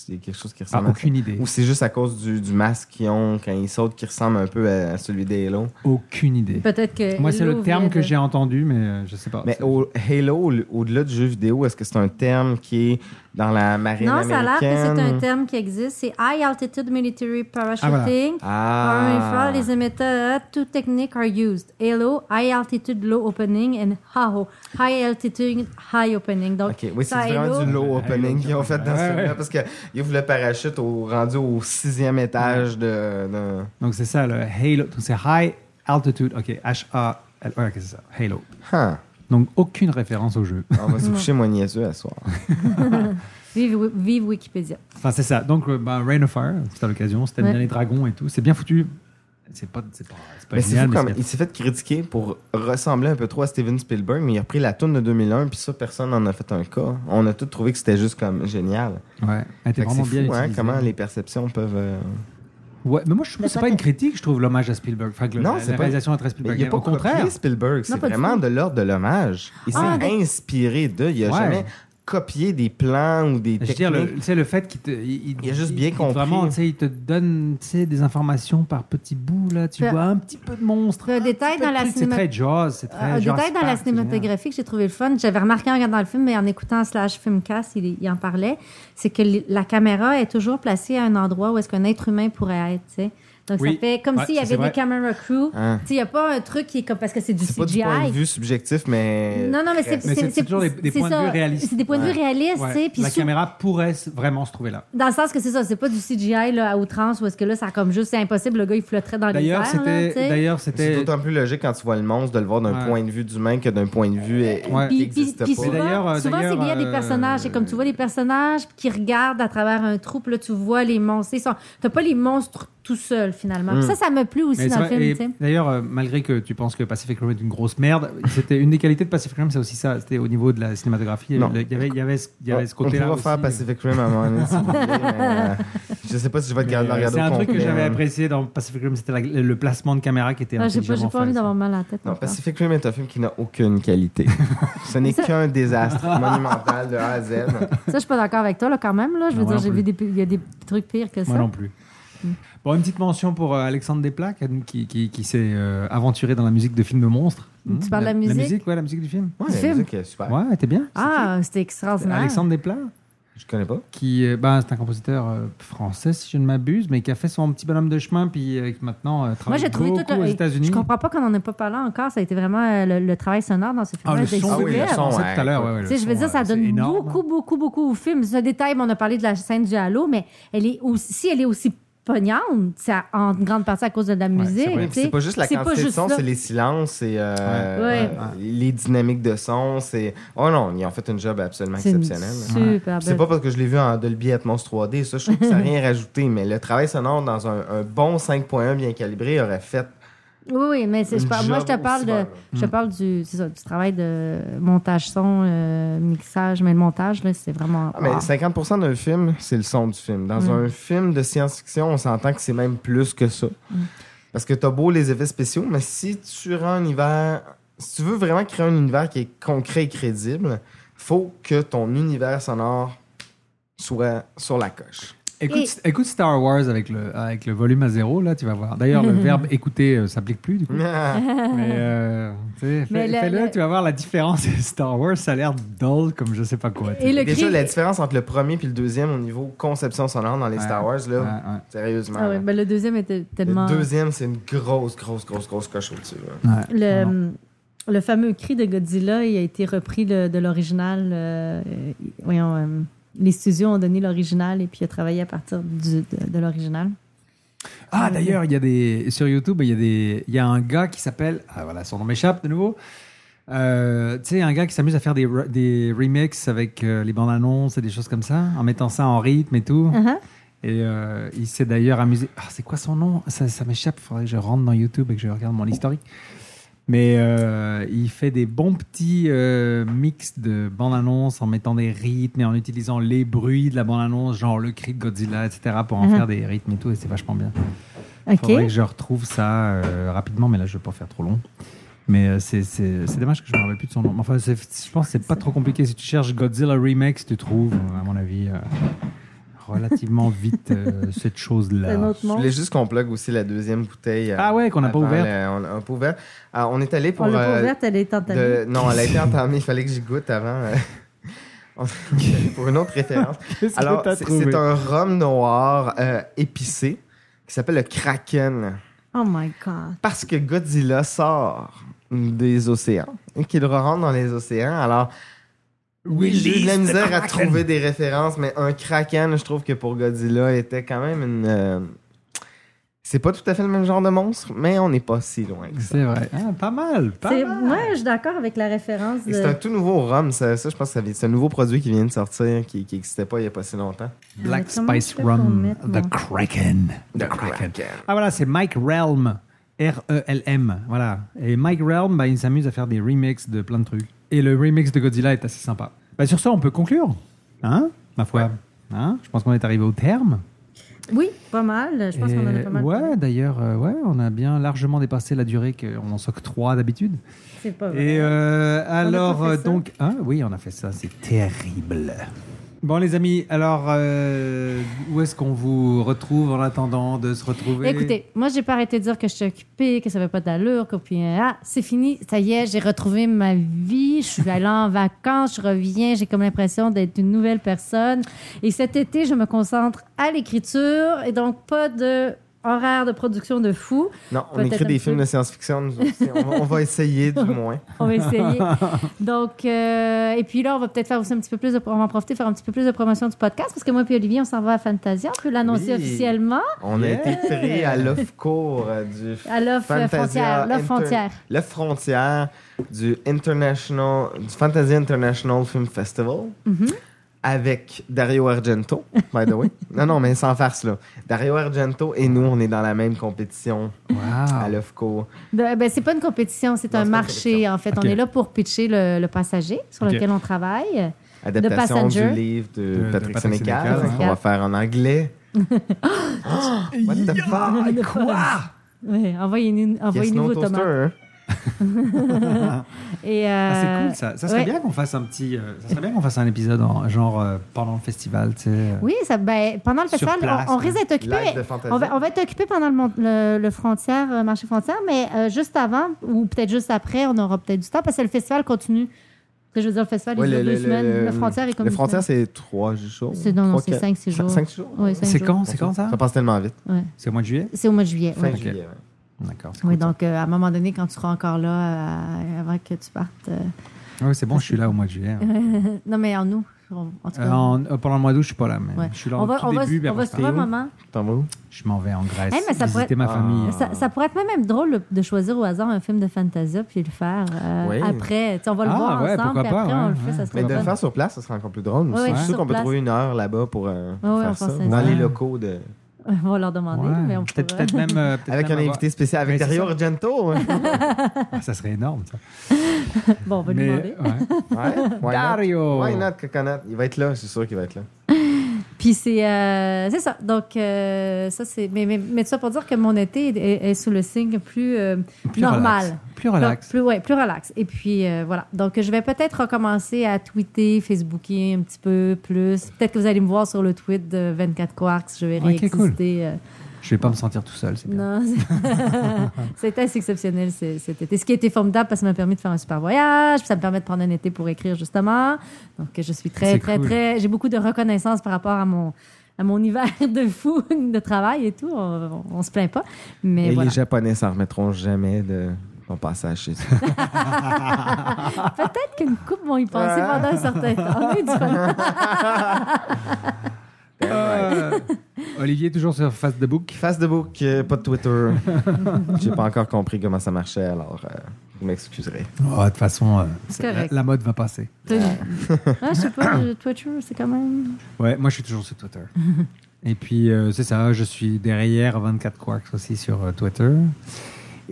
il y a quelque chose qui ressemble à
aucune
ça?
idée.
Ou c'est juste à cause du, du masque qu'ils ont quand ils sautent qui ressemble un peu à, à celui des Hello?
Ah, Aucune idée.
Peut-être que.
Moi, c'est le
l'eau
terme
vient
que
de-
j'ai entendu, mais euh, je sais pas.
Mais au Halo, au- au-delà du jeu vidéo, est-ce que c'est un terme qui est dans la marine
Non, ça a
américaine?
l'air que c'est un terme qui existe. C'est High Altitude Military Parachuting.
Ah.
Army fraud is emitted. Two techniques are used. HALO, High Altitude Low Opening, and HAHO, High Altitude High Opening. Donc,
Ok, oui, c'est
ça,
vraiment
HALO,
du low opening qu'ils ont fait dans
Ouais,
ce
ouais.
film-là parce qu'ils ouvrent le parachute au, rendu au sixième étage de. de-
Donc c'est ça le Halo. Donc, C'est High Altitude. Ok, H A L. E, Ouais, ok, c'est ça. Halo. Donc aucune référence au jeu.
On va se coucher moins niaiseux à soir.
Vive, Wi- vive Wikipédia.
Enfin c'est ça. Donc euh, bah, Rain of Fire, c'était l'occasion. C'était
Ouais.
bien les dragons et tout. C'est bien foutu. C'est pas, c'est pas, c'est pas
Mais Ben, c'est
génial.
fou
mais
comme
c'est-
il s'est fait critiquer pour ressembler un peu trop à Steven Spielberg, mais il a repris la tourne de 2001, puis ça, personne n'en a fait un cas. On a tous trouvé que c'était juste comme génial.
Ouais, elle était
Fait que
vraiment
c'est
bien
fou, hein,
utilisée.
comment les perceptions peuvent. euh,
Ouais, mais moi je trouve que c'est pas une critique. Je trouve l'hommage à Spielberg. Enfin, que le-
Non,
la,
c'est
la
pas-
réalisation est
Mais
très
il a
Spielbergienne.
pas
Au contraire,
copié Spielberg, c'est
Non, pas du
vraiment
tout.
de l'ordre de l'hommage. Il
Ah,
s'est
d'accord.
inspiré de. Il a
Ouais.
jamais copié des plans ou des
Je veux
techniques.
dire, le, tu sais, le fait qu'il te. Il,
a juste bien
il-
compris.
Vraiment, tu sais, il te donne tu sais, des informations par petits bouts, là. Tu
Peu-
vois un petit peu de monstre.
Un détail dans la
truc, C'est
cinéma-
très jazz, c'est très.
Un détail
Jurassic
Ah, dans la
Park, c'est génial.
cinématographie que j'ai trouvé le fun, j'avais remarqué en regardant le film, mais en écoutant slash filmcast, il, il en parlait, c'est que l- la caméra est toujours placée à un endroit où est-ce qu'un être humain pourrait être, tu sais. Donc,
Oui.
ça fait comme
Ouais,
s'il y
ça, c'est
avait
vrai.
des camera crew.
Hein.
Tu sais, il n'y a pas un truc qui est comme... Parce que c'est du
C'est pas du
CGI.
point de vue subjectif, mais.
Non, non, mais c'est- Mais c'est- c'est- c'est toujours des- des c'est points de ça. vue réalistes. C'est des points de vue réalistes, tu sais, puis
La
sous-
caméra pourrait s- vraiment se trouver là.
Dans le sens que c'est ça, c'est pas du CGI là, à outrance où est-ce que là, ça a comme juste, c'est impossible, le gars il flotterait dans les
D'ailleurs,
airs. là, tu sais.
C'est d'autant plus logique quand tu vois le monstre de le voir d'un
Ouais.
point de vue d'humain que d'un point de vue euh, qui
Puis, puis-
n'existe pas.
puis souvent, souvent, c'est lié à
euh,
des personnages. C'est comme tu vois les personnages qui regardent à travers un trou, puis là, tu vois les monstres. Ils sont- T'as pas les monstres tout seuls, finalement. Puis
Mm.
Hmm.
Ça, ça m'a plu aussi
Mais
dans le
c'est vrai,
film.
et
tu sais.
D'ailleurs, euh, malgré que tu penses que Pacific Rim est une grosse merde, c'était une des qualités de Pacific Rim, c'est aussi ça. C'était au niveau de la cinématographie.
Non.
le- Il y avait, il y avait ce, il y avait ce
On
côté-là.
pourra
aussi.
faire Pacific Rim à un moment donné, si vous voulez, mais, euh, je sais pas si je vais te garder- la
Euh,
regarder
C'est
au
un truc que
complet,
j'avais
hein.
apprécié dans Pacific Rim, c'était la- le le placement de caméra qui était
Ah, J'ai pas, j'ai
intelligemment
pas envie d'avoir mal à la tête.
Non,
encore.
Pacific Rim est un film qui n'a aucune qualité. Ce n'est
Ça-
qu'un désastre monumental de A à Z.
Ça, je suis pas d'accord avec toi, là, quand même. Là. Je veux
Non, moi
dire,
non
j'ai
plus.
vu des, il y a des trucs pires que ça. Mm.
Moi non plus. Bon, une petite mention pour euh, Alexandre Desplat qui, qui, qui- qui s'est euh, aventuré dans la musique de films de monstres.
Tu
Hmm,
parles de la musique?
La musique, ouais, la musique du film.
Du la film? musique
est super.
Ouais, elle était bien. Euh,
Ah, c'était extraordinaire.
Alexandre Desplat.
Je connais pas.
Qui, euh, ben, c'est un compositeur euh, français, si je ne m'abuse, mais qui a fait son petit bonhomme de chemin, puis euh, qui maintenant euh,
Moi,
travaille
j'ai trouvé
beaucoup
tout le-
aux
et
États-Unis.
Je comprends pas qu'on en ait pas parlé encore. Ça a été vraiment euh, le, le travail sonore dans ce film.
Ah, le son, oui, le son, c'est tout à l'heure. ouais, ouais, le
Tu sais, je veux
son,
dire,
ouais,
ça
c'est
donne
énorme. hein.
beaucoup, beaucoup, beaucoup au film. C'est un détail, mais on a parlé de la scène du Halo, mais elle est aussi, si elle est aussi pognante, c'est à- en grande partie à cause de la musique.
C'est vrai.
tu sais.
C'est pas juste la quantité de
juste
son,
ça.
c'est les silences, c'est euh,
Ouais.
euh, les dynamiques de son. C'est oh non, ils ont fait une job absolument
C'est une
exceptionnelle.
super
Ouais.
belle-
hein. C'est pas parce que je l'ai vu en Dolby Atmos 3D, ça je trouve que ça n'a rien rajouté, mais le travail sonore dans un, un bon 5.1 bien calibré aurait fait.
Oui, oui, mais c'est- je
Une
parle- moi, je te
job
parle,
aussi
de,
bonne.
je te parle du, c'est ça, du travail de montage son, euh, mixage, mais le montage, là, c'est vraiment.
Ah, mais
wow.
50% d'un film, c'est le son du film. Dans
Mm. Mm.
un film de science-fiction, on s'entend que c'est même plus que ça. Parce que t'as beau les effets spéciaux, mais si tu rends un univers. Si tu veux vraiment créer un univers qui est concret et crédible, faut que ton univers sonore soit sur la coche.
Écoute, écoute Star Wars avec le, avec le volume à zéro, là, tu vas voir. D'ailleurs, le verbe écouter euh, s'applique plus, du coup. Mais, euh, tu sais,
Mais
fais-
le-
fais-le,
le-
tu vas voir la différence. Star Wars, ça a l'air dull comme je sais pas quoi. tu sais.
Déjà, la différence entre le premier et le deuxième au niveau conception sonore dans les Star Wars, là, sérieusement.
Ah ouais,
là.
ben le deuxième était tellement.
Le deuxième, c'est une grosse, grosse, grosse, grosse coche au-dessus. là.
Ah
Le, le fameux cri de Godzilla, il a été repris le- de l'original. euh, euh, voyons, euh, les studios ont donné l'original et puis il a travaillé à partir du- de, de l'original.
Ah, d'ailleurs, il y a des sur YouTube, il y a des il y a un gars qui s'appelle ah voilà, son nom m'échappe de nouveau. Euh, tu sais, un gars qui s'amuse à faire des, re- des remixes avec euh, les bandes annonces et des choses comme ça, en mettant ça en rythme et tout.
Uh-huh.
Et euh, il s'est d'ailleurs amusé. Ah, c'est quoi son nom Ça, ça m'échappe. Faudrait que je rentre dans YouTube et que je regarde mon historique. Mais euh, il fait des bons petits euh, mix de bande-annonce en mettant des rythmes et en utilisant les bruits de la bande-annonce, genre le cri de Godzilla, etc., pour en
Mhm.
faire des rythmes et tout, et c'est vachement bien.
Ok.
Faudrait que je retrouve ça euh, rapidement, mais là, je ne vais pas faire trop long. Mais euh, c'est- c'est c'est dommage que je ne me rappelle plus de son nom. Enfin, c'est- je pense que c'est pas trop compliqué. Si tu cherches Godzilla Remix, tu trouves, à mon avis, euh, relativement vite euh, cette chose-là.
Je voulais juste qu'on plug aussi la deuxième bouteille. euh,
Ah ouais, qu'on n'a pas
avant
ouverte.
le- on n'a pas ouvert. Ah, on est allé pour.
On l'a
euh,
pas ouverte, elle est entamée.
de- Non, elle a été entamée. Il fallait que j'y goûte avant. euh, on- pour une autre référence.
Qu'est-ce que
Alors,
t'as
c'est
trouvé?
c'est un rhum noir euh, épicé qui s'appelle le Kraken.
Oh my God.
Parce que Godzilla sort des océans et qu'il rentre dans les océans. Alors, oui, j'ai eu de la
Release the
misère à
Kraken.
trouver des références, mais un Kraken, je trouve que pour Godzilla, était quand même une. euh, C'est pas tout à fait le même genre de monstre, mais on n'est pas si loin que ça.
C'est vrai. Ah, pas mal, pas
C'est-
mal.
Ouais, je suis d'accord avec la référence.
Et
De...
C'est un tout nouveau rhum, ça, ça, je pense que ça vient- c'est un nouveau produit qui vient de sortir, qui n'existait pas il n'y a pas si longtemps.
Black
Mais comment
Spice
je fais pour
Rum,
mettre mon-
The Kraken.
The Kraken.
Ah voilà, c'est Mike Realm. R-E-L-M. Voilà. Et Mike Realm, bah, il s'amuse à faire des remixes de plein de trucs. Et le remix de Godzilla est assez sympa. Bah, sur ça, on peut conclure. Hein Ma foi. Hein Je pense qu'on est arrivé au terme.
Oui, pas mal. Je pense qu'on en a
Et
pas mal.
ouais, d'ailleurs, euh, ouais, on a bien largement dépassé la durée qu'on en s'octroie d'habitude.
C'est pas vrai.
Et euh,
a
alors,
pas fait
euh,
ça.
donc, hein, oui, on a fait ça, c'est terrible. Bon, les amis, alors, euh, où est-ce qu'on vous retrouve en attendant de se retrouver
Écoutez, moi, j'ai pas arrêté de dire que je suis occupée, que ça avait pas d'allure, que puis, euh, ah, c'est fini, ça y est, j'ai retrouvé ma vie, je suis allée en vacances, je reviens, j'ai comme l'impression d'être une nouvelle personne. Et cet été, je me concentre à l'écriture et donc pas de horaire de production de fou.
Non, on
Peut-être
écrit des
un
films
peu.
de science-fiction, nous aussi. on, va- on va essayer du moins.
On va essayer. Donc, euh, et puis là, on va peut-être faire aussi un petit peu plus de, on va en profiter, faire un petit peu plus de promotion du podcast parce que moi et Olivier, on s'en va à Fantasia. On peut l'annoncer
Oui.
officiellement.
On a été pris à l'off cours du
À l'offre frontière, l'offre frontière.
la frontière du International du Fantasy International Film Festival
Mm-hmm.
avec Dario Argento, by the way. non non, mais sans farce là. Dario Argento et nous on est dans la même compétition
Ah.
à l'OFCO.
De- ben, c'est pas une compétition, c'est un marché, en fait.
Ok.
On est là pour pitcher le, le passager sur
Ok.
lequel on travaille. The
Adaptation du
Passenger.
livre de,
De- de
Patrick
Patrick
Sénécal, hein,
Sénécal, hein.
qu'on va faire en anglais.
Oh,
What the fuck?
Ouais, envoyez-nous envoyez
no
vos
toaster,
tomates.
hein?
Et,
Ah, c'est
euh,
cool ça. Ça serait
ouais.
bien qu'on fasse un petit, euh, ça serait bien qu'on fasse un épisode en- genre euh, pendant le festival, tu sais. euh.
Oui, ça, ben, pendant le
Sur
festival,
place,
on, on
hein.
risque d'être occupé.
Live de Fantasia.
On va, on va être occupé pendant le, mon- le, le frontière, euh, marché frontière, mais euh, juste avant ou peut-être juste après, on aura peut-être du temps parce que le festival continue. Tu sais, Je veux dire, le festival,
Ouais,
il
le-
dure deux
le-
semaines.
le-
Le, frontière est comme
Le
une
frontière,
semaine.
c'est trois jours.
C'est- non, non,
Trois,
c'est
quatre-
cinq, six
cin-
jours.
Cinq jours.
Ouais, cinq
C'est
jours.
quand, c'est quand ça
Ça passe tellement vite. euh,
Ouais.
C'est au mois de juillet.
C'est au mois de juillet.
Fin
ouais.
juillet, ouais.
D'accord.
Oui, donc euh, à un moment donné, quand tu seras encore là, euh, avant que tu partes. euh,
Ouais, c'est bon, je suis là au mois de juillet. ouais.
non, mais en nous. on- En tout cas,
Euh, en- euh, pendant le mois d'août, je suis pas là, mais
Ouais.
je suis là
On
au
va-
tout
on va-
début.
on va se trouver un moment.
T'en vas où?
Je m'en vais en Grèce.
Hey, mais ça pourrait
visiter
être-
Ah.
ma famille. euh.
Ça, ça pourrait être même, même drôle le- de choisir au hasard un film de fantasia puis le faire euh,
Oui.
après. Tu sais, on va le
Ah,
voir
ouais,
ensemble,
pourquoi
puis
pas,
après on le
ouais,
fait, ça
Mais
serait
de le
fun.
faire sur place, ça serait encore plus drôle.
Ouais,
aussi.
ouais,
je suis
sur
sûr qu'on peut
place.
trouver une heure là-bas pour euh,
Ouais, ouais, on
faire
va
ça.
s'installer.
Dans les locaux de.
On va leur demander,
Ouais.
mais on
Peut-être-
pourrait.
peut-être même, euh, peut-être
Avec un
même avoir-
invité spécial, avec
Ouais, c'est
Dario
ça.
Argento. ouais.
Ah, ça serait énorme, ça.
Bon, on va
Mais, euh,
lui demander.
ouais.
Ouais, why not?
Dario!
Why not, Coconut? Il va être là, je suis sûr qu'il va être là.
Puis c'est euh, c'est ça. Donc, euh, ça, c'est. Mais, mais, mais ça pour dire que mon été est, est sous le signe plus, euh,
Plus
normal.
relax. Plus relax.
Donc, plus, ouais, plus relax. Et puis, euh, voilà. Donc, je vais peut-être recommencer à tweeter, Facebooker un petit peu plus. Peut-être que vous allez me voir sur le tweet de 24 Quarks. Je vais
Ok,
réexister.
cool.
euh,
Je vais pas me sentir tout seul. c'est bien.
non, c'est- c'était assez exceptionnel ce- cet été. Ce qui a été formidable parce que ça m'a permis de faire un super voyage, puis ça me permet de prendre un été pour écrire justement. Donc je suis très,
C'est
très,
cool.
très. J'ai beaucoup de reconnaissance par rapport à mon à mon hiver de fou de travail et tout. On, on se plaint pas, mais
Et
voilà.
les Japonais s'en remettront jamais de mon passage chez eux.
Ah, Peut-être qu'une coupe vont y penser pendant un certain temps. On a eu du fun.
Euh, Olivier, toujours sur Facebook.
Facebook, euh, pas de Twitter. J'ai pas encore compris comment ça marchait, alors euh, vous m'excuserez.
Oh, de toute façon, euh,
C'est
la,
correct.
la mode va passer.
Ah, je sais pas, le Twitter, c'est quand même.
Ouais, moi je suis toujours sur Twitter. Et puis euh, c'est ça, je suis derrière 24 Quarks aussi sur euh, Twitter.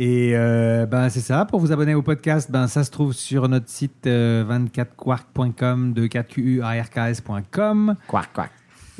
Et euh, ben c'est ça, pour vous abonner au podcast, ben ça se trouve sur notre site euh, 24quark.com de 4QUARKS.com.
Quark quark.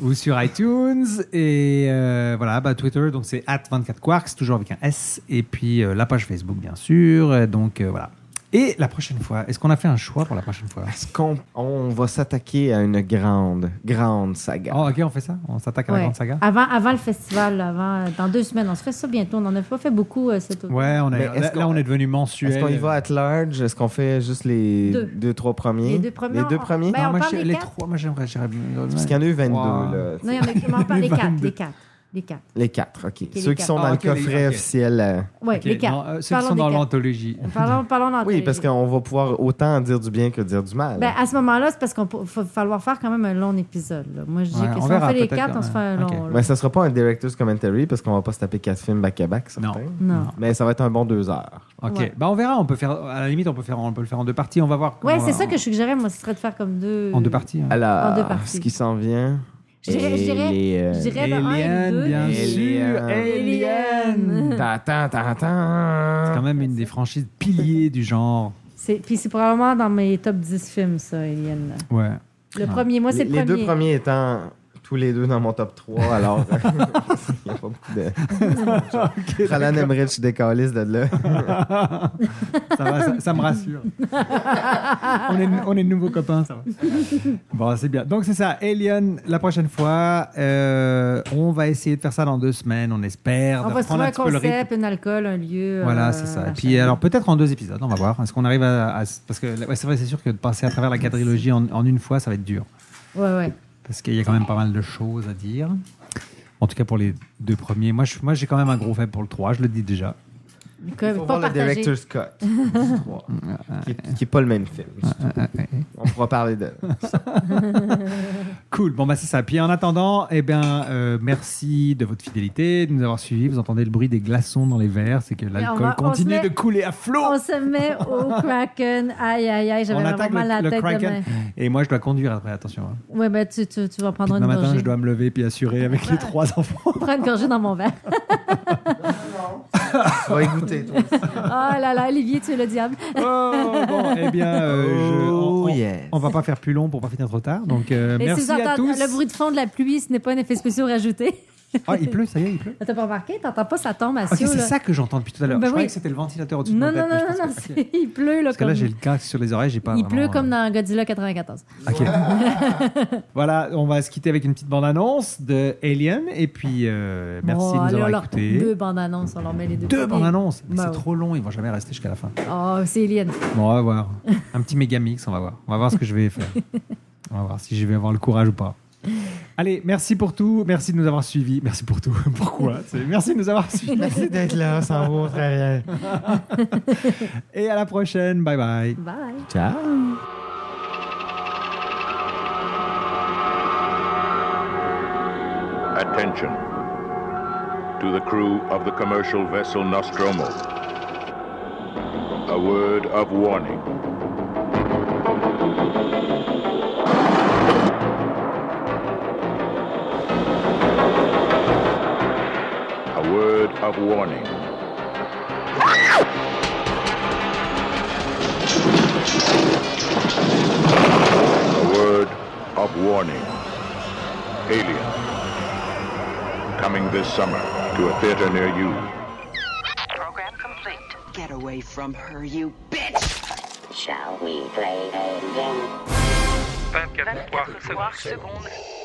Ou sur iTunes et euh, voilà, ben, Twitter donc c'est 24 quarks toujours avec un S et puis euh, la page Facebook bien sûr. Euh, Donc euh, voilà. Et la prochaine fois, est-ce qu'on a fait un choix pour la prochaine fois
Est-ce qu'on on va s'attaquer à une grande, grande saga?
Ah,
Oh, ok, on fait ça? On s'attaque
Ouais. Avant, avant le festival, avant, dans deux semaines, on se fait ça bientôt. On en a pas fait beaucoup euh, cet automne.
Ouais, on est,
Mais est-ce
là,
qu'on-
là, on est devenu mensuel.
Est-ce qu'on y va at large? Est-ce qu'on fait juste les
Deux.
deux, trois premiers?
Les deux premiers,
Les deux
on-
premiers?
ben, on
moi,
parle
je-
des
les
quatre.
trois, moi j'aimerais. j'aimerais bien-
Parce qu'il y en a eu 22,
Wow.
là.
Non, il y en a- on en parle les quatre,
22.
les quatre, les quatre.
Les quatre, OK.
les
Ceux qui
quatre.
sont dans
Ah,
le
ok, les-
coffret
ok.
officiel. euh,
Ouais,
Ok,
les quatre.
non, euh, ceux qui
Parlons
sont
des
dans
quatre.
l'anthologie.
Parlons, parlons d'anthologie.
Oui, parce qu'on va pouvoir autant en dire du bien que dire du mal.
Ah, Ben, à ce moment-là, c'est parce qu'il va falloir faire quand même un long épisode. là. Moi, je dis
Ouais,
que si
on
on
verra,
fait les
peut-être,
quatre, on se fait un
Ok.
long.
Mais ça sera pas un director's commentary parce qu'on va pas se taper quatre films back-à-back, certain.
Non.
Mais ça va être un bon deux heures.
Ok,
Ouais.
bah on verra, on peut faire, à la limite, on peut, faire, on peut le faire en deux parties, on va voir.
Ouais,
comment-
c'est ça que je suggérais, moi, ce serait de faire comme deux.
En deux parties. hein.
Alors,
En deux parties.
ce qui s'en vient.
Je dirais- je dirais-
euh,
je dirais le un et le Alien, deux. bien
sûr,
Alien.
T'attends,
C'est quand même une des franchises piliers du genre.
C'est- Puis c'est probablement dans mes top 10 films, ça, Alien.
Ouais.
Le premier, moi, c'est le
Les deux
premier.
premiers étant tous les deux dans mon top 3, alors. Il n'y a pas beaucoup de. Alan Emmerich décaliste de là.
Ça, va, ça- ça me rassure. on, est, on est de nouveaux copains, ça va. Bon, c'est bien. Donc, c'est ça. Alien, la prochaine fois, euh, on va essayer de faire ça dans deux semaines, on espère.
On
de
va se trouver un
reprendre petit peu le rythme.
concept, un alcool, un lieu.
Voilà,
euh,
c'est ça. Et
machin.
puis, alors, peut-être en deux épisodes, on va voir. Est-ce qu'on arrive à. à- parce que, ouais, c'est vrai, c'est sûr que de passer à travers la quadrilogie en, en une fois, ça va être dur.
Ouais, ouais.
Parce qu'il y a quand même pas mal de choses à dire. En tout cas, pour les deux premiers. Moi, je- moi, j'ai quand même un gros faible pour le 3, je le dis déjà.
Que-
faut
pas
voir le
partagé.
director's cut. qui, est- qui est pas le même film. On pourra parler de.
Cool, bon bah c'est ça. Puis en attendant, eh bien, euh, merci de votre fidélité, de nous avoir suivis. Vous entendez le bruit des glaçons dans les verres, c'est que
Mais on
l'alcool
va- on se
continue
met-
de couler à flot.
On se met au Kraken. Aïe, aïe, aïe, j'avais
On
vraiment
attaque
mal à
le,
la
le
tête
Kraken.
demain.
Et moi, je dois conduire après, attention. hein.
Ouais, ben, tu, tu, tu vas prendre
Puis
une
demain matin,
gorgée.
je dois me lever puis assurer avec les trois enfants.
Prends une gorgée dans mon verre.
On va y goûter, toi.
Oh là là, Olivier, tu es le diable.
bon, Eh bien, euh, je- on, on- on va pas faire plus long pour pas finir trop tard. Donc, euh,
Et
merci
si vous
à
entendez
tous.
le bruit de fond de la pluie, ce n'est pas un effet spécial rajouté.
Ah, il pleut, ça y est, il pleut.
T'as pas remarqué? T'entends pas, ça tombe à
Ah, Ok,
Sio,
c'est
là.
ça que j'entends depuis tout à l'heure.
Ben
je croyais
oui.
que c'était le ventilateur au-dessus de
Non,
ma
non, non,
tête. mais je pense
non, non,
que-
c'est- il pleut, là,
Parce que là,
comme-
j'ai le casque sur les oreilles, j'ai pas.
Il
vraiment,
pleut
euh,
comme dans Godzilla 94.
Ok. voilà, on va se quitter avec une petite bande-annonce de Alien. Et puis, euh, merci
Bon,
de nous
Oh, allez, on
avoir
leur
écoutés.
coupe Deux bandes annonces, on leur met les deux.
Deux
premiers.
bandes-annonces. Mais
Bah
c'est
ouais.
trop long, ils vont jamais rester jusqu'à la fin.
Oh, c'est Alien.
Bon, on va voir. Un petit méga mix, on va voir. On va voir ce que je vais faire. On va voir si je vais avoir le courage ou pas. Allez, merci pour tout. Merci de nous avoir suivis. Merci pour tout. Pourquoi C'est- Merci de nous avoir suivis.
Merci d'être là, sans vous, on ferait rien.
Et à la prochaine. Bye bye.
Bye.
Ciao.
Attention to the crew of the commercial vessel Nostromo. A word of warning. A word of warning. A word of warning. Alien. Coming this summer to a theater near you.
Program complete. Get away from her, you bitch! Shall we play a game? 24 secondes.